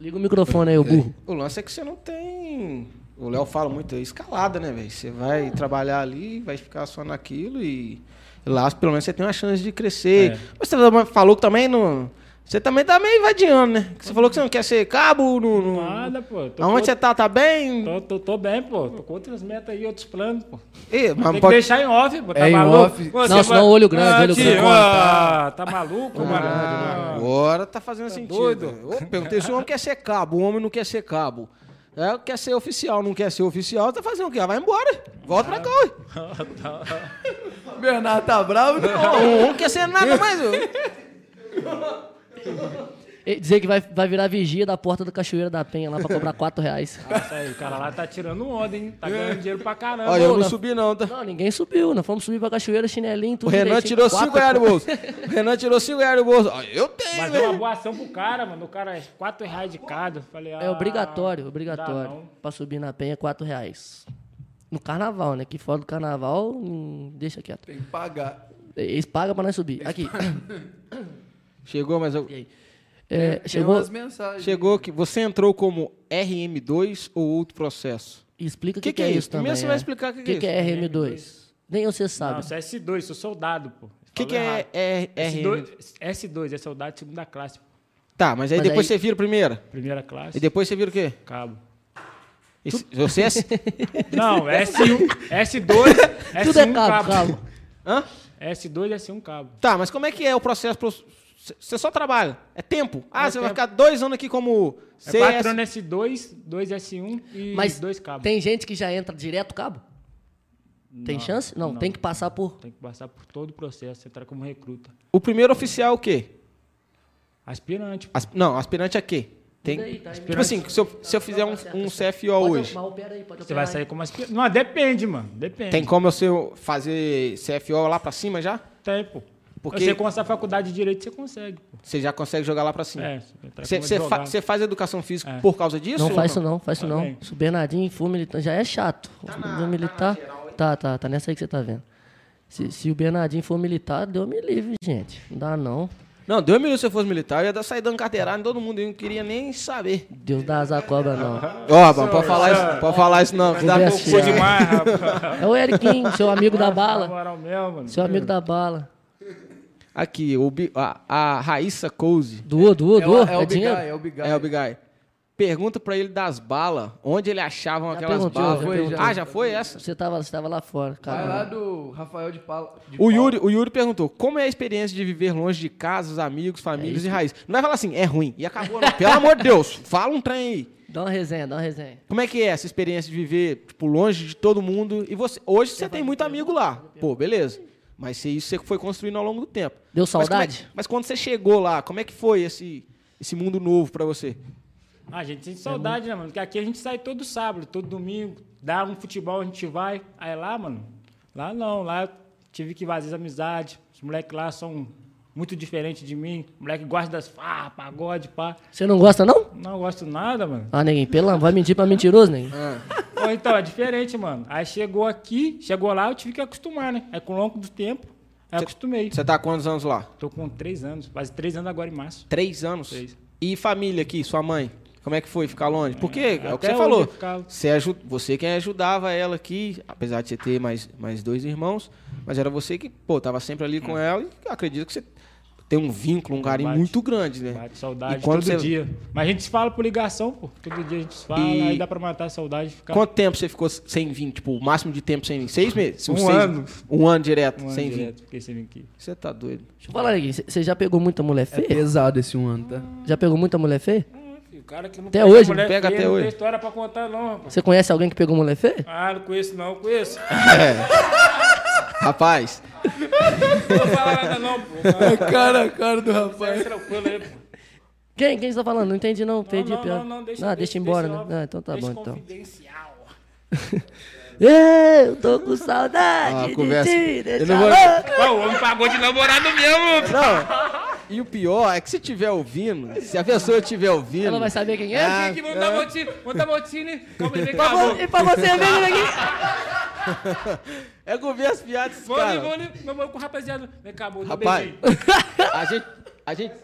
[SPEAKER 1] Liga o microfone aí, ô burro.
[SPEAKER 2] O lance é que você não tem. O Léo fala muito escalada, né, velho? Você vai trabalhar ali, vai ficar só naquilo e lá pelo menos você tem uma chance de crescer.
[SPEAKER 4] É.
[SPEAKER 2] Mas você também falou que também não. Você também tá meio vadiando, né? Que Você falou que você não quer ser cabo no. no-
[SPEAKER 4] Nada, pô. Tô
[SPEAKER 2] Aonde
[SPEAKER 4] com
[SPEAKER 2] você tá? Tá bem?
[SPEAKER 4] Tô, tô, tô bem, pô. Tô com outras metas aí, outros planos, pô.
[SPEAKER 2] Ih, mas
[SPEAKER 4] Tem que
[SPEAKER 2] pode-
[SPEAKER 4] deixar em off, pô. Tá
[SPEAKER 3] É em
[SPEAKER 4] maluco?
[SPEAKER 3] off.
[SPEAKER 4] Pô,
[SPEAKER 1] Não,
[SPEAKER 4] você
[SPEAKER 1] senão
[SPEAKER 4] vai-
[SPEAKER 1] olho grande, olho grande.
[SPEAKER 4] Ah, tá maluco, mano?
[SPEAKER 2] Agora tá fazendo sentido. Ô, perguntei se o homem quer ser cabo. O homem não quer ser cabo. É, quer ser oficial, não quer ser oficial, tá fazendo o quê? Ah, Vai embora. Volta pra cá, ué.
[SPEAKER 3] Bernardo tá bravo? Não.
[SPEAKER 2] Um não quer ser nada mais. ô.
[SPEAKER 1] E dizer que vai, vai virar vigia da porta da Cachoeira da Penha lá pra cobrar 4 reais. Ah,
[SPEAKER 4] Isso aí, o cara lá tá tirando onda, hein? Tá ganhando dinheiro pra caramba.
[SPEAKER 2] Olha, eu não
[SPEAKER 1] não.
[SPEAKER 2] subi não, tá?
[SPEAKER 1] Não, ninguém subiu. Nós fomos subir pra Cachoeira, chinelinho, tudo
[SPEAKER 2] O Renan
[SPEAKER 1] direitinho,
[SPEAKER 2] tirou
[SPEAKER 1] quatro
[SPEAKER 2] 5 reais do
[SPEAKER 1] conto.
[SPEAKER 2] bolso. O Renan tirou 5 reais do bolso. Ah, Eu tenho,
[SPEAKER 4] Mas deu uma
[SPEAKER 2] velho.
[SPEAKER 4] boa ação pro cara, mano. O cara é 4 reais de cada. Falei, ah,
[SPEAKER 1] É obrigatório,
[SPEAKER 4] dá
[SPEAKER 1] obrigatório.
[SPEAKER 4] não.
[SPEAKER 1] Pra subir na penha, 4 reais. No carnaval, né? Que fora do carnaval, hum, deixa quieto.
[SPEAKER 3] Tem que pagar.
[SPEAKER 1] Eles pagam pra nós subir. Aqui.
[SPEAKER 2] Chegou, mas eu...
[SPEAKER 1] É,
[SPEAKER 3] Tem
[SPEAKER 1] chegou.
[SPEAKER 3] umas mensagens.
[SPEAKER 2] Chegou que você entrou como RM2 ou outro processo?
[SPEAKER 1] Explica o
[SPEAKER 2] Que
[SPEAKER 1] que, que
[SPEAKER 2] que é
[SPEAKER 1] é
[SPEAKER 2] isso?
[SPEAKER 1] isso também.
[SPEAKER 2] Primeiro você vai explicar o que que é
[SPEAKER 1] RM2. Nem você sabe.
[SPEAKER 4] Não, isso é S2, sou soldado, pô. ah,
[SPEAKER 2] O que, que é, é- é RM?
[SPEAKER 4] S2, S2 é soldado de segunda classe, pô.
[SPEAKER 2] Tá, mas aí
[SPEAKER 1] Mas
[SPEAKER 2] depois
[SPEAKER 1] aí-
[SPEAKER 2] você vira primeira.
[SPEAKER 4] Primeira classe,
[SPEAKER 2] E depois você vira o quê?
[SPEAKER 4] cabo.
[SPEAKER 2] Esse- Você é...
[SPEAKER 4] Não, S1, S2, S1
[SPEAKER 1] Tudo é
[SPEAKER 4] cabo.
[SPEAKER 1] cabo, cabo.
[SPEAKER 2] Hã?
[SPEAKER 4] S2 é S1 cabo.
[SPEAKER 2] Tá, mas como é que é o processo? pro- c- Você só trabalha. É tempo. Ah,
[SPEAKER 4] É
[SPEAKER 2] você vai
[SPEAKER 4] tempo.
[SPEAKER 2] ficar dois anos aqui como
[SPEAKER 4] É
[SPEAKER 2] CS.
[SPEAKER 4] 4 anos S2, 2 S1 e
[SPEAKER 1] Mas
[SPEAKER 4] 2 cabos.
[SPEAKER 1] tem gente que já entra direto cabo? Tem chance? Não,
[SPEAKER 4] não.
[SPEAKER 1] tem que passar por.
[SPEAKER 4] Tem que passar por todo o processo, entrar como recruta.
[SPEAKER 2] O primeiro oficial é o quê?
[SPEAKER 4] Aspirante.
[SPEAKER 2] As- Não, aspirante a quê? Tem...
[SPEAKER 1] Daí, tá,
[SPEAKER 2] Tipo assim, se eu, se eu fizer um, um CFO
[SPEAKER 1] pode-
[SPEAKER 2] hoje,
[SPEAKER 1] mas opera aí, pode
[SPEAKER 4] Você vai
[SPEAKER 1] operar aí.
[SPEAKER 4] sair como aspirante. Não, depende, mano.
[SPEAKER 1] um
[SPEAKER 4] Depende.
[SPEAKER 2] tem como eu ser- fazer CFO lá pra cima já?
[SPEAKER 4] Tem, pô.
[SPEAKER 2] Porque-
[SPEAKER 4] Você com essa faculdade de direito, você consegue, pô.
[SPEAKER 2] Você já consegue jogar lá pra cima?
[SPEAKER 4] É, você entrar
[SPEAKER 2] Você
[SPEAKER 4] como
[SPEAKER 2] você fa-
[SPEAKER 4] advogado.
[SPEAKER 2] você faz educação física
[SPEAKER 4] É.
[SPEAKER 2] por causa disso?
[SPEAKER 1] Não
[SPEAKER 2] ou
[SPEAKER 1] faz isso não, faz isso
[SPEAKER 4] Tá
[SPEAKER 1] não.
[SPEAKER 4] bem.
[SPEAKER 1] Isso Bernardinho, full militar, já é chato. o militar, tá, tá, tá nessa aí que você tá vendo. Se, se o Bernardinho for militar, deu me livre, gente. Não dá não.
[SPEAKER 2] Não, Deus me livre se eu fosse militar, eu ia dar- sair dando carteirada em todo mundo, eu não queria nem saber.
[SPEAKER 1] Deus dá asa à cobra não.
[SPEAKER 2] Ó, rapaz, pode falar isso,
[SPEAKER 4] é
[SPEAKER 2] pode
[SPEAKER 4] um
[SPEAKER 2] falar isso não. que dá-
[SPEAKER 1] Conversa.
[SPEAKER 4] Pô, demais, É, rapaz.
[SPEAKER 1] É o Eriquinho, seu amigo da
[SPEAKER 4] Na
[SPEAKER 1] bala.
[SPEAKER 4] moral mesmo, mano.
[SPEAKER 1] Seu amigo da bala.
[SPEAKER 2] Aqui, o Bi- a, a Raíssa Couse,
[SPEAKER 1] Doa, doa,
[SPEAKER 3] É o,
[SPEAKER 1] doa.
[SPEAKER 3] é o
[SPEAKER 1] É
[SPEAKER 3] Bigai,
[SPEAKER 1] dinheiro?
[SPEAKER 3] é o Bigai.
[SPEAKER 2] é o Bigai, pergunta pra ele das balas, onde ele achavam aquelas
[SPEAKER 1] perguntei,
[SPEAKER 2] balas.
[SPEAKER 1] já perguntei.
[SPEAKER 2] Ah, já foi essa?
[SPEAKER 1] Você tava, você tava lá fora,
[SPEAKER 3] Vai lá
[SPEAKER 1] cara.
[SPEAKER 3] do Rafael de Paula. de
[SPEAKER 2] O
[SPEAKER 3] Paula.
[SPEAKER 2] Yuri, o Yuri perguntou: como é a experiência de viver longe de casas,
[SPEAKER 1] É
[SPEAKER 2] amigos, famílias e raiz? Não vai falar assim, é ruim. E acabou, não. Pelo amor de Deus, fala um trem aí.
[SPEAKER 1] Dá uma resenha, dá uma resenha.
[SPEAKER 2] Como é que é essa experiência de viver, tipo, longe de todo mundo? E você. Hoje você tem muito amigo lá. Pô, beleza. Mas se isso você foi construindo ao longo do tempo.
[SPEAKER 1] Deu
[SPEAKER 2] Mas como é que-
[SPEAKER 1] saudade?
[SPEAKER 2] Mas, quando você chegou lá, como é que foi esse, esse mundo novo pra você?
[SPEAKER 4] Ah, a gente sente saudade, né, mano? Porque aqui a gente sai todo sábado, todo domingo, dá um futebol, a gente vai. Aí lá, mano, lá não, lá eu tive que fazer as amizades. Os moleques lá são muito diferentes de mim. Moleque gosta das pá, pagode, pá.
[SPEAKER 1] Você não gosta, não?
[SPEAKER 4] Não gosto nada, mano.
[SPEAKER 1] Ah, ninguém, pelo amor, vai mentir pra mentiroso, ninguém.
[SPEAKER 4] Ou então, é diferente, mano. Aí chegou aqui, chegou lá, eu tive que acostumar, né? Aí com o longo do tempo, aí acostumei.
[SPEAKER 2] Você tá há quantos anos lá?
[SPEAKER 4] Tô com três anos, quase três anos agora em março.
[SPEAKER 2] Três anos?
[SPEAKER 4] Três.
[SPEAKER 2] E família aqui, sua mãe? Como é que foi ficar longe? Porque é, o que
[SPEAKER 4] até
[SPEAKER 2] você
[SPEAKER 4] hoje
[SPEAKER 2] falou.
[SPEAKER 4] eu ficava.
[SPEAKER 2] Você, aju- você quem ajudava ela aqui, apesar de você ter mais, mais dois irmãos, mas era você que, pô, tava sempre ali com ela e acredito que você tem um vínculo, um carinho
[SPEAKER 4] Hum. Bate.
[SPEAKER 2] muito grande, né?
[SPEAKER 4] Bate saudade
[SPEAKER 2] E quando
[SPEAKER 4] todo
[SPEAKER 2] você-
[SPEAKER 4] dia. Mas a gente se fala por ligação, pô. Todo dia a gente se fala,
[SPEAKER 2] E-
[SPEAKER 4] aí dá pra matar a saudade e ficar.
[SPEAKER 2] Quanto tempo você ficou sem vir? Tipo, o máximo de tempo sem vir? Seis meses?
[SPEAKER 4] Um
[SPEAKER 2] Uns seis-
[SPEAKER 4] ano.
[SPEAKER 2] Um ano direto,
[SPEAKER 4] um ano
[SPEAKER 2] sem vir.
[SPEAKER 4] direto, Fiquei sem vir aqui.
[SPEAKER 2] Você tá doido.
[SPEAKER 1] Deixa eu falar aqui, você já pegou muita mulher
[SPEAKER 3] É
[SPEAKER 1] feia?
[SPEAKER 3] pesado esse um ano, tá?
[SPEAKER 1] Já pegou muita mulher feia?
[SPEAKER 4] O cara que não
[SPEAKER 1] Até pega hoje, mulher
[SPEAKER 2] não pega feia, até não tem
[SPEAKER 4] Não tem
[SPEAKER 2] hoje.
[SPEAKER 4] história pra contar, não, rapaz.
[SPEAKER 1] Você conhece alguém que pegou mulher feia?
[SPEAKER 4] Ah, não conheço, não, conheço.
[SPEAKER 2] É. Rapaz,
[SPEAKER 4] Não vou falar nada, não, pô.
[SPEAKER 3] Cara, cara do
[SPEAKER 4] Vai
[SPEAKER 3] rapaz.
[SPEAKER 4] tranquilo aí, pô.
[SPEAKER 1] Quem? Quem você tá falando? Não entendi não, entendi a
[SPEAKER 4] não,
[SPEAKER 1] piada.
[SPEAKER 4] não, não, deixa,
[SPEAKER 1] ah, deixa, embora,
[SPEAKER 4] deixa
[SPEAKER 1] né?
[SPEAKER 4] lá,
[SPEAKER 1] Ah, então tá
[SPEAKER 4] deixa
[SPEAKER 1] bom, então.
[SPEAKER 4] confidencial.
[SPEAKER 1] Ei, Eu tô com saudade
[SPEAKER 2] Ah,
[SPEAKER 1] de
[SPEAKER 2] conversa.
[SPEAKER 1] ti,
[SPEAKER 2] Eu
[SPEAKER 1] deixa
[SPEAKER 2] não vou-
[SPEAKER 1] lá.
[SPEAKER 4] Pô, o homem pagou de namorado mesmo, pô.
[SPEAKER 2] e o pior é que se tiver ouvindo, se a pessoa estiver ouvindo.
[SPEAKER 1] Ela vai saber quem é?
[SPEAKER 2] Ah,
[SPEAKER 4] Tem que montar botine, montar botine. Calma aí, vem
[SPEAKER 1] Pra
[SPEAKER 4] cá,
[SPEAKER 1] vo-
[SPEAKER 4] vou.
[SPEAKER 1] E pra você mesmo aqui?
[SPEAKER 2] É conversa piada esses
[SPEAKER 4] Vou ali,
[SPEAKER 2] caras.
[SPEAKER 4] vou ali, meu mano com o rapaziada. Vem cá, vou dar um
[SPEAKER 2] Rapaz,
[SPEAKER 4] beijinho.
[SPEAKER 2] a gente. A gente.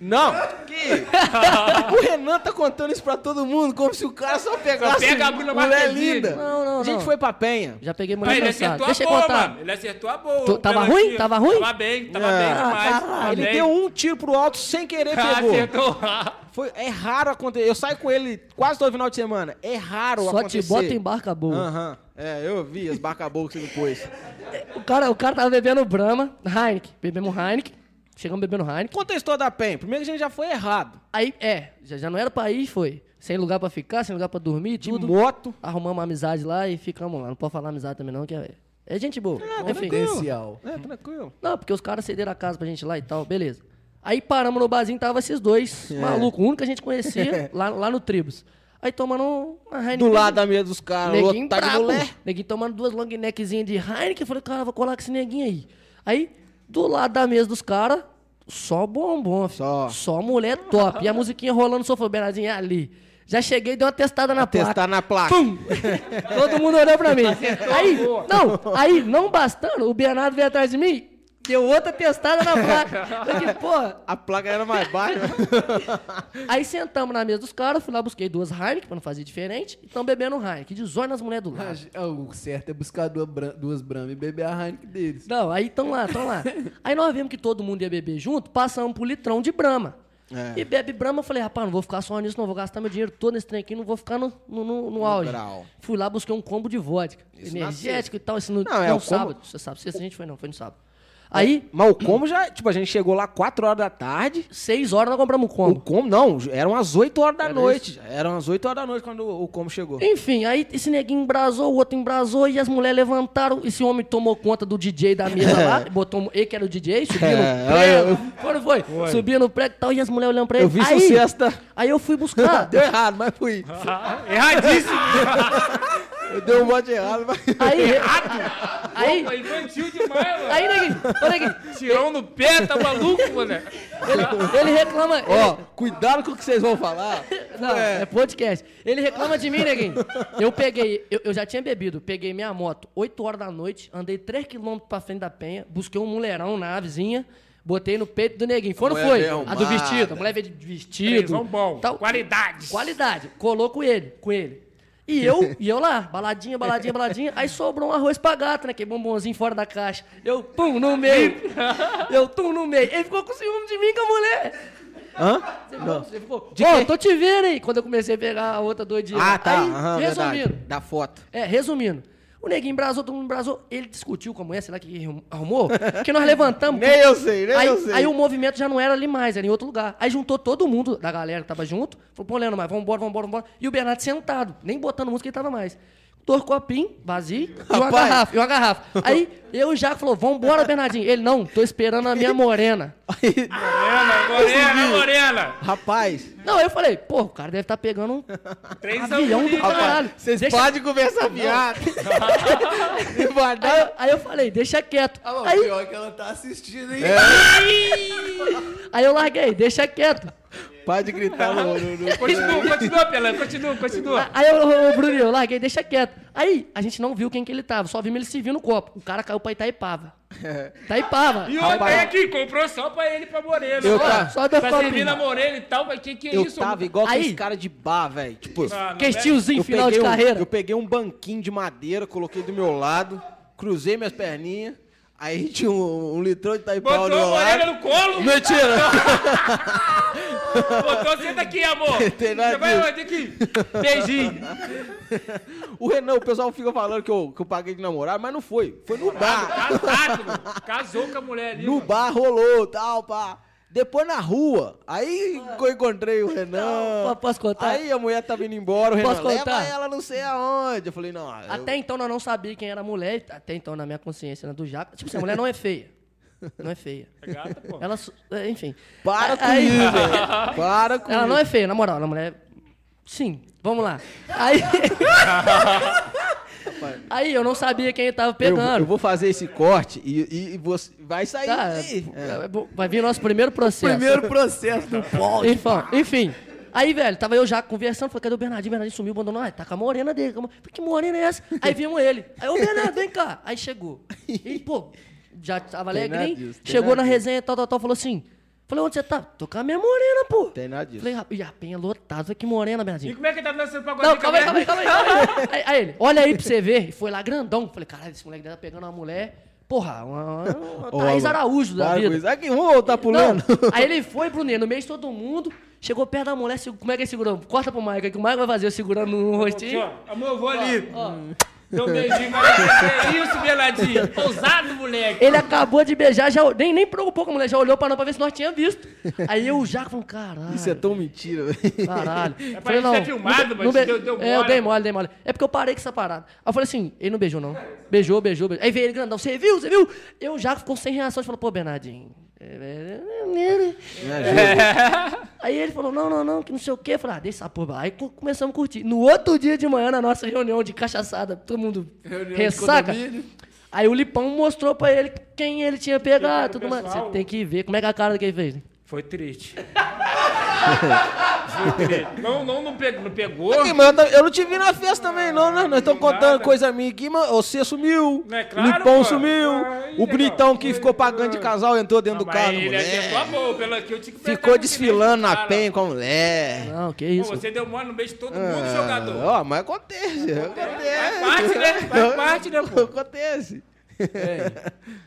[SPEAKER 2] Não! Que? O Renan tá contando isso pra todo mundo, como se o cara só pegasse.
[SPEAKER 4] pega a Bruna
[SPEAKER 2] mulher
[SPEAKER 4] Marquezine.
[SPEAKER 2] linda.
[SPEAKER 1] Não, não,
[SPEAKER 2] A gente
[SPEAKER 1] não.
[SPEAKER 2] foi pra Penha.
[SPEAKER 1] Já peguei
[SPEAKER 4] Mas
[SPEAKER 1] mulher
[SPEAKER 4] ele
[SPEAKER 1] cansada.
[SPEAKER 4] acertou
[SPEAKER 1] Deixa
[SPEAKER 4] a
[SPEAKER 1] eu
[SPEAKER 4] boa,
[SPEAKER 1] contar.
[SPEAKER 4] mano. Ele acertou a boa.
[SPEAKER 1] Tu-
[SPEAKER 4] o
[SPEAKER 1] tava
[SPEAKER 4] pênalti.
[SPEAKER 1] ruim? Tava ruim? Ah,
[SPEAKER 4] Tava bem, tava
[SPEAKER 2] É.
[SPEAKER 4] bem demais.
[SPEAKER 1] caralho,
[SPEAKER 2] Ele
[SPEAKER 4] bem.
[SPEAKER 2] deu um tiro pro alto sem querer,
[SPEAKER 4] Ah,
[SPEAKER 2] pegou.
[SPEAKER 4] Acertou.
[SPEAKER 2] Foi, é raro acontecer. Eu saio com ele quase todo final de semana. É raro
[SPEAKER 1] Só te
[SPEAKER 2] acontecer.
[SPEAKER 1] bota em barca boa.
[SPEAKER 2] Aham. É, eu vi as barcabouas que você me pôs.
[SPEAKER 1] O, cara, o cara tava bebendo Brahma, Heineken. Bebemos Heineken. Chegamos bebendo Heineken.
[SPEAKER 2] Conta a história da PEN. Primeiro que a gente já foi errado.
[SPEAKER 1] Aí, é, já, já não era pra ir, foi. Sem lugar pra ficar, sem lugar pra dormir,
[SPEAKER 2] De
[SPEAKER 1] tudo.
[SPEAKER 2] moto.
[SPEAKER 1] Arrumamos uma amizade lá e ficamos lá. Não pode falar amizade também não, que é... É gente boa.
[SPEAKER 2] Ah,
[SPEAKER 1] Enfim.
[SPEAKER 3] Confidencial.
[SPEAKER 2] É, tranquilo.
[SPEAKER 1] Não, porque os caras cederam a casa pra gente lá e tal, beleza. Aí paramos no barzinho, tava esses dois,
[SPEAKER 2] É.
[SPEAKER 1] maluco, o único que a gente conhecia, lá, lá no Tribus. Aí tomando uma Heineken.
[SPEAKER 2] Do lado da mesa dos caras,
[SPEAKER 1] Neguinho
[SPEAKER 2] lotado tá de
[SPEAKER 1] brabo.
[SPEAKER 2] mulher.
[SPEAKER 1] Neguinho tomando duas long neckzinhas de Heineken. Eu falei, cara, vou colar com esse neguinho aí. Aí, do lado da mesa dos caras, só bombom, filho.
[SPEAKER 2] Só.
[SPEAKER 1] Só mulher top. E a musiquinha rolando no sofá, Bernardinho, é ali. Já cheguei e dei uma testada na placa.
[SPEAKER 2] Testar na placa.
[SPEAKER 1] Pum! Todo mundo olhou pra mim. Aí, não, aí, não bastando, o Bernardo veio atrás de mim, deu outra testada na placa. Eu falei, porra,
[SPEAKER 2] A placa era mais baixa.
[SPEAKER 1] Aí sentamos na mesa dos caras, fui lá, busquei duas Heineken, pra não fazer diferente, e tão bebendo Heineken, de zóio nas mulheres do lado.
[SPEAKER 3] Ah, O certo é buscar duas, bra- duas bramas e beber a Heineken deles.
[SPEAKER 1] Não, aí tão lá, tão lá. Aí nós vimos que todo mundo ia beber junto, passamos pro litrão de Brahma.
[SPEAKER 2] É.
[SPEAKER 1] E bebe Brahma, eu falei, rapaz, não vou ficar só nisso, não, vou gastar meu dinheiro todo nesse trem aqui, não vou ficar no, no, no, no auge.
[SPEAKER 2] grau.
[SPEAKER 1] Fui lá, busquei um combo de vodka,
[SPEAKER 2] Isso na
[SPEAKER 1] energético e tal, isso no,
[SPEAKER 2] Não, é,
[SPEAKER 1] no
[SPEAKER 2] o combo- É.
[SPEAKER 1] sábado, você sabe, sexta a gente foi não, foi no sábado. Aí,
[SPEAKER 2] Mas o combo já, tipo, a gente chegou lá 4 horas da tarde.
[SPEAKER 1] seis horas nós compramos um
[SPEAKER 2] O
[SPEAKER 1] combo.
[SPEAKER 2] combo, não, eram as 8 horas da noite. Eram as 8 horas da noite quando o combo chegou.
[SPEAKER 1] Enfim, aí esse neguinho embrasou, o outro embrasou e as mulheres levantaram. Esse homem tomou conta do DJ da mesa lá, botou ele que era o DJ, subiu
[SPEAKER 2] É,
[SPEAKER 1] no
[SPEAKER 2] eu- eu-
[SPEAKER 1] prego. Quando foi? Subiu no prego e tal, e as mulheres olhando pra ele.
[SPEAKER 2] Eu vi
[SPEAKER 1] aí,
[SPEAKER 2] sucesso.
[SPEAKER 1] Aí eu fui buscar.
[SPEAKER 2] Deu errado, mas fui.
[SPEAKER 4] Erradíssimo.
[SPEAKER 2] Eu dei um bote errado, mas.
[SPEAKER 1] aí, aí,
[SPEAKER 4] Pô, infantil demais, mano.
[SPEAKER 1] aí, neguinho, ô neguinho,
[SPEAKER 4] Tirão no pé, tá maluco, mano.
[SPEAKER 1] ele, ele reclama.
[SPEAKER 2] Ó, cuidado com o que vocês vão falar.
[SPEAKER 1] ele- não, é. podcast. Ele reclama de mim, neguinho. Eu peguei, eu, eu já tinha bebido, peguei minha moto 8 horas da noite, andei 3km pra frente da penha, busquei um mulherão na avezinha, botei no peito do neguinho. Foi ou não
[SPEAKER 2] Mulher
[SPEAKER 1] foi?
[SPEAKER 2] veio
[SPEAKER 1] A do
[SPEAKER 2] arrumada.
[SPEAKER 1] vestido, a mulher veio de vestido.
[SPEAKER 4] Três, bom.
[SPEAKER 1] tal.
[SPEAKER 4] Qualidade.
[SPEAKER 1] Qualidade. Colou com ele, com ele. E eu, e eu lá, baladinha, baladinha, baladinha. Aí sobrou um arroz pra gata, né? Que bombonzinho fora da caixa. Eu, pum, no meio. Eu, tum, no meio. Ele ficou com ciúme de mim com a mulher.
[SPEAKER 2] Hã?
[SPEAKER 1] Você ficou, você ficou.
[SPEAKER 2] De
[SPEAKER 1] Ô,
[SPEAKER 2] quem?
[SPEAKER 1] eu tô te vendo aí. Quando eu comecei a pegar a outra doidinha.
[SPEAKER 2] Ah, tá.
[SPEAKER 1] Aí,
[SPEAKER 2] aham,
[SPEAKER 1] resumindo.
[SPEAKER 2] verdade. Da foto.
[SPEAKER 1] É, resumindo. O neguinho embrasou, todo mundo embrasou. Ele discutiu com a mulher, sei lá que arrumou. Porque nós levantamos.
[SPEAKER 2] Nem eu sei, nem
[SPEAKER 1] aí,
[SPEAKER 2] eu sei.
[SPEAKER 1] Aí o movimento já não era ali mais, era em outro lugar. Aí juntou todo mundo da galera que tava junto. Falou, pô, Leandro, mas vambora, vambora, vambora. E o Bernardo sentado, nem botando música ele tava mais. Dois copinhos, vazio, e uma
[SPEAKER 2] Rapaz.
[SPEAKER 1] garrafa, e uma garrafa. Aí eu e o Jaco falou, vambora, Bernardinho. Ele, não, tô esperando a minha morena.
[SPEAKER 4] Morena, morena, morena.
[SPEAKER 2] Rapaz,
[SPEAKER 1] Não, eu falei, pô, o cara deve estar pegando um
[SPEAKER 4] Três
[SPEAKER 1] avião do
[SPEAKER 4] sanfonistas.
[SPEAKER 1] caralho.
[SPEAKER 2] vocês
[SPEAKER 1] Deixa-
[SPEAKER 2] podem conversar piada. E vai
[SPEAKER 1] Aí,
[SPEAKER 2] dar-
[SPEAKER 1] eu- aí eu falei, deixa quieto.
[SPEAKER 3] Ah, o
[SPEAKER 1] aí,
[SPEAKER 3] pior é que ela tá assistindo, hein?
[SPEAKER 1] aí eu larguei, deixa quieto.
[SPEAKER 2] Pode gritar no. no, no-
[SPEAKER 4] Continua, continua, Pelé. Continua, continua.
[SPEAKER 1] Aí eu, ô, Bruninho, eu larguei, deixa quieto. Aí a gente não viu quem que ele tava, só vimos ele se viu no copo. O cara caiu pra Itaipava. Itaipava.
[SPEAKER 4] E o
[SPEAKER 2] Rapaz.
[SPEAKER 4] André aqui comprou só pra ele e pra Morena.
[SPEAKER 2] Eu
[SPEAKER 4] Ó,
[SPEAKER 2] tá-
[SPEAKER 1] só dois
[SPEAKER 4] Pra
[SPEAKER 1] copinhos.
[SPEAKER 4] servir na Morena e tal, mas que que é
[SPEAKER 2] Eu
[SPEAKER 4] isso?
[SPEAKER 2] tava igual
[SPEAKER 1] Aí.
[SPEAKER 2] aqueles cara de bar, velho. Tipo,
[SPEAKER 4] Ah, não,
[SPEAKER 1] Que
[SPEAKER 4] velho.
[SPEAKER 1] tiozinho final de
[SPEAKER 2] um,
[SPEAKER 1] carreira.
[SPEAKER 2] eu peguei um banquinho de madeira, coloquei do meu lado, cruzei minhas perninhas. Aí tinha um, um litrão de taipau
[SPEAKER 4] Botou
[SPEAKER 2] do
[SPEAKER 4] a orelha
[SPEAKER 2] lado.
[SPEAKER 4] no colo.
[SPEAKER 2] Mentira!
[SPEAKER 4] Botou, senta aqui, amor.
[SPEAKER 2] Tem nada
[SPEAKER 4] Você vai
[SPEAKER 2] disso.
[SPEAKER 4] onde aqui? Beijinho.
[SPEAKER 2] O Renan, o pessoal fica falando que eu, que eu paguei de namorado, mas não foi. Foi no bar.
[SPEAKER 4] Ah, Casado, mano. Casou com a mulher ali.
[SPEAKER 2] No
[SPEAKER 4] mano.
[SPEAKER 2] bar rolou, tal, pá. Depois na rua, aí eu encontrei o Renan.
[SPEAKER 1] po- Ah. posso contar?
[SPEAKER 2] Aí a mulher tava indo embora, o Renan
[SPEAKER 1] Posso
[SPEAKER 2] leva
[SPEAKER 1] contar?
[SPEAKER 2] ela não sei aonde. Eu falei, não, ah, eu-
[SPEAKER 1] Até então eu não sabia quem era a mulher, até então na minha consciência, né, do Jaca. Tipo assim, a mulher não é feia. Não é feia.
[SPEAKER 4] É Gata, pô.
[SPEAKER 1] Ela, su- é, enfim.
[SPEAKER 2] para
[SPEAKER 1] A-
[SPEAKER 2] com isso, velho. Para com
[SPEAKER 1] Ela
[SPEAKER 2] isso.
[SPEAKER 1] não é feia, na moral, ela é mulher. Sim, vamos lá. Aí. aí eu não sabia quem eu tava
[SPEAKER 2] Eu,
[SPEAKER 1] pegando.
[SPEAKER 2] eu vou fazer esse corte e, e- e você vai sair.
[SPEAKER 1] Tá,
[SPEAKER 2] Ih, é.
[SPEAKER 1] é, bom, Vai vir o nosso primeiro processo.
[SPEAKER 3] Primeiro processo do pó.
[SPEAKER 1] Enfim, enfim. Aí, velho, tava eu já conversando, falei, cadê o Bernardinho? O Bernardinho sumiu, abandonou. Ah, tá com a morena dele. com a mo- Falei, que morena é essa? Aí vimos ele. Aí, ô, Bernardo, vem cá. Aí chegou. E, pô, já tava
[SPEAKER 2] Tem nada
[SPEAKER 1] alegre,
[SPEAKER 2] disso, tem
[SPEAKER 1] chegou na
[SPEAKER 2] nada disso.
[SPEAKER 1] resenha, tal, tal, tal, falou assim... Falei, onde você tá? Tô com a minha morena, pô.
[SPEAKER 2] Tem nada disso.
[SPEAKER 1] Falei, rapaz, e a penha lotada. Falei, que morena, Bernardinho.
[SPEAKER 4] E como é que tá dançando pra
[SPEAKER 1] Não, calma aí, calma aí, calma aí. calma aí. Aí, aí ele, olha aí pra você ver. E foi lá grandão. Falei, caralho, esse moleque deve tá pegando uma mulher. Porra, uma, uma
[SPEAKER 2] Ô,
[SPEAKER 1] Thaís
[SPEAKER 2] Alan,
[SPEAKER 1] Araújo da
[SPEAKER 2] para com
[SPEAKER 1] vida.
[SPEAKER 2] isso. Aqui, tá vamos voltar pro Leno.
[SPEAKER 1] Não, aí ele foi, Bruninho, no meio de todo mundo. Chegou perto da mulher, segu- como é que ele segurou? Corta pro Maico aí, que o Maico vai fazer eu segurando no rostinho.
[SPEAKER 4] Amor, eu vou ali. Deu um beijinho. mas Que é isso, Beladinho? Ousado, moleque.
[SPEAKER 1] Ele acabou de beijar, já, nem, nem preocupou com a mulher, já olhou pra nós pra ver se nós tínhamos visto. Aí eu já falei, caralho.
[SPEAKER 2] Isso é tão mentira, velho.
[SPEAKER 1] Caralho. É
[SPEAKER 4] pra isso ser filmado, mas deu- deu
[SPEAKER 1] É, eu
[SPEAKER 4] mole. né?
[SPEAKER 1] dei mole, dei mole. É porque eu parei com essa parada. Aí eu falei assim, ele não beijou, não. Beijou, beijou, beijou. Aí veio ele grandão, você viu, você viu? Eu já ficou sem reação, ele falou, pô, Bernardinho... é, é, é, é.
[SPEAKER 2] Me ajuda.
[SPEAKER 1] Aí ele falou, não, não, não, que não sei o quê. Eu falei, ah, deixa essa porra. Aí co- começamos a curtir. No outro dia de manhã, na nossa reunião de cachaçada, todo mundo
[SPEAKER 3] Reunião de
[SPEAKER 1] ressaca.
[SPEAKER 3] condomínio.
[SPEAKER 1] Aí o Lipão mostrou pra ele quem ele tinha pegado, tudo mais. Você
[SPEAKER 4] pessoal.
[SPEAKER 1] tem que ver como é que é a cara que ele fez.
[SPEAKER 4] Foi triste. Foi triste. Não, não, não pegou. Não pegou.
[SPEAKER 2] Aqui, mas eu ta- eu não te vi na festa também, não, né? Nós estamos contando coisa minha aqui, mas você sumiu.
[SPEAKER 4] Não é claro,
[SPEAKER 2] Lipão
[SPEAKER 4] pô.
[SPEAKER 2] sumiu.
[SPEAKER 4] Aí,
[SPEAKER 2] o bonitão
[SPEAKER 4] legal.
[SPEAKER 2] que ficou pagando de casal entrou dentro
[SPEAKER 4] Não,
[SPEAKER 2] do
[SPEAKER 4] mas
[SPEAKER 2] carro,
[SPEAKER 4] ele é
[SPEAKER 2] moleque.
[SPEAKER 4] acertou a mão, pelo que eu tinha que prestar
[SPEAKER 2] Ficou
[SPEAKER 4] muito
[SPEAKER 2] desfilando
[SPEAKER 4] direito,
[SPEAKER 2] na
[SPEAKER 4] é cara.
[SPEAKER 2] penha com a mulher. Ah,
[SPEAKER 1] Não, que
[SPEAKER 4] Pô,
[SPEAKER 1] isso. Ah,
[SPEAKER 4] você deu mole no beijo de todo mundo, jogador. É,
[SPEAKER 2] Ó, mas acontece, acontece.
[SPEAKER 4] Faz parte, né? Faz parte, né, pô?
[SPEAKER 2] Acontece.
[SPEAKER 3] É,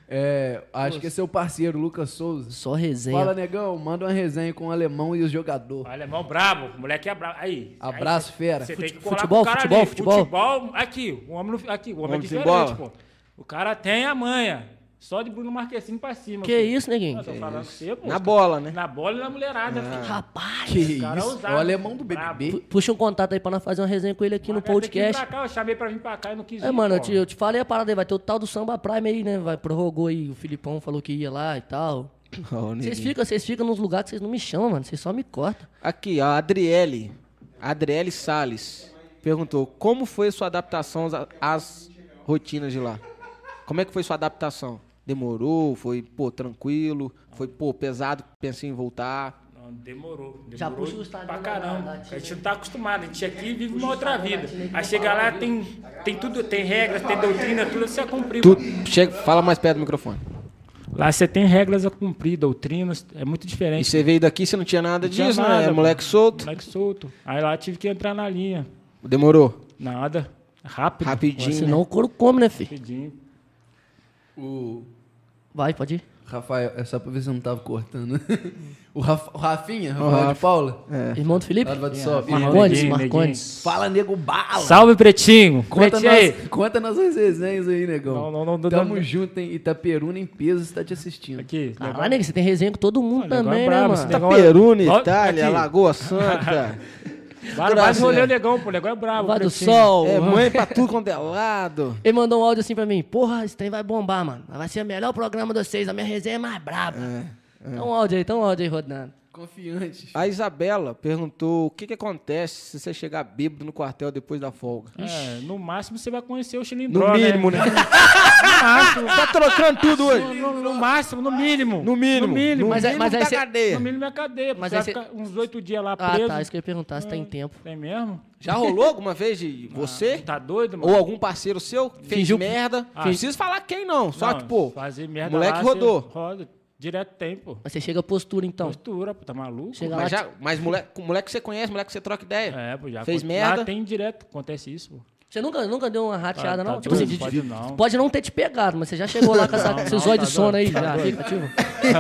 [SPEAKER 3] é, acho que é seu parceiro, Lucas Souza.
[SPEAKER 1] Só resenha.
[SPEAKER 3] Fala, negão, manda uma resenha com o alemão e o jogador.
[SPEAKER 4] Alemão brabo, moleque é brabo. Aí.
[SPEAKER 3] Abraço,
[SPEAKER 4] aí,
[SPEAKER 3] fera.
[SPEAKER 4] Você tem que
[SPEAKER 1] Fute-
[SPEAKER 4] colar
[SPEAKER 1] futebol,
[SPEAKER 4] com o cara
[SPEAKER 1] futebol,
[SPEAKER 4] ali.
[SPEAKER 1] futebol.
[SPEAKER 4] Aqui, o homem, não- aqui, o homem é
[SPEAKER 2] Vamos
[SPEAKER 4] diferente,
[SPEAKER 2] embora.
[SPEAKER 4] pô. O cara tem a manha. Só de Bruno Marquezine pra cima.
[SPEAKER 1] Que
[SPEAKER 4] filho.
[SPEAKER 1] isso, Ah. neguinho?
[SPEAKER 4] Eu tô falando com você, pô.
[SPEAKER 2] Na bola, né?
[SPEAKER 4] Na bola e na mulherada, filho.
[SPEAKER 1] Rapaz,
[SPEAKER 3] Que
[SPEAKER 4] Esse cara é
[SPEAKER 3] isso? É
[SPEAKER 4] ousado,
[SPEAKER 3] o alemão do
[SPEAKER 4] brabo.
[SPEAKER 3] BBB.
[SPEAKER 1] pu- puxa um contato aí pra nós fazer uma resenha com ele aqui no
[SPEAKER 4] Mas tem que vir
[SPEAKER 1] podcast.
[SPEAKER 4] pra cá, eu chamei pra vir pra cá e não quis
[SPEAKER 1] É,
[SPEAKER 4] ir,
[SPEAKER 1] mano, eu
[SPEAKER 4] pô.
[SPEAKER 1] te, eu te falei a parada aí, vai ter o tal do Samba Prime aí, né? Vai, prorrogou aí, o Filipão falou que ia lá e tal.
[SPEAKER 2] Ó, o
[SPEAKER 1] Vocês
[SPEAKER 2] neguinho.
[SPEAKER 1] ficam, vocês ficam nos lugares que vocês não me chamam, mano. Vocês só me cortam.
[SPEAKER 2] Aqui, a Adriele. Adriele Salles perguntou: como foi sua adaptação às- às rotinas de lá? Como é que foi sua adaptação? Demorou? Foi, pô, tranquilo? Foi, pô, pesado? Pensei em voltar?
[SPEAKER 4] Não, demorou. demorou
[SPEAKER 1] Já puxa o Instagram
[SPEAKER 4] pra
[SPEAKER 1] da-
[SPEAKER 4] caramba.
[SPEAKER 1] da- da
[SPEAKER 4] a gente
[SPEAKER 1] Tina.
[SPEAKER 4] não tá acostumado. A gente aqui vive uma outra
[SPEAKER 1] Instagram da
[SPEAKER 4] vida.
[SPEAKER 1] Tina aí que
[SPEAKER 4] Aí
[SPEAKER 1] não
[SPEAKER 4] chega lá,
[SPEAKER 1] fala.
[SPEAKER 4] tem, tem tudo, tem regras, tem doutrina, tudo a se cumprir.
[SPEAKER 2] Tu chega, fala mais perto do microfone.
[SPEAKER 4] Lá você tem regras a cumprir, doutrinas, é muito
[SPEAKER 2] E
[SPEAKER 4] diferente.
[SPEAKER 2] você veio daqui, você não tinha nada
[SPEAKER 4] tinha
[SPEAKER 2] disso,
[SPEAKER 4] nada,
[SPEAKER 2] né?
[SPEAKER 4] pô.
[SPEAKER 2] Moleque solto.
[SPEAKER 4] Moleque solto. Aí lá tive que entrar na linha.
[SPEAKER 2] Demorou.
[SPEAKER 4] Nada. Rápido.
[SPEAKER 2] Rapidinho.
[SPEAKER 1] Senão o couro come, né, filho?
[SPEAKER 4] Rapidinho.
[SPEAKER 3] O
[SPEAKER 1] Vai, pode ir.
[SPEAKER 3] Rafael, é só pra ver se eu não tava cortando. o, Raf, o É. Rafinha, Rafael de Paula.
[SPEAKER 1] Irmão do Felipe?
[SPEAKER 3] Tava de sobe.
[SPEAKER 1] Marcondes,
[SPEAKER 4] Neguinho,
[SPEAKER 1] Marcondes.
[SPEAKER 3] Fala, nego bala.
[SPEAKER 4] Salve, Pretinho.
[SPEAKER 3] Conta
[SPEAKER 4] Pretinho aí.
[SPEAKER 3] nas, conta nas suas resenhas aí, negão.
[SPEAKER 4] Não, não, não, não,
[SPEAKER 3] Tamo
[SPEAKER 4] não.
[SPEAKER 3] junto em Itaperuna, em peso, está te assistindo.
[SPEAKER 4] Aqui.
[SPEAKER 1] Caralho, nego, você tem resenha com todo mundo
[SPEAKER 4] Olha,
[SPEAKER 1] também,
[SPEAKER 4] negão é
[SPEAKER 1] né,
[SPEAKER 4] brabo,
[SPEAKER 1] mano?
[SPEAKER 4] esse negócio-
[SPEAKER 2] Peruna,
[SPEAKER 4] Ó,
[SPEAKER 2] Itália,
[SPEAKER 4] aqui.
[SPEAKER 2] Lagoa Santa.
[SPEAKER 4] Vai, vai
[SPEAKER 2] Graça,
[SPEAKER 4] rolê
[SPEAKER 2] né?
[SPEAKER 4] o negão, pô. O negão é brabo.
[SPEAKER 1] Vai do
[SPEAKER 4] Pretinho.
[SPEAKER 1] sol.
[SPEAKER 2] é mãe pra tudo quanto é lado.
[SPEAKER 1] Ele mandou um áudio assim pra mim. Porra, esse trem vai bombar, mano. Vai ser o melhor programa de vocês. A minha resenha é mais braba.
[SPEAKER 4] É,
[SPEAKER 1] Então um áudio aí, então um áudio aí rodando.
[SPEAKER 3] Confiante.
[SPEAKER 2] A Isabela perguntou o que, que acontece se você chegar bêbado no quartel depois da folga.
[SPEAKER 4] É, no máximo você vai conhecer o
[SPEAKER 2] No
[SPEAKER 4] Chilindró,
[SPEAKER 2] mínimo, né?
[SPEAKER 4] No máximo.
[SPEAKER 2] tá trocando tudo hoje.
[SPEAKER 4] No, no máximo, no mínimo.
[SPEAKER 2] No mínimo.
[SPEAKER 4] No mínimo.
[SPEAKER 1] Mas é- mas aí
[SPEAKER 2] da
[SPEAKER 1] cê-
[SPEAKER 2] cadeia.
[SPEAKER 4] No mínimo é cadeia. Mas
[SPEAKER 1] Mas
[SPEAKER 4] você
[SPEAKER 1] aí
[SPEAKER 4] vai
[SPEAKER 1] cê-
[SPEAKER 4] ficar uns oito dias lá
[SPEAKER 1] Ah,
[SPEAKER 4] preso. Ah.
[SPEAKER 1] tá. Isso que eu ia perguntar, se tá em tempo.
[SPEAKER 4] Tem mesmo?
[SPEAKER 2] Já rolou alguma vez de você
[SPEAKER 4] Tá doido, mano?
[SPEAKER 2] ou algum parceiro seu fez
[SPEAKER 1] Fingiu-
[SPEAKER 2] merda? Não preciso falar quem não, só
[SPEAKER 4] Não,
[SPEAKER 2] que, pô,
[SPEAKER 4] Fazer merda
[SPEAKER 2] moleque
[SPEAKER 4] lá, cê
[SPEAKER 2] rodou.
[SPEAKER 4] Roda. Direto tem, pô.
[SPEAKER 1] Mas você chega à postura, então.
[SPEAKER 4] Postura, pô. Tá maluco?
[SPEAKER 1] Chega lá, tipo,
[SPEAKER 2] Mas, já, mas moleque, moleque que você conhece, moleque que você troca ideia.
[SPEAKER 4] É, pô, já
[SPEAKER 2] Fez
[SPEAKER 4] aconte-
[SPEAKER 2] merda.
[SPEAKER 4] Lá tem direto, acontece isso, pô.
[SPEAKER 1] Você nunca, nunca deu uma rateada,
[SPEAKER 4] Ah, tá
[SPEAKER 1] não? tipo assim,
[SPEAKER 4] doido,
[SPEAKER 1] de-
[SPEAKER 4] pode não.
[SPEAKER 1] pode não ter te pegado, mas você já chegou lá com essa,
[SPEAKER 4] Não,
[SPEAKER 1] esse
[SPEAKER 4] não,
[SPEAKER 1] zóio
[SPEAKER 4] tá
[SPEAKER 1] de sono
[SPEAKER 4] doido,
[SPEAKER 1] aí,
[SPEAKER 4] tá
[SPEAKER 1] já,
[SPEAKER 4] doido.
[SPEAKER 1] fica ativo.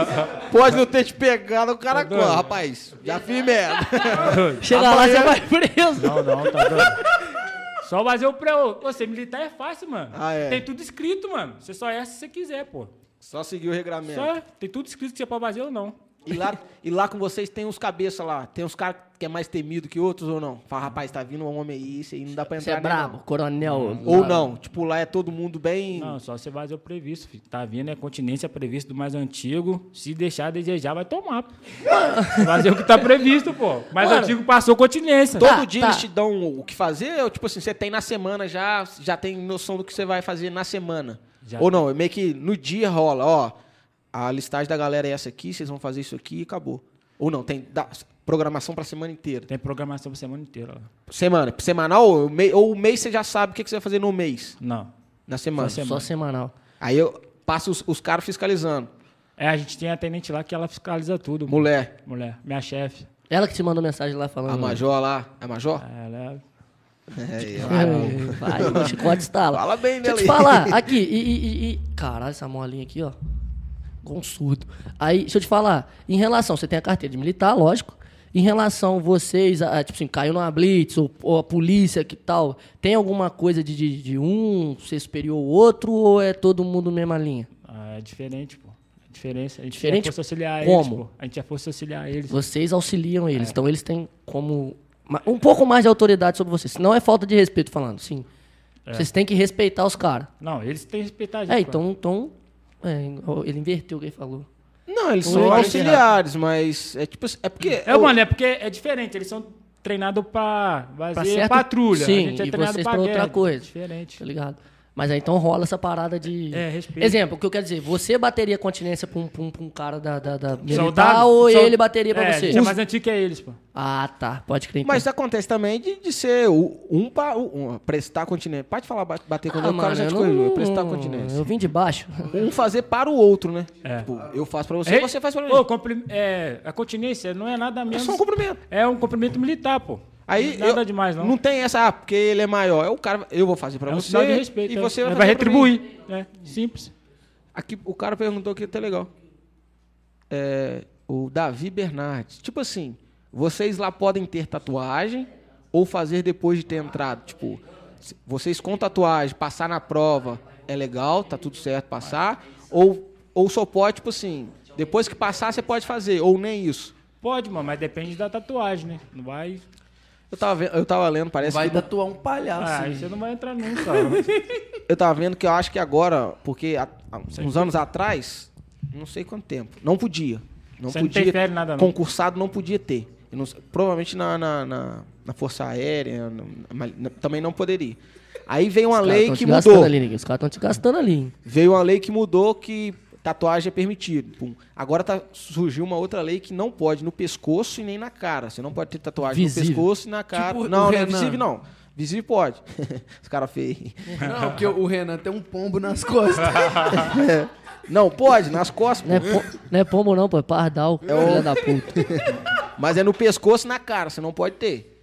[SPEAKER 2] Pode não ter te pegado, o cara
[SPEAKER 4] Tá doido?
[SPEAKER 2] corre, rapaz. Já fiz merda.
[SPEAKER 1] Chega lá, você vai preso.
[SPEAKER 4] Não, não, tá doido. Só fazer o pré. ô, Você militar é fácil, mano.
[SPEAKER 2] Ah, é.
[SPEAKER 4] Tem tudo escrito, mano. Você só erra se você quiser, pô.
[SPEAKER 2] Só seguir o regramento.
[SPEAKER 4] Só tem tudo escrito que você pode fazer ou não.
[SPEAKER 2] E, lá, e lá com vocês tem uns cabeça lá. Tem uns caras que é mais temido que outros ou não? Fala, rapaz, tá vindo um homem aí, isso aí não dá pra
[SPEAKER 1] Você
[SPEAKER 2] entrar.
[SPEAKER 1] é
[SPEAKER 2] tá nem
[SPEAKER 1] brabo, coronel.
[SPEAKER 2] não. Ou
[SPEAKER 1] lá-
[SPEAKER 2] não, tipo, lá é todo mundo bem.
[SPEAKER 4] Não, só você fazer o previsto, filho. Tá vindo, é continência prevista do mais antigo. Se deixar desejar, vai tomar. pô. fazer o que tá previsto, pô. Mais
[SPEAKER 1] Mano.
[SPEAKER 4] antigo passou continência.
[SPEAKER 2] Todo
[SPEAKER 1] Tá,
[SPEAKER 2] dia
[SPEAKER 1] tá.
[SPEAKER 2] eles te dão o que fazer? Ou, tipo assim, você tem na semana já, já tem noção do que você vai fazer na semana?
[SPEAKER 4] Já
[SPEAKER 2] ou não, é meio que no dia rola, ó, a listagem da galera é essa aqui, vocês vão fazer isso aqui e acabou. Ou não, tem dá- programação pra semana inteira.
[SPEAKER 4] Tem programação pra semana inteira lá.
[SPEAKER 2] Semana, semanal ou mês, ou mês você já sabe o que que você vai fazer no mês,
[SPEAKER 4] Não.
[SPEAKER 2] na semana.
[SPEAKER 4] Só
[SPEAKER 1] Só semanal.
[SPEAKER 2] Aí eu passo os, os caras fiscalizando.
[SPEAKER 4] É, a gente tem a tenente lá que ela fiscaliza tudo.
[SPEAKER 2] Mulher,
[SPEAKER 4] Mulher, minha chefe.
[SPEAKER 1] Ela que te mandou mensagem lá falando.
[SPEAKER 2] a major lá, é major?
[SPEAKER 4] Ela é
[SPEAKER 2] É,
[SPEAKER 1] Ai, Vai, o chicote estala.
[SPEAKER 2] Fala bem
[SPEAKER 1] Deixa eu te
[SPEAKER 2] dela aí.
[SPEAKER 1] falar, aqui, e, e- e- e- Caralho, essa molinha aqui, ó. Igual um surdo. Aí, deixa eu te falar, em relação, você tem a carteira de militar, lógico. Em relação a vocês, a- a, tipo assim, caiu numa blitz, ou, ou a polícia, que tal, tem alguma coisa de, de, de um ser superior ao outro, ou é todo mundo mesma linha?
[SPEAKER 4] Ah, é diferente, pô. É diferença. A gente
[SPEAKER 1] Diferente
[SPEAKER 4] é força auxiliar
[SPEAKER 1] como?
[SPEAKER 4] eles, pô. A gente é força auxiliar eles.
[SPEAKER 1] Vocês auxiliam
[SPEAKER 2] É.
[SPEAKER 1] eles, então eles têm como... ma- Um pouco mais de autoridade sobre vocês. Não é falta de respeito falando, sim. Vocês têm que respeitar os caras.
[SPEAKER 4] Não, eles têm que respeitar a gente.
[SPEAKER 1] É,
[SPEAKER 4] pô.
[SPEAKER 1] então, então é, ele inverteu o que ele falou.
[SPEAKER 2] Não, eles
[SPEAKER 4] Ou
[SPEAKER 2] são
[SPEAKER 4] ele-
[SPEAKER 2] auxiliares, mas é tipo assim, é porque
[SPEAKER 4] É,
[SPEAKER 2] eu-
[SPEAKER 4] mano, é porque é diferente. Eles são treinados pra
[SPEAKER 1] Pra
[SPEAKER 4] fazer
[SPEAKER 1] certo-
[SPEAKER 4] patrulha.
[SPEAKER 1] Sim,
[SPEAKER 4] a gente
[SPEAKER 1] e
[SPEAKER 4] é treinado
[SPEAKER 1] vocês
[SPEAKER 4] pra
[SPEAKER 1] pra
[SPEAKER 4] guerra.
[SPEAKER 1] outra coisa.
[SPEAKER 4] Diferente.
[SPEAKER 1] Tá ligado? Mas aí então rola essa parada de.
[SPEAKER 4] É, respeito.
[SPEAKER 1] Exemplo, o que eu quero dizer, você bateria continência pra um, pra um- pra um cara da, da, da militar
[SPEAKER 2] tá,
[SPEAKER 4] Soldado,
[SPEAKER 1] ou
[SPEAKER 4] sol-
[SPEAKER 1] ele bateria pra
[SPEAKER 4] é, A
[SPEAKER 1] você?
[SPEAKER 4] gente é mais antigo que eles, pô.
[SPEAKER 1] Ah, tá. Pode crer. Então.
[SPEAKER 2] Mas acontece também de, de ser o- um para um, prestar continência. Pode falar ba- bater
[SPEAKER 1] ah,
[SPEAKER 2] quando o cara já te
[SPEAKER 1] eu
[SPEAKER 2] corrigiu,
[SPEAKER 1] não-
[SPEAKER 2] prestar
[SPEAKER 1] Eu
[SPEAKER 2] continência.
[SPEAKER 1] vim de baixo.
[SPEAKER 2] Um fazer para o outro, né?
[SPEAKER 4] É.
[SPEAKER 2] Tipo, eu faço pra você, você faz pra mim.
[SPEAKER 4] Ô, compli- é, a continência não é nada
[SPEAKER 2] É
[SPEAKER 4] menos.
[SPEAKER 2] só um cumprimento.
[SPEAKER 4] É um cumprimento militar, pô.
[SPEAKER 2] Aí
[SPEAKER 4] nada
[SPEAKER 2] eu-
[SPEAKER 4] demais, não.
[SPEAKER 2] Não tem essa, ah, porque ele é maior. É o cara, eu vou fazer pra
[SPEAKER 4] é um
[SPEAKER 2] você
[SPEAKER 4] sinal de respeito.
[SPEAKER 2] e
[SPEAKER 4] é.
[SPEAKER 2] você
[SPEAKER 4] Ele
[SPEAKER 2] vai,
[SPEAKER 4] vai
[SPEAKER 2] fazer pra mim.
[SPEAKER 4] retribuir. né? Simples.
[SPEAKER 2] Aqui o cara perguntou aqui até legal. É, o Davi Bernardes. Tipo assim, vocês lá podem ter tatuagem ou fazer depois de ter entrado, tipo, se- vocês com tatuagem passar na prova é legal, tá tudo certo passar ou ou só pode tipo assim, depois que passar você pode fazer ou nem isso.
[SPEAKER 4] Pode, mano, mas depende da tatuagem, né? Não vai.
[SPEAKER 2] Eu tava, ve- eu tava lendo, parece
[SPEAKER 3] Vai
[SPEAKER 2] que
[SPEAKER 3] tatuar um
[SPEAKER 4] Ah,
[SPEAKER 3] palhaço.
[SPEAKER 4] aí
[SPEAKER 3] hein?
[SPEAKER 4] você não vai entrar nunca.
[SPEAKER 2] Eu tava vendo que eu acho que agora, porque há, há uns anos atrás, não sei quanto tempo, não podia. Não
[SPEAKER 4] Você não
[SPEAKER 2] podia.
[SPEAKER 4] interfere nada, não.
[SPEAKER 2] Concursado não podia ter. Eu não sei- provavelmente na, na, na- na Força Aérea, na- na- na- também não poderia. Aí veio uma
[SPEAKER 1] Os caras
[SPEAKER 2] lei
[SPEAKER 1] tão
[SPEAKER 2] que
[SPEAKER 1] te gastando
[SPEAKER 2] mudou.
[SPEAKER 1] Ali, Ninguém. Os caras estão te gastando ali. hein?
[SPEAKER 2] Veio uma lei que mudou que tatuagem é permitido. Pum. Agora tá- surgiu uma outra lei que não pode no pescoço e nem na cara. Você não pode ter tatuagem
[SPEAKER 1] Visível.
[SPEAKER 2] no pescoço e na cara.
[SPEAKER 3] Tipo o
[SPEAKER 2] não, não é
[SPEAKER 3] Renan.
[SPEAKER 2] visível, não. Visível pode. Os caras feios.
[SPEAKER 1] é
[SPEAKER 3] Não, porque o Renan tem um pombo nas costas.
[SPEAKER 2] Não, pode, nas costas.
[SPEAKER 1] Não é,
[SPEAKER 2] pô.
[SPEAKER 1] po- não é pombo, não, pô. É pardal. Filha da puta.
[SPEAKER 2] Mas é no pescoço e na cara, você não pode ter.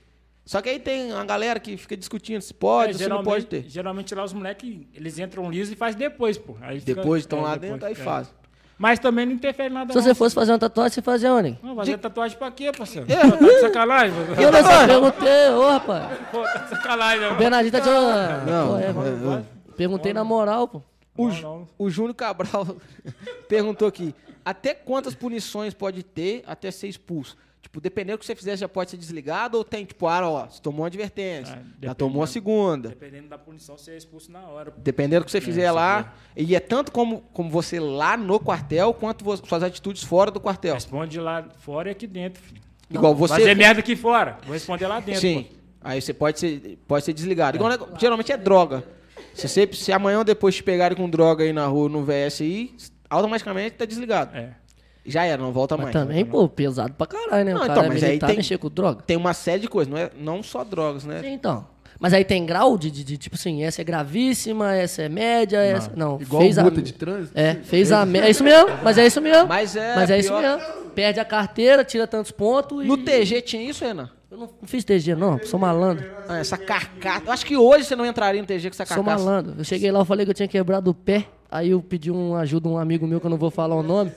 [SPEAKER 2] Só que aí tem uma galera que fica discutindo se pode,
[SPEAKER 4] É,
[SPEAKER 2] se não pode ter.
[SPEAKER 4] Geralmente lá os moleques, eles entram liso e faz depois, pô. Aí fica-
[SPEAKER 2] Depois estão
[SPEAKER 4] é,
[SPEAKER 2] lá
[SPEAKER 4] depois,
[SPEAKER 2] dentro, aí
[SPEAKER 4] é.
[SPEAKER 2] faz.
[SPEAKER 4] Mas também não interfere nada
[SPEAKER 1] Se
[SPEAKER 4] não.
[SPEAKER 1] você fosse fazer uma tatuagem, você fazia onde?
[SPEAKER 4] Não, fazer tatuagem pra quê, parceiro? Tá de sacanagem?
[SPEAKER 1] Eu não só perguntei, ô, rapaz.
[SPEAKER 4] Pô, tá de sacanagem.
[SPEAKER 1] O
[SPEAKER 4] né?
[SPEAKER 1] Bernardinho tá te. Pô, é,
[SPEAKER 2] é,
[SPEAKER 1] mano. Perguntei na moral, pô.
[SPEAKER 2] O,
[SPEAKER 4] Não,
[SPEAKER 2] Ju-
[SPEAKER 4] não.
[SPEAKER 2] o Júnior Cabral perguntou aqui: até quantas punições pode ter até ser expulso? Tipo, dependendo do que você fizer, já pode ser desligado ou tem, tipo, ah, ó, você tomou uma advertência,
[SPEAKER 4] Ah,
[SPEAKER 2] já
[SPEAKER 4] dependendo.
[SPEAKER 2] tomou a segunda.
[SPEAKER 4] Dependendo da punição, você é expulso na hora. pô.
[SPEAKER 2] Dependendo do que você fizer
[SPEAKER 4] isso
[SPEAKER 2] lá. E é tanto como, como você lá no quartel, quanto vo- suas atitudes fora do quartel.
[SPEAKER 4] Responde lá fora e aqui dentro, filho.
[SPEAKER 2] Igual você.
[SPEAKER 4] Fazer merda aqui fora. Vou responder lá dentro,
[SPEAKER 2] Sim.
[SPEAKER 4] pô.
[SPEAKER 2] Aí você pode ser, pode ser desligado. Igual nego- geralmente é droga. Se, você, se amanhã ou depois te pegarem com droga aí na rua, no VS aí, automaticamente tá desligado.
[SPEAKER 4] É.
[SPEAKER 2] Já era, não volta
[SPEAKER 1] Mas
[SPEAKER 2] mais.
[SPEAKER 1] também, pô, pesado pra caralho, né?
[SPEAKER 2] tá Não,
[SPEAKER 1] o cara
[SPEAKER 2] então,
[SPEAKER 1] é
[SPEAKER 2] mas aí
[SPEAKER 1] militar,
[SPEAKER 2] tem-
[SPEAKER 1] mexer com droga.
[SPEAKER 2] Tem uma série de coisas, não, é, não só drogas, né?
[SPEAKER 1] Sim, então. Mas aí tem grau de, de- de, tipo assim, essa é gravíssima, essa é média, essa. Não,
[SPEAKER 3] Igual
[SPEAKER 1] fez
[SPEAKER 3] multa
[SPEAKER 1] a...
[SPEAKER 3] de trânsito.
[SPEAKER 1] É, fez a média. É isso mesmo, mas é isso mesmo.
[SPEAKER 2] Mas é
[SPEAKER 1] Mas é isso
[SPEAKER 2] pior-
[SPEAKER 1] mesmo. Perde a carteira, tira tantos pontos e.
[SPEAKER 2] No TG tinha isso, Renan?
[SPEAKER 1] Eu não não fiz TG, não, sou malandro.
[SPEAKER 2] Ah, essa carcaça. Eu acho que hoje você não entraria no TG com essa
[SPEAKER 1] Sou
[SPEAKER 2] carcaça.
[SPEAKER 1] malandro. Eu cheguei lá, eu falei que eu tinha quebrado o pé. Aí eu pedi uma ajuda a um amigo meu, que eu não vou falar o nome.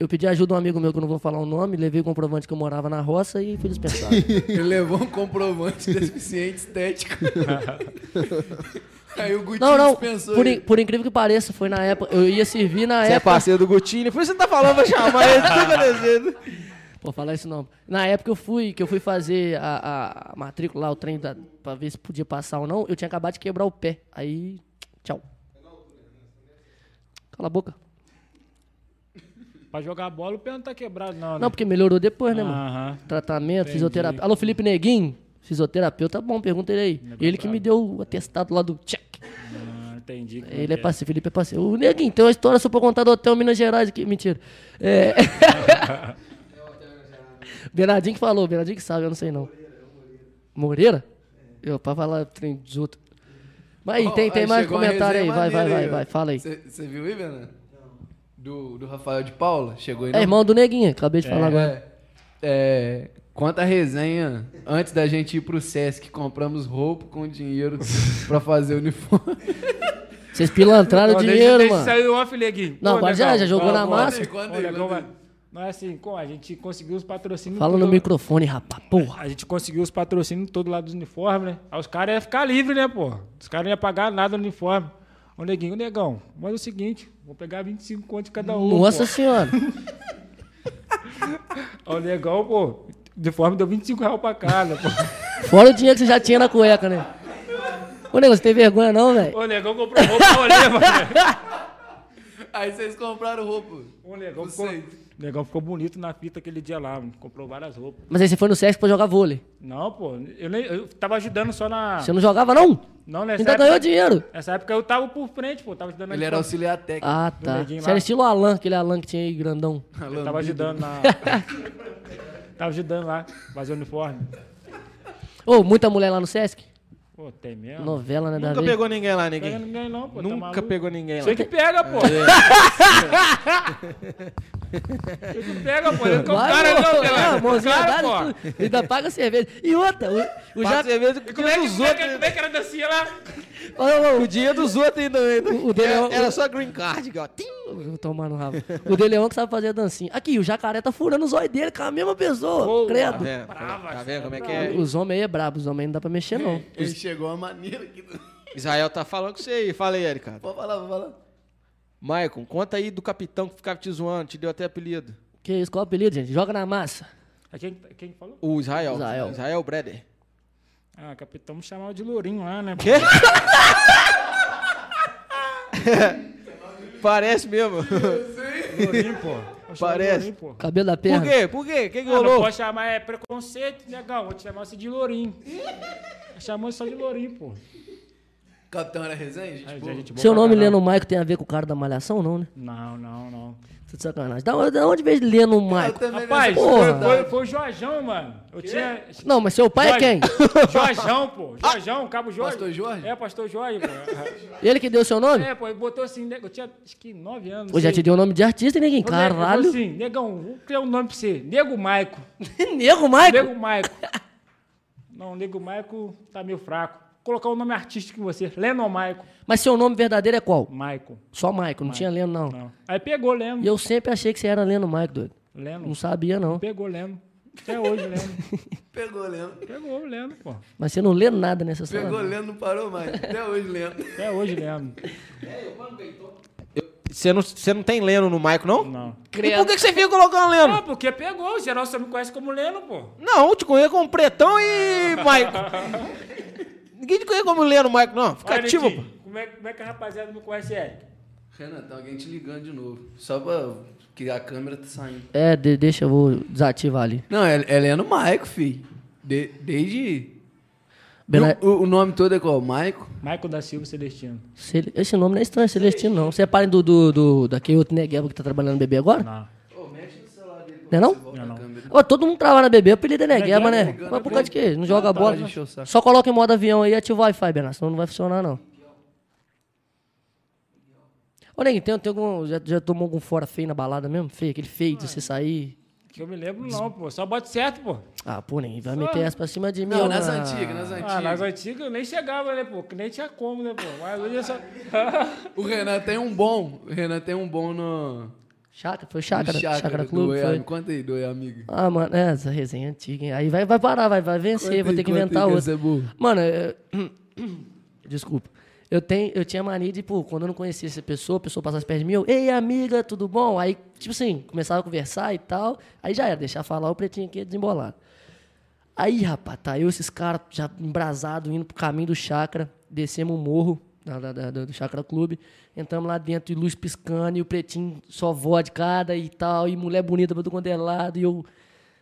[SPEAKER 1] Eu pedi ajuda a um amigo meu, que eu não vou falar o nome. Levei o comprovante que eu morava na roça e fui dispensado.
[SPEAKER 3] Ele levou um comprovante de deficiente estético. Aí o Gutinho
[SPEAKER 1] não, não.
[SPEAKER 3] dispensou
[SPEAKER 1] Por, in-
[SPEAKER 3] ele.
[SPEAKER 1] por incrível que pareça, foi na época. Eu ia servir na
[SPEAKER 2] Você é
[SPEAKER 1] época.
[SPEAKER 2] parceiro do Gutinho, por isso você não tá falando pra chamar ele, tá acontecendo.
[SPEAKER 1] Pô, falar isso não. Na época eu fui, que eu fui fazer a, a- a matrícula lá, o trem, da, pra ver se podia passar ou não, eu tinha acabado de quebrar o pé. Aí, tchau. Cala a boca.
[SPEAKER 4] Pra jogar bola, o pé não tá quebrado, não.
[SPEAKER 1] Não, porque melhorou depois,
[SPEAKER 2] Ah,
[SPEAKER 1] né, mano?
[SPEAKER 4] Aham.
[SPEAKER 1] Tratamento,
[SPEAKER 4] Entendi.
[SPEAKER 1] fisioterapia. Alô, Felipe Neguinho, fisioterapeuta, bom, pergunta ele aí. Ele que me deu o atestado lá do check.
[SPEAKER 4] Ah, entendi. como
[SPEAKER 1] Ele é
[SPEAKER 4] que
[SPEAKER 1] parceiro, Felipe é parceiro. O Neguinho, tem uma história só pra contar do Hotel Minas Gerais aqui. Mentira. É... Bernardinho que falou, Bernardinho que sabe, eu não sei não. Moreira? Eu, pra falar trem dos outros. Mas aí,
[SPEAKER 3] Ó,
[SPEAKER 1] tem, tem mais
[SPEAKER 3] chegou uma
[SPEAKER 1] comentário aí.
[SPEAKER 3] resenha
[SPEAKER 1] Vai, vai,
[SPEAKER 3] maneira
[SPEAKER 1] vai, vai,
[SPEAKER 3] ó.
[SPEAKER 1] fala aí. É
[SPEAKER 3] Cê- Você viu aí, Bernardo? Do, do Rafael de Paula? Chegou aí,
[SPEAKER 1] É irmão do Neguinho, acabei de falar agora.
[SPEAKER 3] É, é, conta a resenha. Antes da gente ir pro Sesc, compramos roupa com dinheiro pra fazer o uniforme.
[SPEAKER 1] Vocês pilantraram o
[SPEAKER 4] Ó, deixa-
[SPEAKER 1] dinheiro,
[SPEAKER 4] deixa
[SPEAKER 1] mano.
[SPEAKER 4] sair do off, Leguinho.
[SPEAKER 1] Não,
[SPEAKER 4] Pô,
[SPEAKER 1] agora já,
[SPEAKER 4] legal.
[SPEAKER 1] já jogou
[SPEAKER 3] Fala,
[SPEAKER 1] na
[SPEAKER 3] bora.
[SPEAKER 1] massa.
[SPEAKER 4] Ô,
[SPEAKER 3] Conta aí,
[SPEAKER 4] Legão,
[SPEAKER 3] conta aí.
[SPEAKER 4] vai- Não é assim, como a gente conseguiu os patrocínios.
[SPEAKER 1] Fala no
[SPEAKER 4] tudo-
[SPEAKER 1] microfone, rapaz. Porra.
[SPEAKER 4] A gente conseguiu os patrocínios todo lá dos uniformes, né? Aí os caras iam ficar livres, né, pô? Os caras não iam pagar nada no uniforme. Ô, neguinho, ô, negão, mas é o seguinte, vou pegar 25 conto de cada um.
[SPEAKER 1] Nossa senhora.
[SPEAKER 4] pô. Ô, negão, pô, o uniforme deu 25 reais pra cada, pô.
[SPEAKER 1] Fora o dinheiro que você já tinha na cueca, né? Ô, negão, você tem vergonha não, velho?
[SPEAKER 4] Ô, negão comprou roupa pra olhar, mano.
[SPEAKER 3] Aí vocês compraram roupa.
[SPEAKER 4] Ô, negão ficou...
[SPEAKER 3] Vocês.
[SPEAKER 4] O negão ficou bonito na fita aquele dia lá, mano. comprou várias roupas.
[SPEAKER 1] Mas aí você foi no Sesc pra jogar vôlei.
[SPEAKER 4] Não, pô, eu, nem, eu tava ajudando só na...
[SPEAKER 1] Você não jogava, não?
[SPEAKER 4] Não, nessa
[SPEAKER 1] Ainda
[SPEAKER 4] época-
[SPEAKER 1] ganhou dinheiro.
[SPEAKER 4] Nessa época eu tava por frente, pô, tava ajudando na
[SPEAKER 3] Ele era auxiliar técnico.
[SPEAKER 1] Ah, tá.
[SPEAKER 4] um neguinho
[SPEAKER 1] Você era
[SPEAKER 4] lá.
[SPEAKER 1] estilo Alan, aquele Alan que tinha aí, grandão.
[SPEAKER 4] Eu tava ajudando na. tava ajudando lá, fazer o uniforme.
[SPEAKER 1] Ô, muita mulher lá no Sesc?
[SPEAKER 4] Pô, tem mesmo. Não
[SPEAKER 1] Novela, né, da
[SPEAKER 2] Nunca
[SPEAKER 1] vez.
[SPEAKER 2] pegou ninguém lá,
[SPEAKER 4] pega
[SPEAKER 2] ninguém.
[SPEAKER 4] ninguém, não, pô. tá
[SPEAKER 2] Nunca
[SPEAKER 4] maluco?
[SPEAKER 2] pegou ninguém lá.
[SPEAKER 4] Você que pega,
[SPEAKER 1] É.
[SPEAKER 4] pô. Você que pega, pô. Ele que é o
[SPEAKER 1] Vai,
[SPEAKER 4] cara,
[SPEAKER 1] moço.
[SPEAKER 4] não, Pelé.
[SPEAKER 1] Ah, mozinha,
[SPEAKER 4] Cara,
[SPEAKER 1] dá-lhe
[SPEAKER 4] pô.
[SPEAKER 1] tudo. Ainda paga cerveja. E outra, o, o,
[SPEAKER 2] Já...
[SPEAKER 1] Jaco-
[SPEAKER 2] E
[SPEAKER 4] Como é que, como é que, como é que era a dancinha lá?
[SPEAKER 1] Ô, ô, ô,
[SPEAKER 2] O dinheiro dos outros ainda.
[SPEAKER 1] O- o Daniel-
[SPEAKER 2] Era, era só green card, ó. Tim.
[SPEAKER 1] Eu vou tomar no rabo. O De Leon que sabe fazer a dancinha. Aqui, o jacaré tá furando os olhos dele com a mesma pessoa.
[SPEAKER 4] Boa.
[SPEAKER 1] credo.
[SPEAKER 2] É, tá vendo como é que é?
[SPEAKER 1] Os homens aí é brabo, os homens não dá pra mexer,
[SPEAKER 4] É.
[SPEAKER 1] não.
[SPEAKER 3] Ele chegou a maneira que. Pode
[SPEAKER 2] Israel tá falando com você aí. Fala aí, Erika.
[SPEAKER 3] falar, pode falar.
[SPEAKER 2] Maicon, conta aí do capitão que ficava te zoando, te deu até apelido.
[SPEAKER 1] Que isso, qual é o apelido, gente? Joga na massa.
[SPEAKER 4] É Quem, quem falou?
[SPEAKER 2] O Israel.
[SPEAKER 1] Israel.
[SPEAKER 2] Israel Breder.
[SPEAKER 4] Ah, capitão me chamava de lourinho lá, né? pô?
[SPEAKER 2] Quê? Parece mesmo.
[SPEAKER 4] Lourinho, pô. Eu chamava de
[SPEAKER 2] Parece.
[SPEAKER 4] Lourinho, pô.
[SPEAKER 1] Cabelo da
[SPEAKER 2] Por
[SPEAKER 1] perna.
[SPEAKER 2] quê? Por quê? O que que
[SPEAKER 4] Ah, não
[SPEAKER 2] rolou?
[SPEAKER 4] pode chamar, é preconceito, negão. Vou te chamar você de lourinho. Chamou só de lourinho, pô.
[SPEAKER 3] Capitão era resenha, gente.
[SPEAKER 4] Aí,
[SPEAKER 3] boa.
[SPEAKER 4] gente boa
[SPEAKER 1] Seu
[SPEAKER 4] pra
[SPEAKER 1] nome
[SPEAKER 4] caralho.
[SPEAKER 1] Leno Maico tem a ver com o cara da malhação, não, né?
[SPEAKER 4] Não, não, não.
[SPEAKER 1] Você de sacanagem. Da onde, da onde veio Leno
[SPEAKER 3] Eu
[SPEAKER 1] Maico?
[SPEAKER 3] também
[SPEAKER 4] Rapaz,
[SPEAKER 3] nessa-
[SPEAKER 1] Porra.
[SPEAKER 4] foi, foi, foi o Jorjão, mano. Eu tinha.
[SPEAKER 1] Não, mas seu pai é quem?
[SPEAKER 4] Jorjão, pô. Jorjão, Cabo Jorge.
[SPEAKER 3] Pastor Jorge?
[SPEAKER 4] É, pastor Jorge, pô.
[SPEAKER 1] Ele que deu seu nome?
[SPEAKER 4] É, pô, ele botou assim, né, eu tinha acho que nove anos.
[SPEAKER 1] Hoje já te deu o nome de artista, hein, ninguém?
[SPEAKER 4] Ele falou
[SPEAKER 1] Caralho.
[SPEAKER 4] assim, negão, vou criar um nome pra você. Nego Maico.
[SPEAKER 1] Nego Maico?
[SPEAKER 4] assim? Nego Maico. Não, Nego Maico tá meio fraco. Vou colocar um nome artístico em você. Lennon Maico.
[SPEAKER 1] Mas seu nome verdadeiro é qual?
[SPEAKER 4] Maico.
[SPEAKER 1] Só Maico, não tinha Leno, não.
[SPEAKER 4] Não. Aí pegou Leno.
[SPEAKER 1] E eu sempre achei que você era Leno Maico, doido.
[SPEAKER 4] Leno.
[SPEAKER 1] Não sabia, não.
[SPEAKER 4] Pegou Leno. Até hoje, Leno.
[SPEAKER 3] Pegou lendo.
[SPEAKER 4] Pegou o Leno, pô.
[SPEAKER 1] Mas você não lê nada nessa sala.
[SPEAKER 3] Pegou
[SPEAKER 1] não.
[SPEAKER 3] lendo, não parou mais. Até hoje lendo.
[SPEAKER 4] Até hoje, Leno.
[SPEAKER 2] Você não, você não tem Leno no Maicon, não?
[SPEAKER 4] Não.
[SPEAKER 2] E por que que você fica colocando Leno?
[SPEAKER 4] Não, porque pegou. Geral só me conhece como Leno, pô.
[SPEAKER 2] Não, eu te conheço como Pretão e Maicon. Ninguém te conhece como Leno Maicon, não. Fica
[SPEAKER 4] Olha,
[SPEAKER 2] ativo, pô.
[SPEAKER 4] Netinho, como, é, como é que a rapaziada me conhece, Eric?
[SPEAKER 3] Renan, tá alguém te ligando de novo. Só pra. Que a câmera tá saindo.
[SPEAKER 1] É, de- deixa eu vou desativar ali.
[SPEAKER 3] Não, é, é Leno Maico, fi. De- desde.
[SPEAKER 1] Bernard-
[SPEAKER 3] O, o- o nome todo é qual? Maico?
[SPEAKER 4] Michael da Silva Celestino.
[SPEAKER 1] Cel- Esse nome não é estranho, é Celestino, não. Você é parente do, do, do- daquele outro negueba que tá trabalhando na bebê agora?
[SPEAKER 4] Não.
[SPEAKER 1] Não é não?
[SPEAKER 4] Não, não.
[SPEAKER 1] Ô, todo mundo trabalha na bebê, o apelido é negueba,
[SPEAKER 4] Negueba,
[SPEAKER 1] né?
[SPEAKER 4] negando,
[SPEAKER 1] Mas por causa de quê? Não joga
[SPEAKER 3] Ah,
[SPEAKER 1] bola. né?
[SPEAKER 3] para de encher o saco.
[SPEAKER 1] Só coloca em modo avião aí e ativa o Wi-Fi, Bernardo, senão não vai funcionar, não. Ô, Neguinho, tem, tem algum, já, já tomou algum fora feio na balada mesmo? Feio, aquele feio de você sair...
[SPEAKER 4] Que eu me lembro não, pô. Só bote certo, pô.
[SPEAKER 1] Ah, pô, nem vai meter essa pra cima de mim.
[SPEAKER 3] Não, né?
[SPEAKER 1] ó,
[SPEAKER 3] nas
[SPEAKER 1] na-
[SPEAKER 3] antigas, nas antigas.
[SPEAKER 4] Ah, nas antigas eu nem chegava, né, pô? Que nem tinha como, né, pô? Mas hoje é só.
[SPEAKER 3] O Renan tem um bom. O Renan tem um bom no. no
[SPEAKER 1] Chácara, foi chácara, chácara,
[SPEAKER 3] do
[SPEAKER 1] clube,
[SPEAKER 3] Goiás.
[SPEAKER 1] foi.
[SPEAKER 3] Conta aí, doi, amigo.
[SPEAKER 1] Ah, mano, é, essa resenha é antiga, hein? Aí vai, vai parar, vai, vai vencer,
[SPEAKER 3] Conta
[SPEAKER 1] vou
[SPEAKER 3] aí,
[SPEAKER 1] ter que
[SPEAKER 3] conta aí, é
[SPEAKER 1] inventar
[SPEAKER 3] quer
[SPEAKER 1] outra.
[SPEAKER 3] ser burro.
[SPEAKER 1] Mano, eu- desculpa. Eu, tenho, eu tinha mania de, pô, quando eu não conhecia essa pessoa, a pessoa passasse perto de mim, eu, ei, amiga, tudo bom? Aí, tipo assim, começava a conversar e tal. Aí já era, deixar falar, o pretinho aqui é desembolado. Aí, rapaz, tá eu e esses caras já embrasados, indo pro caminho do chácara, descemos o morro da- da- da- do chácara clube, entramos lá dentro e luz piscando, e o pretinho só vó de cada e tal, e mulher bonita pra todo quanto é lado, e eu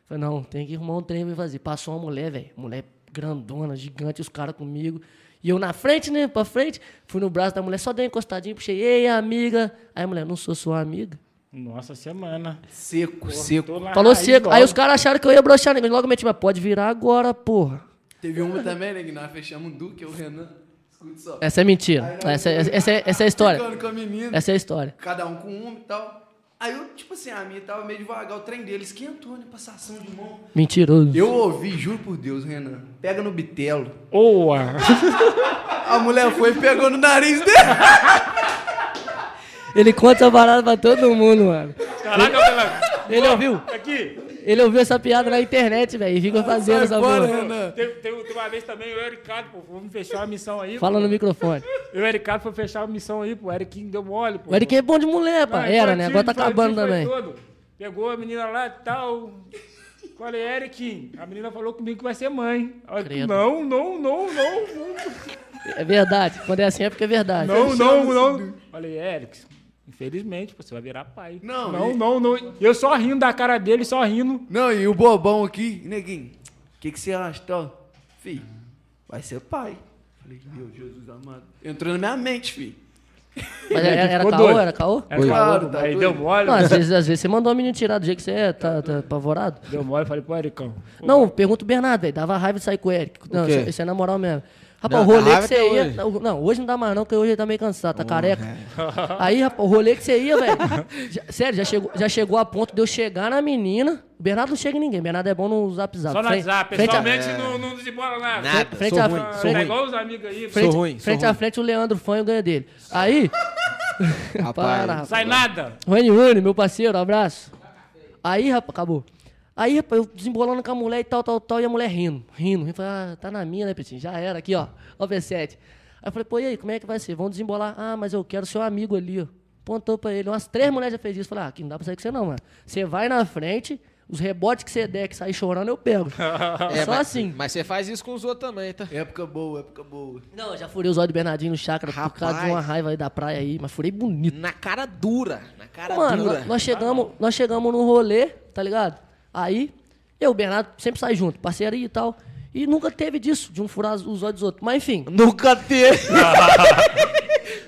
[SPEAKER 1] falei, não, tem que arrumar um trem pra fazer. Passou uma mulher, velho, mulher grandona, gigante, os caras comigo, e eu na frente, né, pra frente, fui no braço da mulher, só dei uma encostadinha, puxei, ei, amiga. Aí a mulher, não sou sua amiga.
[SPEAKER 4] Nossa semana.
[SPEAKER 3] Seco, seco.
[SPEAKER 4] Tô na
[SPEAKER 1] Falou
[SPEAKER 4] raiz
[SPEAKER 1] seco.
[SPEAKER 4] logo.
[SPEAKER 1] Aí os caras acharam que eu ia broxar, né? logo meti, mas pode virar agora, porra.
[SPEAKER 3] Teve uma também, né, que nós fechamos um Duque, o Renan. Escute só.
[SPEAKER 1] Essa é mentira. Essa, essa, essa é, essa é a história.
[SPEAKER 3] Ficando com a menina.
[SPEAKER 1] Essa é a história.
[SPEAKER 3] Cada um com um e tal. Aí eu, tipo assim, a minha tava meio devagar, o trem dele esquentou, né? Passação de mão.
[SPEAKER 1] Mentiroso.
[SPEAKER 3] Eu ouvi, juro por Deus, Renan. Pega no bitelo.
[SPEAKER 4] Oa!
[SPEAKER 3] A mulher foi e pegou no nariz dele.
[SPEAKER 1] Ele conta essa parada pra todo mundo, mano.
[SPEAKER 4] Caraca, pela...
[SPEAKER 1] Ele ouviu?
[SPEAKER 4] Aqui!
[SPEAKER 1] Ele ouviu essa piada na internet, velho. E fica fazendo
[SPEAKER 3] Sai
[SPEAKER 1] essa
[SPEAKER 3] fora,
[SPEAKER 1] porra.
[SPEAKER 3] Renan.
[SPEAKER 4] Teve, teve- teve uma vez também, o Ericado, pô, vamos fechar uma missão aí.
[SPEAKER 1] Fala no microfone.
[SPEAKER 4] E o Ericado foi fechar uma missão aí, pô. O Eriquinho deu mole, pô.
[SPEAKER 1] O Eric é bom de mulher,
[SPEAKER 4] Não,
[SPEAKER 1] pá. Era,
[SPEAKER 4] infantil,
[SPEAKER 1] né? Agora tá
[SPEAKER 4] infantil
[SPEAKER 1] acabando
[SPEAKER 4] foi
[SPEAKER 1] também.
[SPEAKER 4] todo. Pegou a menina lá e tal. Falei, Eric, a menina falou comigo que vai ser mãe. Aí eu,
[SPEAKER 1] Credo.
[SPEAKER 4] Não, não, não, não,
[SPEAKER 1] É verdade. Quando é assim é porque é verdade.
[SPEAKER 4] não, não, não, não. Falei, Eric, infelizmente, você vai virar pai.
[SPEAKER 3] Não,
[SPEAKER 4] não,
[SPEAKER 3] e-
[SPEAKER 4] não, não. Eu só rindo da cara dele, só rindo.
[SPEAKER 3] Não, e o bobão aqui, neguinho, o que, que você acha, tal? Fih, vai ser pai. Falei, meu Jesus amado. Entrou na minha mente, fi.
[SPEAKER 1] Mas era, era
[SPEAKER 4] Ficou
[SPEAKER 1] caô?
[SPEAKER 4] doido.
[SPEAKER 1] Era caô?
[SPEAKER 4] Era
[SPEAKER 3] Claro,
[SPEAKER 4] calor,
[SPEAKER 3] tá
[SPEAKER 4] aí
[SPEAKER 3] doido.
[SPEAKER 4] deu mole,
[SPEAKER 1] Não, às vezes, às vezes você mandou a menina tirar do jeito que você é, tá, tá apavorado.
[SPEAKER 4] deu mole. Falei, pô, Ericão.
[SPEAKER 1] Não, pergunta o Bernardo, velho. Dava raiva de sair com o Eric. Não,
[SPEAKER 2] quê?
[SPEAKER 1] isso, isso é na moral mesmo. Rapaz, o
[SPEAKER 2] Dá- dá
[SPEAKER 1] rolê
[SPEAKER 2] raiva
[SPEAKER 1] que você
[SPEAKER 2] até
[SPEAKER 1] ia.
[SPEAKER 2] hoje. é.
[SPEAKER 1] Não, não, hoje não dá mais, não, porque hoje ele tá meio cansado, tá careca. Aí, rapaz, o rolê que você ia, velho. já- Sério, já chegou, já chegou a ponto de eu chegar na menina. O Bernardo não chega em ninguém. O Bernardo é bom no zap zap.
[SPEAKER 4] Só no
[SPEAKER 1] Frente-
[SPEAKER 4] WhatsApp,
[SPEAKER 1] frente a-
[SPEAKER 3] É.
[SPEAKER 4] pessoalmente não, não desembora nada.
[SPEAKER 2] Nada.
[SPEAKER 1] frente
[SPEAKER 2] sou
[SPEAKER 1] a-
[SPEAKER 2] ruim,
[SPEAKER 4] Ah,
[SPEAKER 2] sou
[SPEAKER 4] tá
[SPEAKER 1] frente-
[SPEAKER 2] ruim.
[SPEAKER 4] igual os amigos aí. pô.
[SPEAKER 1] Frente,
[SPEAKER 2] ruim, sou
[SPEAKER 1] frente a
[SPEAKER 2] ruim.
[SPEAKER 1] frente, o Leandro Fanho ganha dele. Aí.
[SPEAKER 2] Rapaz.
[SPEAKER 1] Para, rapaz.
[SPEAKER 4] Sai nada.
[SPEAKER 1] Rony Rony, meu parceiro, abraço. Aí, rapaz, acabou. Aí, rapaz, eu desembolando com a mulher e tal, tal, tal, e a mulher rindo, rindo. rindo. Falei, ah, tá na minha, né, Petinho? Já era, aqui, ó, ó o V7. Aí eu falei, pô, e aí, como é que vai ser? Vamos desembolar. Ah, mas eu quero seu amigo ali, ó. Apontou pra ele. Umas três mulheres já fez isso. Falei, ah, aqui não dá pra sair com você não, mano. Você vai na frente, os rebotes que você der, que sair chorando, eu pego. É,
[SPEAKER 2] É,
[SPEAKER 1] Só
[SPEAKER 2] mas-
[SPEAKER 1] assim.
[SPEAKER 2] Mas você faz isso com os outros também, tá?
[SPEAKER 3] Época boa, época boa.
[SPEAKER 1] Não, eu já furei os olhos do Bernardinho no chácara por causa de uma
[SPEAKER 2] Rapaz.
[SPEAKER 1] raiva aí da praia aí, mas furei bonito.
[SPEAKER 2] Na cara dura. Na cara
[SPEAKER 1] Mano,
[SPEAKER 2] dura.
[SPEAKER 1] nó- nós chegamos, nós chegamos no rolê, tá ligado? Aí, eu e o Bernardo sempre sai junto, parceria e tal. E nunca teve disso, de um furar os olhos dos outros. Mas enfim.
[SPEAKER 2] Nunca teve.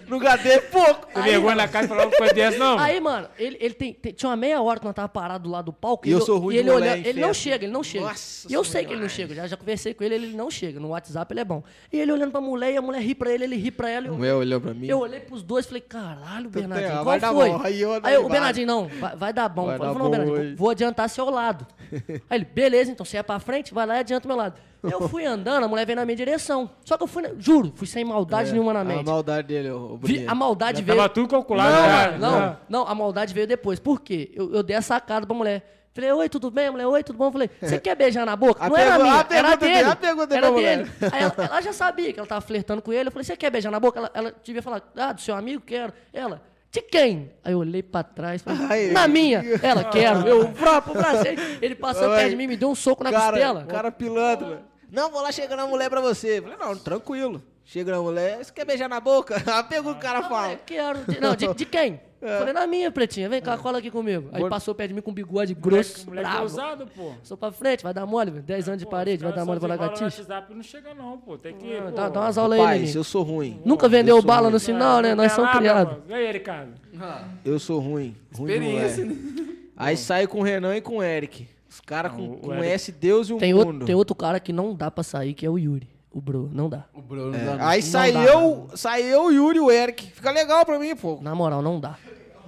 [SPEAKER 2] Nunca teve pouco.
[SPEAKER 4] Tu vergonha na cara e falou que foi dessa, não.
[SPEAKER 1] Aí, mano, ele, ele tem, tem- tinha uma meia hora que nós tava parado lá do palco.
[SPEAKER 2] E eu sou ruim
[SPEAKER 1] e
[SPEAKER 2] de
[SPEAKER 1] ele
[SPEAKER 2] rolê,
[SPEAKER 1] olhando- Ele não
[SPEAKER 2] inferno.
[SPEAKER 1] chega, ele não chega.
[SPEAKER 2] Nossa
[SPEAKER 1] e eu sei
[SPEAKER 2] senhora.
[SPEAKER 1] que ele não chega. Já, já conversei com ele, ele não chega. No WhatsApp ele é bom. E ele olhando pra mulher, e a mulher ri pra ele, ele ri pra ela. e eu-
[SPEAKER 2] O meu olhou pra mim.
[SPEAKER 1] Ah, Eu olhei pros dois e falei, caralho, Bernardinho,
[SPEAKER 2] tem-
[SPEAKER 1] qual
[SPEAKER 2] vai dar
[SPEAKER 1] foi?
[SPEAKER 2] bom, aí eu-
[SPEAKER 1] Aí o
[SPEAKER 2] vai.
[SPEAKER 1] Bernardinho, não, vai, vai dar bom.
[SPEAKER 2] Vai
[SPEAKER 1] Eu falei,
[SPEAKER 2] dar
[SPEAKER 1] não,
[SPEAKER 2] bom
[SPEAKER 1] Bernardinho,
[SPEAKER 2] hoje.
[SPEAKER 1] vou adiantar seu lado. Aí ele, beleza, então você é pra frente, vai lá e adianta o meu lado. Eu fui andando, a mulher veio na minha direção. Só que eu fui, na- juro, fui sem maldade nenhuma na
[SPEAKER 2] É, A
[SPEAKER 1] mente.
[SPEAKER 2] maldade dele, ô ô,
[SPEAKER 1] Vi-
[SPEAKER 2] Bruninho.
[SPEAKER 1] a maldade veio...
[SPEAKER 4] Tava tudo calculado. né?
[SPEAKER 1] Não,
[SPEAKER 4] já.
[SPEAKER 1] não,
[SPEAKER 2] É.
[SPEAKER 4] Já.
[SPEAKER 1] Então, não, a maldade veio depois. Por quê? Eu, eu dei a sacada pra mulher. Falei, oi, tudo bem? A mulher, oi, tudo bom? Eu Falei, você quer beijar na boca?
[SPEAKER 2] É. A
[SPEAKER 1] não era
[SPEAKER 2] pergu-
[SPEAKER 1] minha,
[SPEAKER 2] a
[SPEAKER 1] era
[SPEAKER 2] pergunta
[SPEAKER 1] dele.
[SPEAKER 2] dele- a pergunta
[SPEAKER 1] era
[SPEAKER 2] da mulher.
[SPEAKER 1] dele. Aí ela, ela já sabia que ela tava flertando com ele. Eu falei, você quer beijar na boca? Ela, ela devia falar, ah, do seu amigo, quero. Ela, de quem? Aí eu olhei pra trás, falei,
[SPEAKER 2] Ai,
[SPEAKER 1] na minha. Ela, quero. Eu, próprio prazer. Ele passou
[SPEAKER 2] Ai.
[SPEAKER 1] perto de mim, me deu um soco na
[SPEAKER 2] cara,
[SPEAKER 1] costela.
[SPEAKER 2] Cara pilantra. Não, vou lá chegar na mulher pra você. Falei, não, tranquilo. Chega na mulher, você quer beijar na boca? Aí pega o cara
[SPEAKER 1] Ah,
[SPEAKER 2] fala. É.
[SPEAKER 1] eu quero. De- não, de, de quem? Falei, na minha, pretinha. Vem cá, cola aqui comigo. Aí passou perto de mim com um bigode grosso,
[SPEAKER 4] Moleque é um
[SPEAKER 1] bravo.
[SPEAKER 4] ousado, pô.
[SPEAKER 1] Sou pra frente, vai dar mole, velho. 10 anos de parede, vai dar mole pra lagartixa.
[SPEAKER 4] WhatsApp não chega não, pô. Tem que... pô,
[SPEAKER 1] Dá, dá umas aulas aí,
[SPEAKER 2] Rapaz,
[SPEAKER 1] Neninho.
[SPEAKER 2] eu sou um ruim.
[SPEAKER 1] Nunca vendeu
[SPEAKER 2] eu sou
[SPEAKER 1] bala
[SPEAKER 2] ruim.
[SPEAKER 1] no sinal, né? Nós
[SPEAKER 4] vai
[SPEAKER 1] somos
[SPEAKER 4] lá, meu
[SPEAKER 1] criados.
[SPEAKER 4] mano. E aí, Ricardo?
[SPEAKER 2] Eu sou ruim. ruim de
[SPEAKER 3] Experiência,
[SPEAKER 2] moleque. Aí saio com o Renan e com o Eric. Os caras
[SPEAKER 4] Não,
[SPEAKER 2] com,
[SPEAKER 4] o
[SPEAKER 2] conhecem Deus e o
[SPEAKER 1] Tem
[SPEAKER 2] mundo.
[SPEAKER 1] outro, tem outro cara que não dá pra sair, que é o Yuri. O Bro, não dá.
[SPEAKER 3] O Bruno é.
[SPEAKER 2] Aí sai
[SPEAKER 1] dá,
[SPEAKER 2] eu, sai eu, o Yuri e o Eric. Fica legal pra mim, pô.
[SPEAKER 1] Na moral, não dá.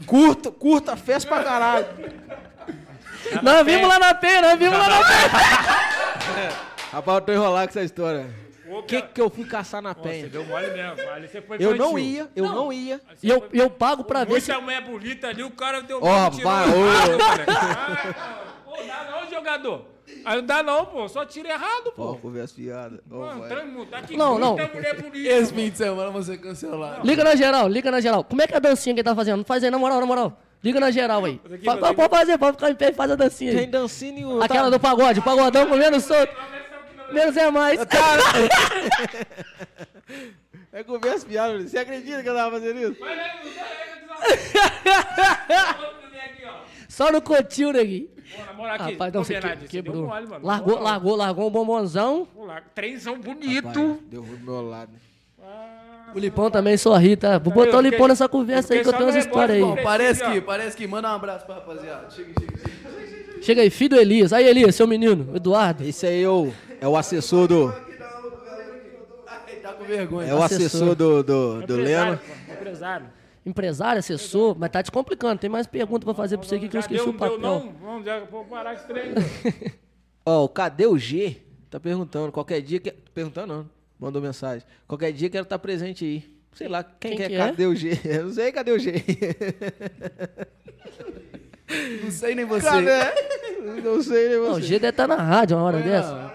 [SPEAKER 2] Curta, curta a festa pra caralho.
[SPEAKER 1] Nós vimos lá na penha, nós vimos lá na penha.
[SPEAKER 2] Rapaz, eu tô enrolado com essa história.
[SPEAKER 4] O
[SPEAKER 2] O que que eu fui caçar na
[SPEAKER 4] Você
[SPEAKER 2] penha?
[SPEAKER 4] deu um mole mesmo. Ali você foi
[SPEAKER 2] Eu não
[SPEAKER 4] infantil.
[SPEAKER 2] ia, eu não ia.
[SPEAKER 1] E eu, eu pago pra ver se...
[SPEAKER 4] Muita mulher bonita ali, o cara deu
[SPEAKER 2] Ó,
[SPEAKER 4] tirou
[SPEAKER 2] vai,
[SPEAKER 4] errado,
[SPEAKER 2] ô.
[SPEAKER 4] moleque. Ah, Pô, dá não, jogador. Aí não dá não, pô. Só tira errado, pô.
[SPEAKER 2] conversa fiada.
[SPEAKER 4] Mano, tranquilo, tá aqui.
[SPEAKER 1] é. Não, não.
[SPEAKER 4] muita mulher bonita.
[SPEAKER 3] Esse
[SPEAKER 4] mano.
[SPEAKER 3] fim de semana você é cancelar.
[SPEAKER 1] Liga na geral, liga na geral. Como é que é a dancinha que ele tá fazendo? Não faz aí, na moral, na moral. Liga na geral aí.
[SPEAKER 4] Fazer aqui,
[SPEAKER 1] Fa-
[SPEAKER 4] fazer aqui.
[SPEAKER 1] Pode fazer, pode ficar em pé e faz a dancinha
[SPEAKER 2] Tem tá?
[SPEAKER 1] aí.
[SPEAKER 2] dancinha e o...
[SPEAKER 1] Aquela do pagode, pagodão com menos solto. Menos é mais.
[SPEAKER 2] É conversa fiada, você acredita que eu tava fazendo isso?
[SPEAKER 4] é
[SPEAKER 1] Só no cotil, neguinho.
[SPEAKER 4] Pô, na moral, aqui,
[SPEAKER 1] Rapaz, não,
[SPEAKER 4] pô,
[SPEAKER 1] você que-
[SPEAKER 4] Bernardo, você deu
[SPEAKER 1] quebrou.
[SPEAKER 4] mole, mano.
[SPEAKER 1] Largou,
[SPEAKER 4] Pô,
[SPEAKER 1] largou, largou um bombonzão.
[SPEAKER 4] pô, larga. Trenzão bonito.
[SPEAKER 2] Deu ruim do meu lado.
[SPEAKER 4] Ah,
[SPEAKER 1] O Lipão também sorri, tá? Vou botar o
[SPEAKER 4] Porque-
[SPEAKER 1] Lipão nessa conversa aí que eu
[SPEAKER 4] porque
[SPEAKER 1] tenho umas
[SPEAKER 4] só no
[SPEAKER 1] histórias
[SPEAKER 4] rebote,
[SPEAKER 1] aí.
[SPEAKER 3] Bom, parece que, parece que. Manda um abraço pra rapaziada. Chega, chega, chega.
[SPEAKER 1] Chega aí, filho do Elias. Aí, Elias, seu menino, Eduardo.
[SPEAKER 2] Esse aí é o, é o assessor do.
[SPEAKER 3] Ele tá com vergonha.
[SPEAKER 2] É o assessor
[SPEAKER 1] Assessor.
[SPEAKER 2] do, do, do
[SPEAKER 4] É Empresário,
[SPEAKER 2] Leno.
[SPEAKER 4] pô, Empresário.
[SPEAKER 1] Empresário, assessor, mas tá te complicando. Tem mais perguntas pra fazer pra você aqui que eu
[SPEAKER 4] Já deu,
[SPEAKER 1] esqueci o
[SPEAKER 4] não deu
[SPEAKER 1] papel.
[SPEAKER 4] não? Vamos, já vou parar esse trem.
[SPEAKER 2] Ó, o cadê o G? Tá perguntando. Qualquer dia que. Perguntando não. Mandou mensagem. Qualquer dia quero estar presente aí. Sei lá, quem,
[SPEAKER 1] Quem
[SPEAKER 2] quer
[SPEAKER 1] que é?
[SPEAKER 2] cadê o G? Eu não sei cadê o G.
[SPEAKER 3] Não sei nem você.
[SPEAKER 2] Cadê? Não sei, né,
[SPEAKER 1] Não, o
[SPEAKER 2] você?
[SPEAKER 1] G deve estar na rádio uma hora
[SPEAKER 3] É,
[SPEAKER 1] dessa.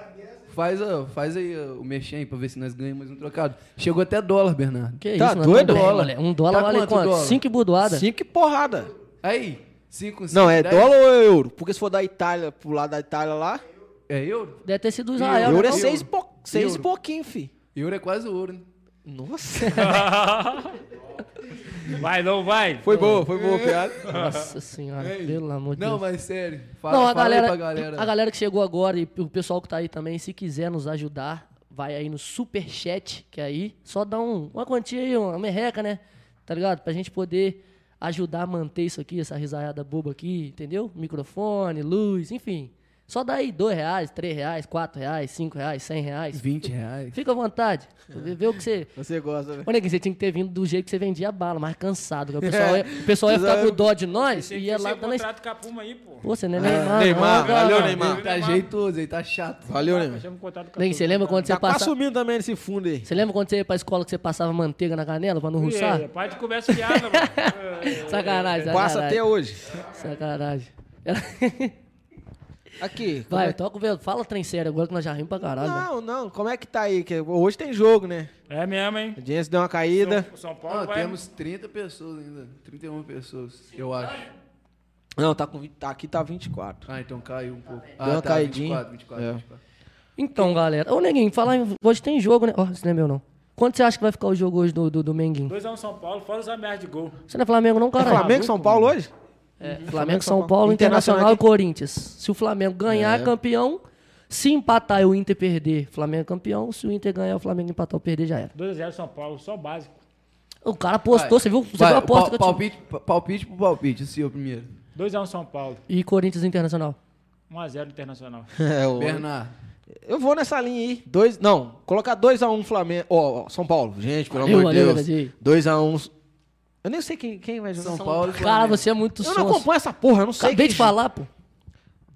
[SPEAKER 3] Faz, ó, faz aí ó, o mexer aí pra ver se nós ganhamos mais um trocado. Chegou até dólar, Bernardo.
[SPEAKER 1] Que
[SPEAKER 2] Tá
[SPEAKER 1] isso, nós
[SPEAKER 2] doido?
[SPEAKER 1] tamo bem,
[SPEAKER 2] Dólar.
[SPEAKER 1] moleque. Um dólar
[SPEAKER 3] Tá
[SPEAKER 1] vale
[SPEAKER 3] quanto
[SPEAKER 1] quanto?
[SPEAKER 3] dólar?
[SPEAKER 1] Cinco e burdoada.
[SPEAKER 2] Cinco e porrada.
[SPEAKER 3] Aí, 5, 5.
[SPEAKER 2] Não, é dólar ou euro? Porque se for da Itália, pro lado da Itália lá,
[SPEAKER 3] É euro?
[SPEAKER 1] Deve ter sido Israel.
[SPEAKER 2] euro
[SPEAKER 1] né,
[SPEAKER 2] é
[SPEAKER 1] não?
[SPEAKER 2] seis, po... seis e
[SPEAKER 3] Euro.
[SPEAKER 2] pouquinho, fi.
[SPEAKER 3] Euro é quase ouro, né?
[SPEAKER 2] Nossa.
[SPEAKER 4] Vai, não vai.
[SPEAKER 2] Foi boa, foi boa, piada.
[SPEAKER 1] Nossa senhora, pelo amor de
[SPEAKER 3] Não,
[SPEAKER 1] Deus.
[SPEAKER 3] mas sério. Fala,
[SPEAKER 1] Não, a
[SPEAKER 3] fala aí
[SPEAKER 1] galera,
[SPEAKER 3] pra galera.
[SPEAKER 1] a galera que chegou agora e o pessoal que tá aí também, se quiser nos ajudar, vai aí no superchat, que aí só dá um, uma quantia aí, uma merreca, né? Tá ligado? Pra gente poder ajudar a manter isso aqui, essa risaiada boba aqui, entendeu? Microfone, luz, enfim. Só dá aí dois reais, três reais, quatro reais, cinco reais, cem reais.
[SPEAKER 3] 20 reais.
[SPEAKER 1] Fica à vontade. Vê vê o que você...
[SPEAKER 2] Você gosta, né?
[SPEAKER 1] Ô, neguinho, você tinha que ter vindo do jeito que você vendia a bala, mais cansado. cara. O pessoal, ia, o pessoal ia ficar com dó de nós e ia lá dando... esse-
[SPEAKER 4] contrato com a Puma aí, pô.
[SPEAKER 1] Pô, você
[SPEAKER 3] Ah,
[SPEAKER 1] não é Neymar,
[SPEAKER 2] Neymar,
[SPEAKER 1] não, cara.
[SPEAKER 2] valeu, Neymar.
[SPEAKER 3] Ele tá jeitoso, ele tá chato.
[SPEAKER 2] Valeu, né?
[SPEAKER 4] Fechamos o contrato com a
[SPEAKER 1] Neguinho, você lembra quando você
[SPEAKER 2] Tá quase
[SPEAKER 1] passava...
[SPEAKER 2] sumindo também nesse fundo aí.
[SPEAKER 1] Você lembra quando você ia pra escola que você passava manteiga na canela pra não
[SPEAKER 4] Puma.
[SPEAKER 1] russar?
[SPEAKER 4] É, Para de conversa fiada, mano.
[SPEAKER 1] Sacanagem, sacanagem.
[SPEAKER 2] Passa até hoje.
[SPEAKER 1] Sacanagem.
[SPEAKER 2] Aqui. como
[SPEAKER 1] Vai,
[SPEAKER 2] é-
[SPEAKER 1] toca o vento. Fala trem sério agora que nós já rimos pra caralho. né?
[SPEAKER 2] Não, não, como é que tá aí? Que hoje tem jogo, né?
[SPEAKER 4] É mesmo, hein?
[SPEAKER 2] A audiência deu uma caída.
[SPEAKER 4] O São Paulo
[SPEAKER 1] Ah,
[SPEAKER 3] Não,
[SPEAKER 4] vai...
[SPEAKER 3] temos 30 pessoas ainda. 31 pessoas, eu acho.
[SPEAKER 2] Não, tá com 20, tá- aqui tá 24.
[SPEAKER 3] Ah, então caiu um pouco. Ah,
[SPEAKER 2] Deu uma
[SPEAKER 3] tá,
[SPEAKER 2] caidinha.
[SPEAKER 3] 24, 24,
[SPEAKER 2] É.
[SPEAKER 3] 24.
[SPEAKER 1] Então, galera. Ô, neguinho, falar em... Hoje tem jogo, né? Ó, isso não é meu, não. Quanto você acha que vai ficar o jogo hoje do, do, do Menguinho?
[SPEAKER 4] 2x1 São Paulo, fora os ameaços de gol.
[SPEAKER 1] Você não é Flamengo, não, cara?
[SPEAKER 2] Flamengo, São Paulo hoje?
[SPEAKER 1] Flamengo, São Paulo, Internacional e Corinthians. Se o Flamengo ganhar, é campeão. Se empatar e o Inter perder, Flamengo é campeão. Se o Inter ganhar, o Flamengo empatar ou perder, já era.
[SPEAKER 4] 2x0 São Paulo, só básico.
[SPEAKER 1] O cara apostou, você viu? Você
[SPEAKER 3] Vai,
[SPEAKER 1] viu a aposta
[SPEAKER 3] pal-
[SPEAKER 1] que eu tive?
[SPEAKER 3] palpite, pa- palpite pro palpite, o senhor primeiro.
[SPEAKER 4] 2x1 São Paulo,
[SPEAKER 1] E Corinthians e Internacional.
[SPEAKER 4] 1x0 Internacional.
[SPEAKER 2] É, o-
[SPEAKER 3] Bernardo.
[SPEAKER 2] Eu vou nessa linha aí. Dois, não, colocar 2x1 Flamengo. Ó, ó, São Paulo, gente, pelo
[SPEAKER 1] Valeu,
[SPEAKER 2] amor de
[SPEAKER 1] valeu,
[SPEAKER 2] Deus.
[SPEAKER 1] Dadinho.
[SPEAKER 2] 2x1. Eu nem sei quem, quem vai jogar.
[SPEAKER 3] São Paulo. e
[SPEAKER 1] Cara,
[SPEAKER 3] Flamengo.
[SPEAKER 1] você é muito
[SPEAKER 2] Eu não
[SPEAKER 1] sonso.
[SPEAKER 2] acompanho essa porra, eu não sei.
[SPEAKER 1] Acabei de falar, pô.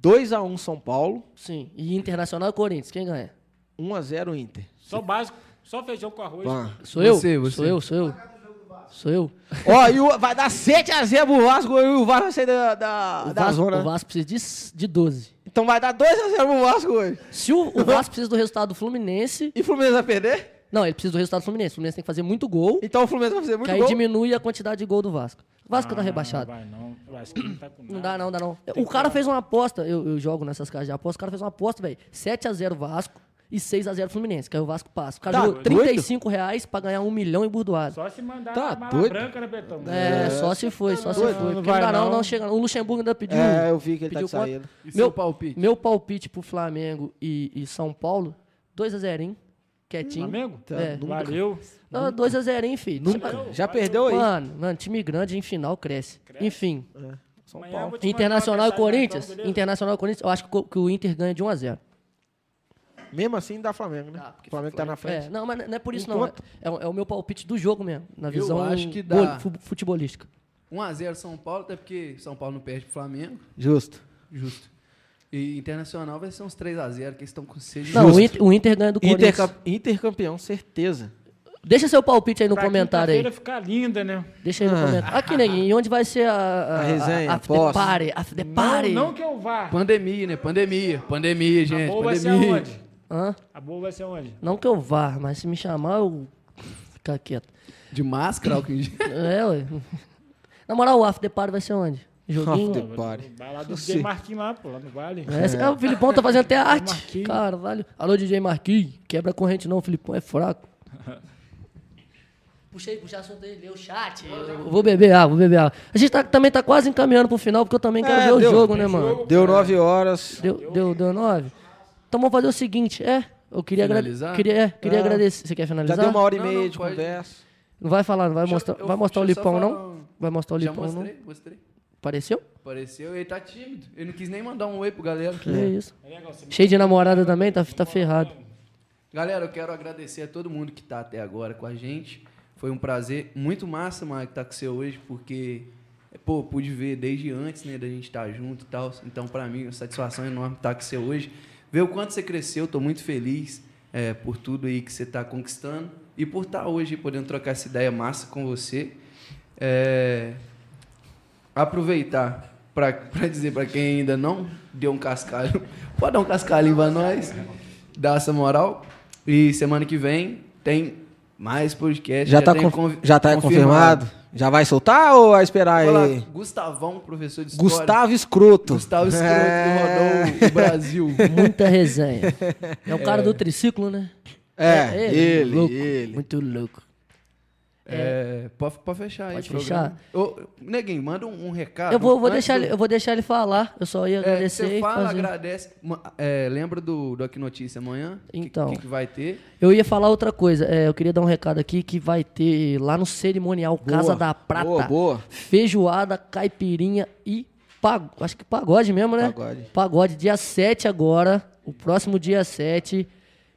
[SPEAKER 2] 2x1 São Paulo,
[SPEAKER 1] Sim. E Internacional e Corinthians, quem ganha?
[SPEAKER 2] 1x0 Inter.
[SPEAKER 4] Só básico, só feijão com arroz.
[SPEAKER 2] Vá.
[SPEAKER 1] Sou eu?
[SPEAKER 3] Você, você.
[SPEAKER 1] Sou eu, sou eu. Sou eu.
[SPEAKER 2] Ó, e o- vai dar 7x0 pro Vasco e o Vasco vai sair da, da,
[SPEAKER 1] O
[SPEAKER 2] É da
[SPEAKER 1] Vasco,
[SPEAKER 2] zona.
[SPEAKER 1] o Vasco precisa de, s- de 12.
[SPEAKER 2] Então vai dar 2x0 pro Vasco hoje.
[SPEAKER 1] Se o, o Vasco precisa do resultado do Fluminense.
[SPEAKER 2] E o Fluminense vai perder?
[SPEAKER 1] Não, ele precisa do resultado do Fluminense. O Fluminense tem que fazer muito gol.
[SPEAKER 2] Então o Fluminense vai fazer muito
[SPEAKER 1] que aí
[SPEAKER 2] gol.
[SPEAKER 1] diminui a quantidade de gol do Vasco. O Vasco tá
[SPEAKER 4] Ah,
[SPEAKER 1] rebaixado.
[SPEAKER 4] Não vai não, o Vasquinho não tá com nada.
[SPEAKER 1] Não dá, não, dá não. o cara fez uma aposta, eu, eu jogo nessas casas de aposta, o cara fez uma aposta, velho. 7x0 Vasco e 6x0 Fluminense, que aí o Vasco passa. O cara
[SPEAKER 2] Tá
[SPEAKER 1] jogou
[SPEAKER 2] doido?
[SPEAKER 1] 35 reais pra ganhar um milhão em burdoada.
[SPEAKER 4] Só se mandar
[SPEAKER 2] Tá
[SPEAKER 4] na bala
[SPEAKER 2] doido?
[SPEAKER 4] branca, né, Betão?
[SPEAKER 1] É, só se foi, só se foi.
[SPEAKER 2] doido?
[SPEAKER 1] Porque
[SPEAKER 4] Não
[SPEAKER 1] Não,
[SPEAKER 4] vai
[SPEAKER 1] dá não,
[SPEAKER 4] não.
[SPEAKER 1] não chega. não. O Luxemburgo ainda pediu.
[SPEAKER 2] É, eu vi que ele tá
[SPEAKER 1] pediu
[SPEAKER 2] de saída.
[SPEAKER 1] quanto?
[SPEAKER 3] E seu
[SPEAKER 1] Meu
[SPEAKER 3] palpite?
[SPEAKER 1] palpite. Meu palpite pro Flamengo e, e São Paulo, 2x0, hein? Quietinho.
[SPEAKER 4] Flamengo?
[SPEAKER 1] É.
[SPEAKER 4] Valeu.
[SPEAKER 1] Não, 2x0, hein, filho?
[SPEAKER 2] Já perdeu aí.
[SPEAKER 1] Mano, mano, time grande em final cresce. Enfim.
[SPEAKER 2] São
[SPEAKER 4] Amanhã eu
[SPEAKER 2] Paulo.
[SPEAKER 4] vou te mandar
[SPEAKER 1] Internacional e
[SPEAKER 4] uma mensagem,
[SPEAKER 1] Corinthians?
[SPEAKER 4] então, beleza?
[SPEAKER 1] Internacional e Corinthians, eu acho que co- que o Inter ganha de 1x0.
[SPEAKER 2] Mesmo assim dá Flamengo, né?
[SPEAKER 1] Tá,
[SPEAKER 2] o Flamengo tá na frente.
[SPEAKER 1] É, não, mas não é por isso
[SPEAKER 2] Enquanto-
[SPEAKER 1] não. É, é o meu palpite do jogo mesmo, na visão
[SPEAKER 3] acho que dá.
[SPEAKER 1] gole- fu- futebolística.
[SPEAKER 3] 1x0 São Paulo, até porque São Paulo não perde pro Flamengo.
[SPEAKER 2] Justo.
[SPEAKER 3] Justo. E internacional vai ser uns 3x0, que eles estão com sede de
[SPEAKER 1] Não, o
[SPEAKER 3] justo.
[SPEAKER 1] Inter, o Inter ganha do Corinthians.
[SPEAKER 2] Interca- Intercampeão, certeza.
[SPEAKER 1] Deixa seu palpite aí no
[SPEAKER 4] Pra tá
[SPEAKER 1] comentário aí.
[SPEAKER 4] quinta-feira ficar linda, né?
[SPEAKER 1] Deixa aí no comentário. Aqui, neguinho, e onde vai ser a... A,
[SPEAKER 2] resenha,
[SPEAKER 1] a, after
[SPEAKER 2] posso?
[SPEAKER 1] party. After
[SPEAKER 4] Não,
[SPEAKER 1] party.
[SPEAKER 4] não que eu vá.
[SPEAKER 3] Pandemia, né? Pandemia. Pandemia,
[SPEAKER 4] A
[SPEAKER 3] gente.
[SPEAKER 4] boa Tá vai ser
[SPEAKER 3] pandemia.
[SPEAKER 4] aonde?
[SPEAKER 1] Hã?
[SPEAKER 4] A boa vai ser aonde?
[SPEAKER 1] Não que eu vá, mas se me chamar, eu... Ficar quieto.
[SPEAKER 3] De máscara, álcool em gel.
[SPEAKER 1] É, ué. Na moral, o after party vai ser onde? Joguinho?
[SPEAKER 2] After party.
[SPEAKER 4] Vai lá do
[SPEAKER 2] Eu
[SPEAKER 4] DJ
[SPEAKER 2] sei.
[SPEAKER 4] Marquinhos lá, pô, lá no Vale.
[SPEAKER 1] É, esse- ah, o Filipão tá fazendo até arte.
[SPEAKER 4] Marquinhos.
[SPEAKER 1] Carvalho. Alô, DJ Marquinhos. Quebra a corrente não, o Filipão é fraco. Puxei, puxei assunto aí, lê o chat. Eu vou beber água, vou beber água. A gente tá- também tá quase encaminhando pro final, porque eu também quero
[SPEAKER 2] É,
[SPEAKER 1] ver
[SPEAKER 2] deu-
[SPEAKER 1] o jogo, né, mano?
[SPEAKER 2] Deu 9 horas.
[SPEAKER 1] Deu, deu, deu nove? Então vamos fazer o seguinte, é... Eu queria, agra-
[SPEAKER 3] Finalizar?
[SPEAKER 1] queria, é, queria
[SPEAKER 2] Não.
[SPEAKER 1] agradecer. Você quer
[SPEAKER 2] Já
[SPEAKER 1] finalizar?
[SPEAKER 2] deu uma hora e
[SPEAKER 3] Não,
[SPEAKER 2] meia
[SPEAKER 3] não,
[SPEAKER 2] de
[SPEAKER 3] pode-
[SPEAKER 2] conversa.
[SPEAKER 1] Não vai falar, não vai
[SPEAKER 3] Deixa eu-
[SPEAKER 1] mostrar,
[SPEAKER 3] eu-
[SPEAKER 1] vai mostrar o
[SPEAKER 3] deixa eu só
[SPEAKER 1] Lipão,
[SPEAKER 3] falar
[SPEAKER 1] não?
[SPEAKER 3] um-
[SPEAKER 1] Vai mostrar o
[SPEAKER 3] Já
[SPEAKER 1] Lipão, não?
[SPEAKER 3] mostrei, mostrei.
[SPEAKER 1] Apareceu?
[SPEAKER 3] Apareceu, ele tá tímido. Ele não quis nem mandar um oi pro galera.
[SPEAKER 2] É.
[SPEAKER 1] Que É isso. Cheio de namorada também, tá, tá ferrado.
[SPEAKER 3] Galera, eu quero agradecer a todo mundo que tá até agora com a gente. Foi um prazer muito massa, Mike, estar com você hoje, porque, pô, pude ver desde antes, né, da gente estar junto e tal. Então, pra mim, é uma satisfação enorme estar com você hoje. Ver o quanto você cresceu, tô muito feliz é, por tudo aí que você tá conquistando e por estar hoje podendo trocar essa ideia massa com você. É, aproveitar pra pra dizer pra quem ainda não deu um cascalho, pode dar um cascalho pra nós, dar essa moral. E semana que vem tem mais podcast.
[SPEAKER 2] Já, tá,
[SPEAKER 3] tem
[SPEAKER 2] con-
[SPEAKER 3] convi-
[SPEAKER 2] já tá confirmado. Já vai soltar ou vai esperar
[SPEAKER 3] Olha lá,
[SPEAKER 2] aí?
[SPEAKER 3] Gustavão, professor de história.
[SPEAKER 2] Gustavo Escroto.
[SPEAKER 3] Gustavo Escroto,
[SPEAKER 2] É.
[SPEAKER 3] que rodou o Brasil.
[SPEAKER 1] Muita resenha. É o cara do triciclo, né?
[SPEAKER 2] É, ele,
[SPEAKER 1] louco,
[SPEAKER 2] ele.
[SPEAKER 1] Muito louco.
[SPEAKER 3] É, pode, pode fechar aí.
[SPEAKER 1] Pode
[SPEAKER 3] o programa. Ô, neguinho, manda um, um recado.
[SPEAKER 1] Eu vou, vou
[SPEAKER 3] Antes
[SPEAKER 1] deixar
[SPEAKER 3] do-
[SPEAKER 1] ele, eu vou deixar ele falar. Eu só ia
[SPEAKER 3] É,
[SPEAKER 1] agradecer
[SPEAKER 3] você
[SPEAKER 1] e
[SPEAKER 3] fala,
[SPEAKER 1] fazer.
[SPEAKER 3] agradece. Ma- é, lembra do, do Aqui Notícia amanhã? Que-
[SPEAKER 1] Então.
[SPEAKER 3] que, que vai ter?
[SPEAKER 1] Eu ia falar outra coisa. É, eu queria dar um recado aqui que vai ter lá no cerimonial Casa da Prata.
[SPEAKER 2] boa, boa.
[SPEAKER 1] Feijoada, caipirinha e pagode. Acho que pagode mesmo, né?
[SPEAKER 2] Pagode.
[SPEAKER 1] Pagode, dia 7 agora. O próximo dia 7.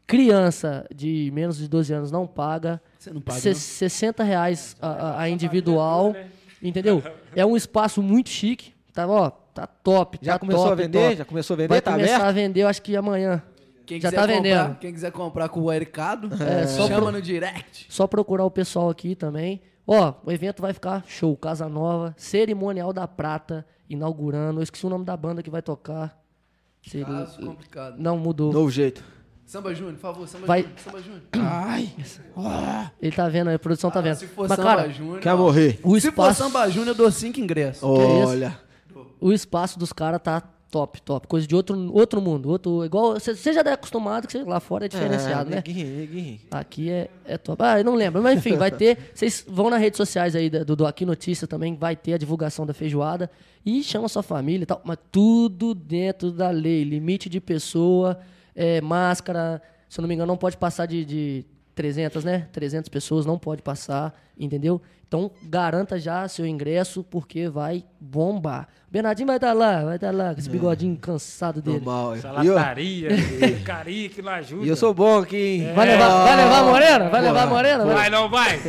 [SPEAKER 1] Criança de menos de 12 anos não paga.
[SPEAKER 3] Você não paga,
[SPEAKER 1] Se-
[SPEAKER 3] não?
[SPEAKER 1] 60 reais a, a- a individual.
[SPEAKER 3] né?
[SPEAKER 1] Entendeu? É um espaço muito chique. Tá, ó, tá top.
[SPEAKER 2] Já
[SPEAKER 1] tá
[SPEAKER 2] começou
[SPEAKER 1] top,
[SPEAKER 2] a vender?
[SPEAKER 1] top.
[SPEAKER 2] Já começou a vender?
[SPEAKER 1] Vai
[SPEAKER 2] Tá
[SPEAKER 1] começar
[SPEAKER 2] aberto?
[SPEAKER 1] a vender, eu acho que amanhã.
[SPEAKER 3] Quem
[SPEAKER 1] Já
[SPEAKER 3] quiser
[SPEAKER 1] tá vendendo.
[SPEAKER 3] comprar- Quem quiser comprar com o Ericado,
[SPEAKER 1] É, só
[SPEAKER 3] chama
[SPEAKER 1] pro-
[SPEAKER 3] no direct.
[SPEAKER 1] Só procurar o pessoal aqui também. Ó, o evento vai ficar show, Casa Nova, Cerimonial da Prata, inaugurando. Eu esqueci o nome da banda que vai tocar. Ceri-
[SPEAKER 3] Caso complicado.
[SPEAKER 1] Não, mudou.
[SPEAKER 2] Novo jeito.
[SPEAKER 3] Samba Júnior, por favor, Samba
[SPEAKER 1] Vai-
[SPEAKER 3] Júnior. Samba Júnior.
[SPEAKER 2] Ai,
[SPEAKER 1] Ele tá vendo, a produção tá
[SPEAKER 3] Ah,
[SPEAKER 1] vendo.
[SPEAKER 3] Se for
[SPEAKER 1] Mas,
[SPEAKER 3] Samba
[SPEAKER 1] cara,
[SPEAKER 3] Júnior.
[SPEAKER 2] quer morrer.
[SPEAKER 1] o
[SPEAKER 3] Se for
[SPEAKER 1] espaço,
[SPEAKER 3] Samba Júnior, eu dou cinco ingressos.
[SPEAKER 2] Olha.
[SPEAKER 1] o espaço dos caras tá top, top. Coisa de outro, outro mundo. Outro, igual, você já é acostumado que cê- lá fora é diferenciado, né?
[SPEAKER 2] Neguinho, neguinho.
[SPEAKER 1] Aqui é, é top. Ah, eu não lembro. Mas enfim, vai ter. Vocês vão nas redes sociais aí da- do, do Aqui Notícia também, vai ter a divulgação da feijoada. E chama sua família e tal. Mas tudo dentro da lei. Limite de pessoa, é, máscara. Se eu não me engano, não pode passar de, de 300, né? 300 pessoas não pode passar, entendeu? Então, garanta já seu ingresso, porque vai bombar. Bernardinho vai estar lá, vai estar lá, com esse bigodinho cansado dele.
[SPEAKER 2] Normal. E eu,
[SPEAKER 4] Salataria, porcaria que não ajuda.
[SPEAKER 2] e eu sou bom aqui, hein? Ah,
[SPEAKER 1] Vai levar, vai levar a morena? Vai levar a morena? Vai-
[SPEAKER 4] Vai, não vai?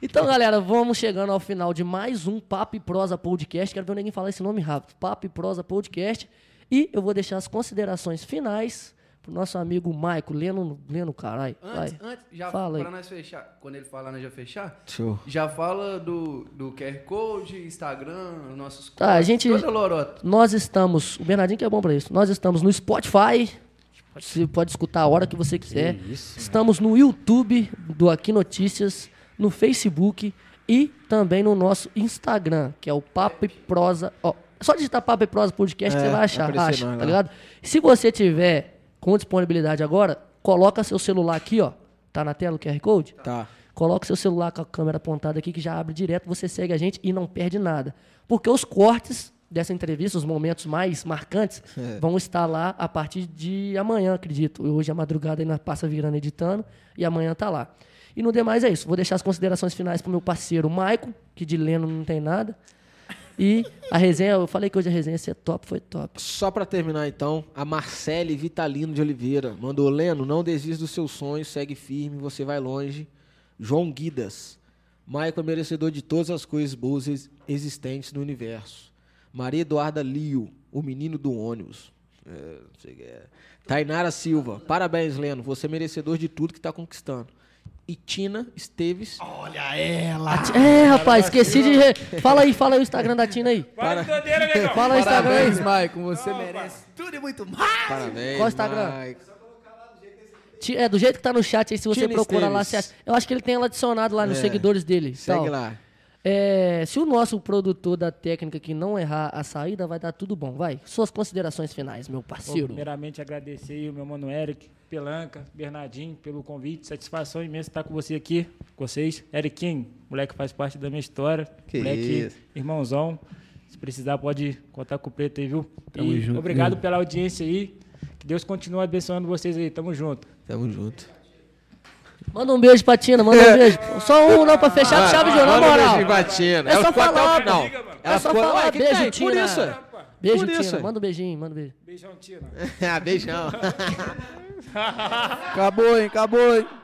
[SPEAKER 1] Então, galera, vamos chegando ao final de mais um Papo e Prosa Podcast. Quero ver ninguém falar esse nome rápido. Papo e Prosa Podcast. E eu vou deixar as considerações finais pro nosso amigo Maico. Leno, Leno caralho.
[SPEAKER 3] Antes,
[SPEAKER 1] Vai.
[SPEAKER 3] antes, já
[SPEAKER 1] Fala aí.
[SPEAKER 3] pra nós fechar. Quando ele falar, nós já fechar.
[SPEAKER 2] Show.
[SPEAKER 3] Já fala do, do QR Code, Instagram, nossos
[SPEAKER 1] Tá, a gente-
[SPEAKER 3] Toda lorota.
[SPEAKER 1] Nós estamos... O Bernardinho que é bom pra isso. Nós estamos no Spotify. Você pode escutar a hora que você quiser. estamos no YouTube do Aqui Notícias. No Facebook. E também no nosso Instagram, que é o Papo e Prosa... Ó, é só digitar Papo e Prosa Podcast que
[SPEAKER 2] É,
[SPEAKER 1] você vai achar.
[SPEAKER 2] aparecer
[SPEAKER 1] acha,
[SPEAKER 2] nós
[SPEAKER 1] tá
[SPEAKER 2] lá.
[SPEAKER 1] ligado? Se você tiver com disponibilidade agora, coloca seu celular aqui, ó. Tá na tela o QR Code?
[SPEAKER 2] Tá.
[SPEAKER 1] Coloca seu celular com a câmera apontada aqui, que já abre direto, você segue a gente e não perde nada. Porque os cortes dessa entrevista, os momentos mais marcantes, vão estar lá a partir de amanhã, acredito. Hoje é madrugada, ainda passa virando editando, e amanhã tá lá. E no demais é isso. Vou deixar as considerações finais pro meu parceiro Maico, que de Leno não tem nada. E a resenha, eu falei que hoje a resenha ia ser top, foi top.
[SPEAKER 2] Só pra terminar então, a Marcele Vitalino de Oliveira mandou: Leno, não desista dos seus sonhos, segue firme, você vai longe. João Guidas, Michael é merecedor de todas as coisas boas ex- existentes no universo. Maria Eduarda Lio, o menino do ônibus. É, não sei o que é. Tainara Silva, parabéns, Leno. Você é merecedor de tudo que tá conquistando. E Tina Esteves.
[SPEAKER 5] Olha ela!
[SPEAKER 1] É, rapaz, esqueci de. re- Fala aí, fala aí o Instagram da Tina aí.
[SPEAKER 4] Para de doideira, negão.
[SPEAKER 1] Fala aí o Instagram aí.
[SPEAKER 3] Parabéns, Maicon, você merece.
[SPEAKER 5] Tudo e muito mais!
[SPEAKER 2] Parabéns.
[SPEAKER 1] Qual o Instagram? Então.
[SPEAKER 2] Mike.
[SPEAKER 1] Ti- É, do jeito que tá no chat aí, se você
[SPEAKER 2] Tina
[SPEAKER 1] procurar lá, você
[SPEAKER 2] Esteves.
[SPEAKER 1] acha. Eu acho que ele tem ela adicionado lá nos
[SPEAKER 2] É.
[SPEAKER 1] seguidores dele. e
[SPEAKER 2] Segue
[SPEAKER 1] tal.
[SPEAKER 2] lá.
[SPEAKER 1] É, se o nosso produtor da técnica aqui não errar a saída, vai dar tudo bom. Vai. Suas considerações finais, meu
[SPEAKER 4] Bom,
[SPEAKER 1] parceiro.
[SPEAKER 4] Primeiramente, agradecer aí o meu mano Eric, Pelanca, Bernardinho, pelo convite. Satisfação imensa estar com você aqui, com vocês. Eriquinho, moleque que faz parte da minha história.
[SPEAKER 2] Que
[SPEAKER 4] moleque,
[SPEAKER 2] isso.
[SPEAKER 4] irmãozão. Se precisar, pode contar com o preto aí, viu?
[SPEAKER 3] Tamo
[SPEAKER 4] e
[SPEAKER 3] junto,
[SPEAKER 4] obrigado
[SPEAKER 3] meu.
[SPEAKER 4] pela audiência aí. Que Deus continue abençoando vocês aí. Tamo junto.
[SPEAKER 2] Tamo junto.
[SPEAKER 1] Manda um beijo pra Tina, manda um beijo. Só um não pra fechar a chave de ouro, na
[SPEAKER 2] Manda um
[SPEAKER 1] moral.
[SPEAKER 2] beijo pra Tina.
[SPEAKER 1] É
[SPEAKER 2] né? Ela
[SPEAKER 1] só
[SPEAKER 2] ficou até o
[SPEAKER 1] falar,
[SPEAKER 2] final.
[SPEAKER 1] pô.
[SPEAKER 2] Ela
[SPEAKER 1] É só
[SPEAKER 2] ficou- Ué,
[SPEAKER 1] falar,
[SPEAKER 2] que que
[SPEAKER 1] beijo,
[SPEAKER 2] tem? Por
[SPEAKER 1] Tina.
[SPEAKER 2] isso.
[SPEAKER 1] Beijo,
[SPEAKER 2] Por isso,
[SPEAKER 1] Tina.
[SPEAKER 2] hein?
[SPEAKER 1] Manda um beijinho, manda um beijo.
[SPEAKER 4] Beijão, Tina.
[SPEAKER 2] Ah, Beijão.
[SPEAKER 3] Acabou, hein? Acabou, hein?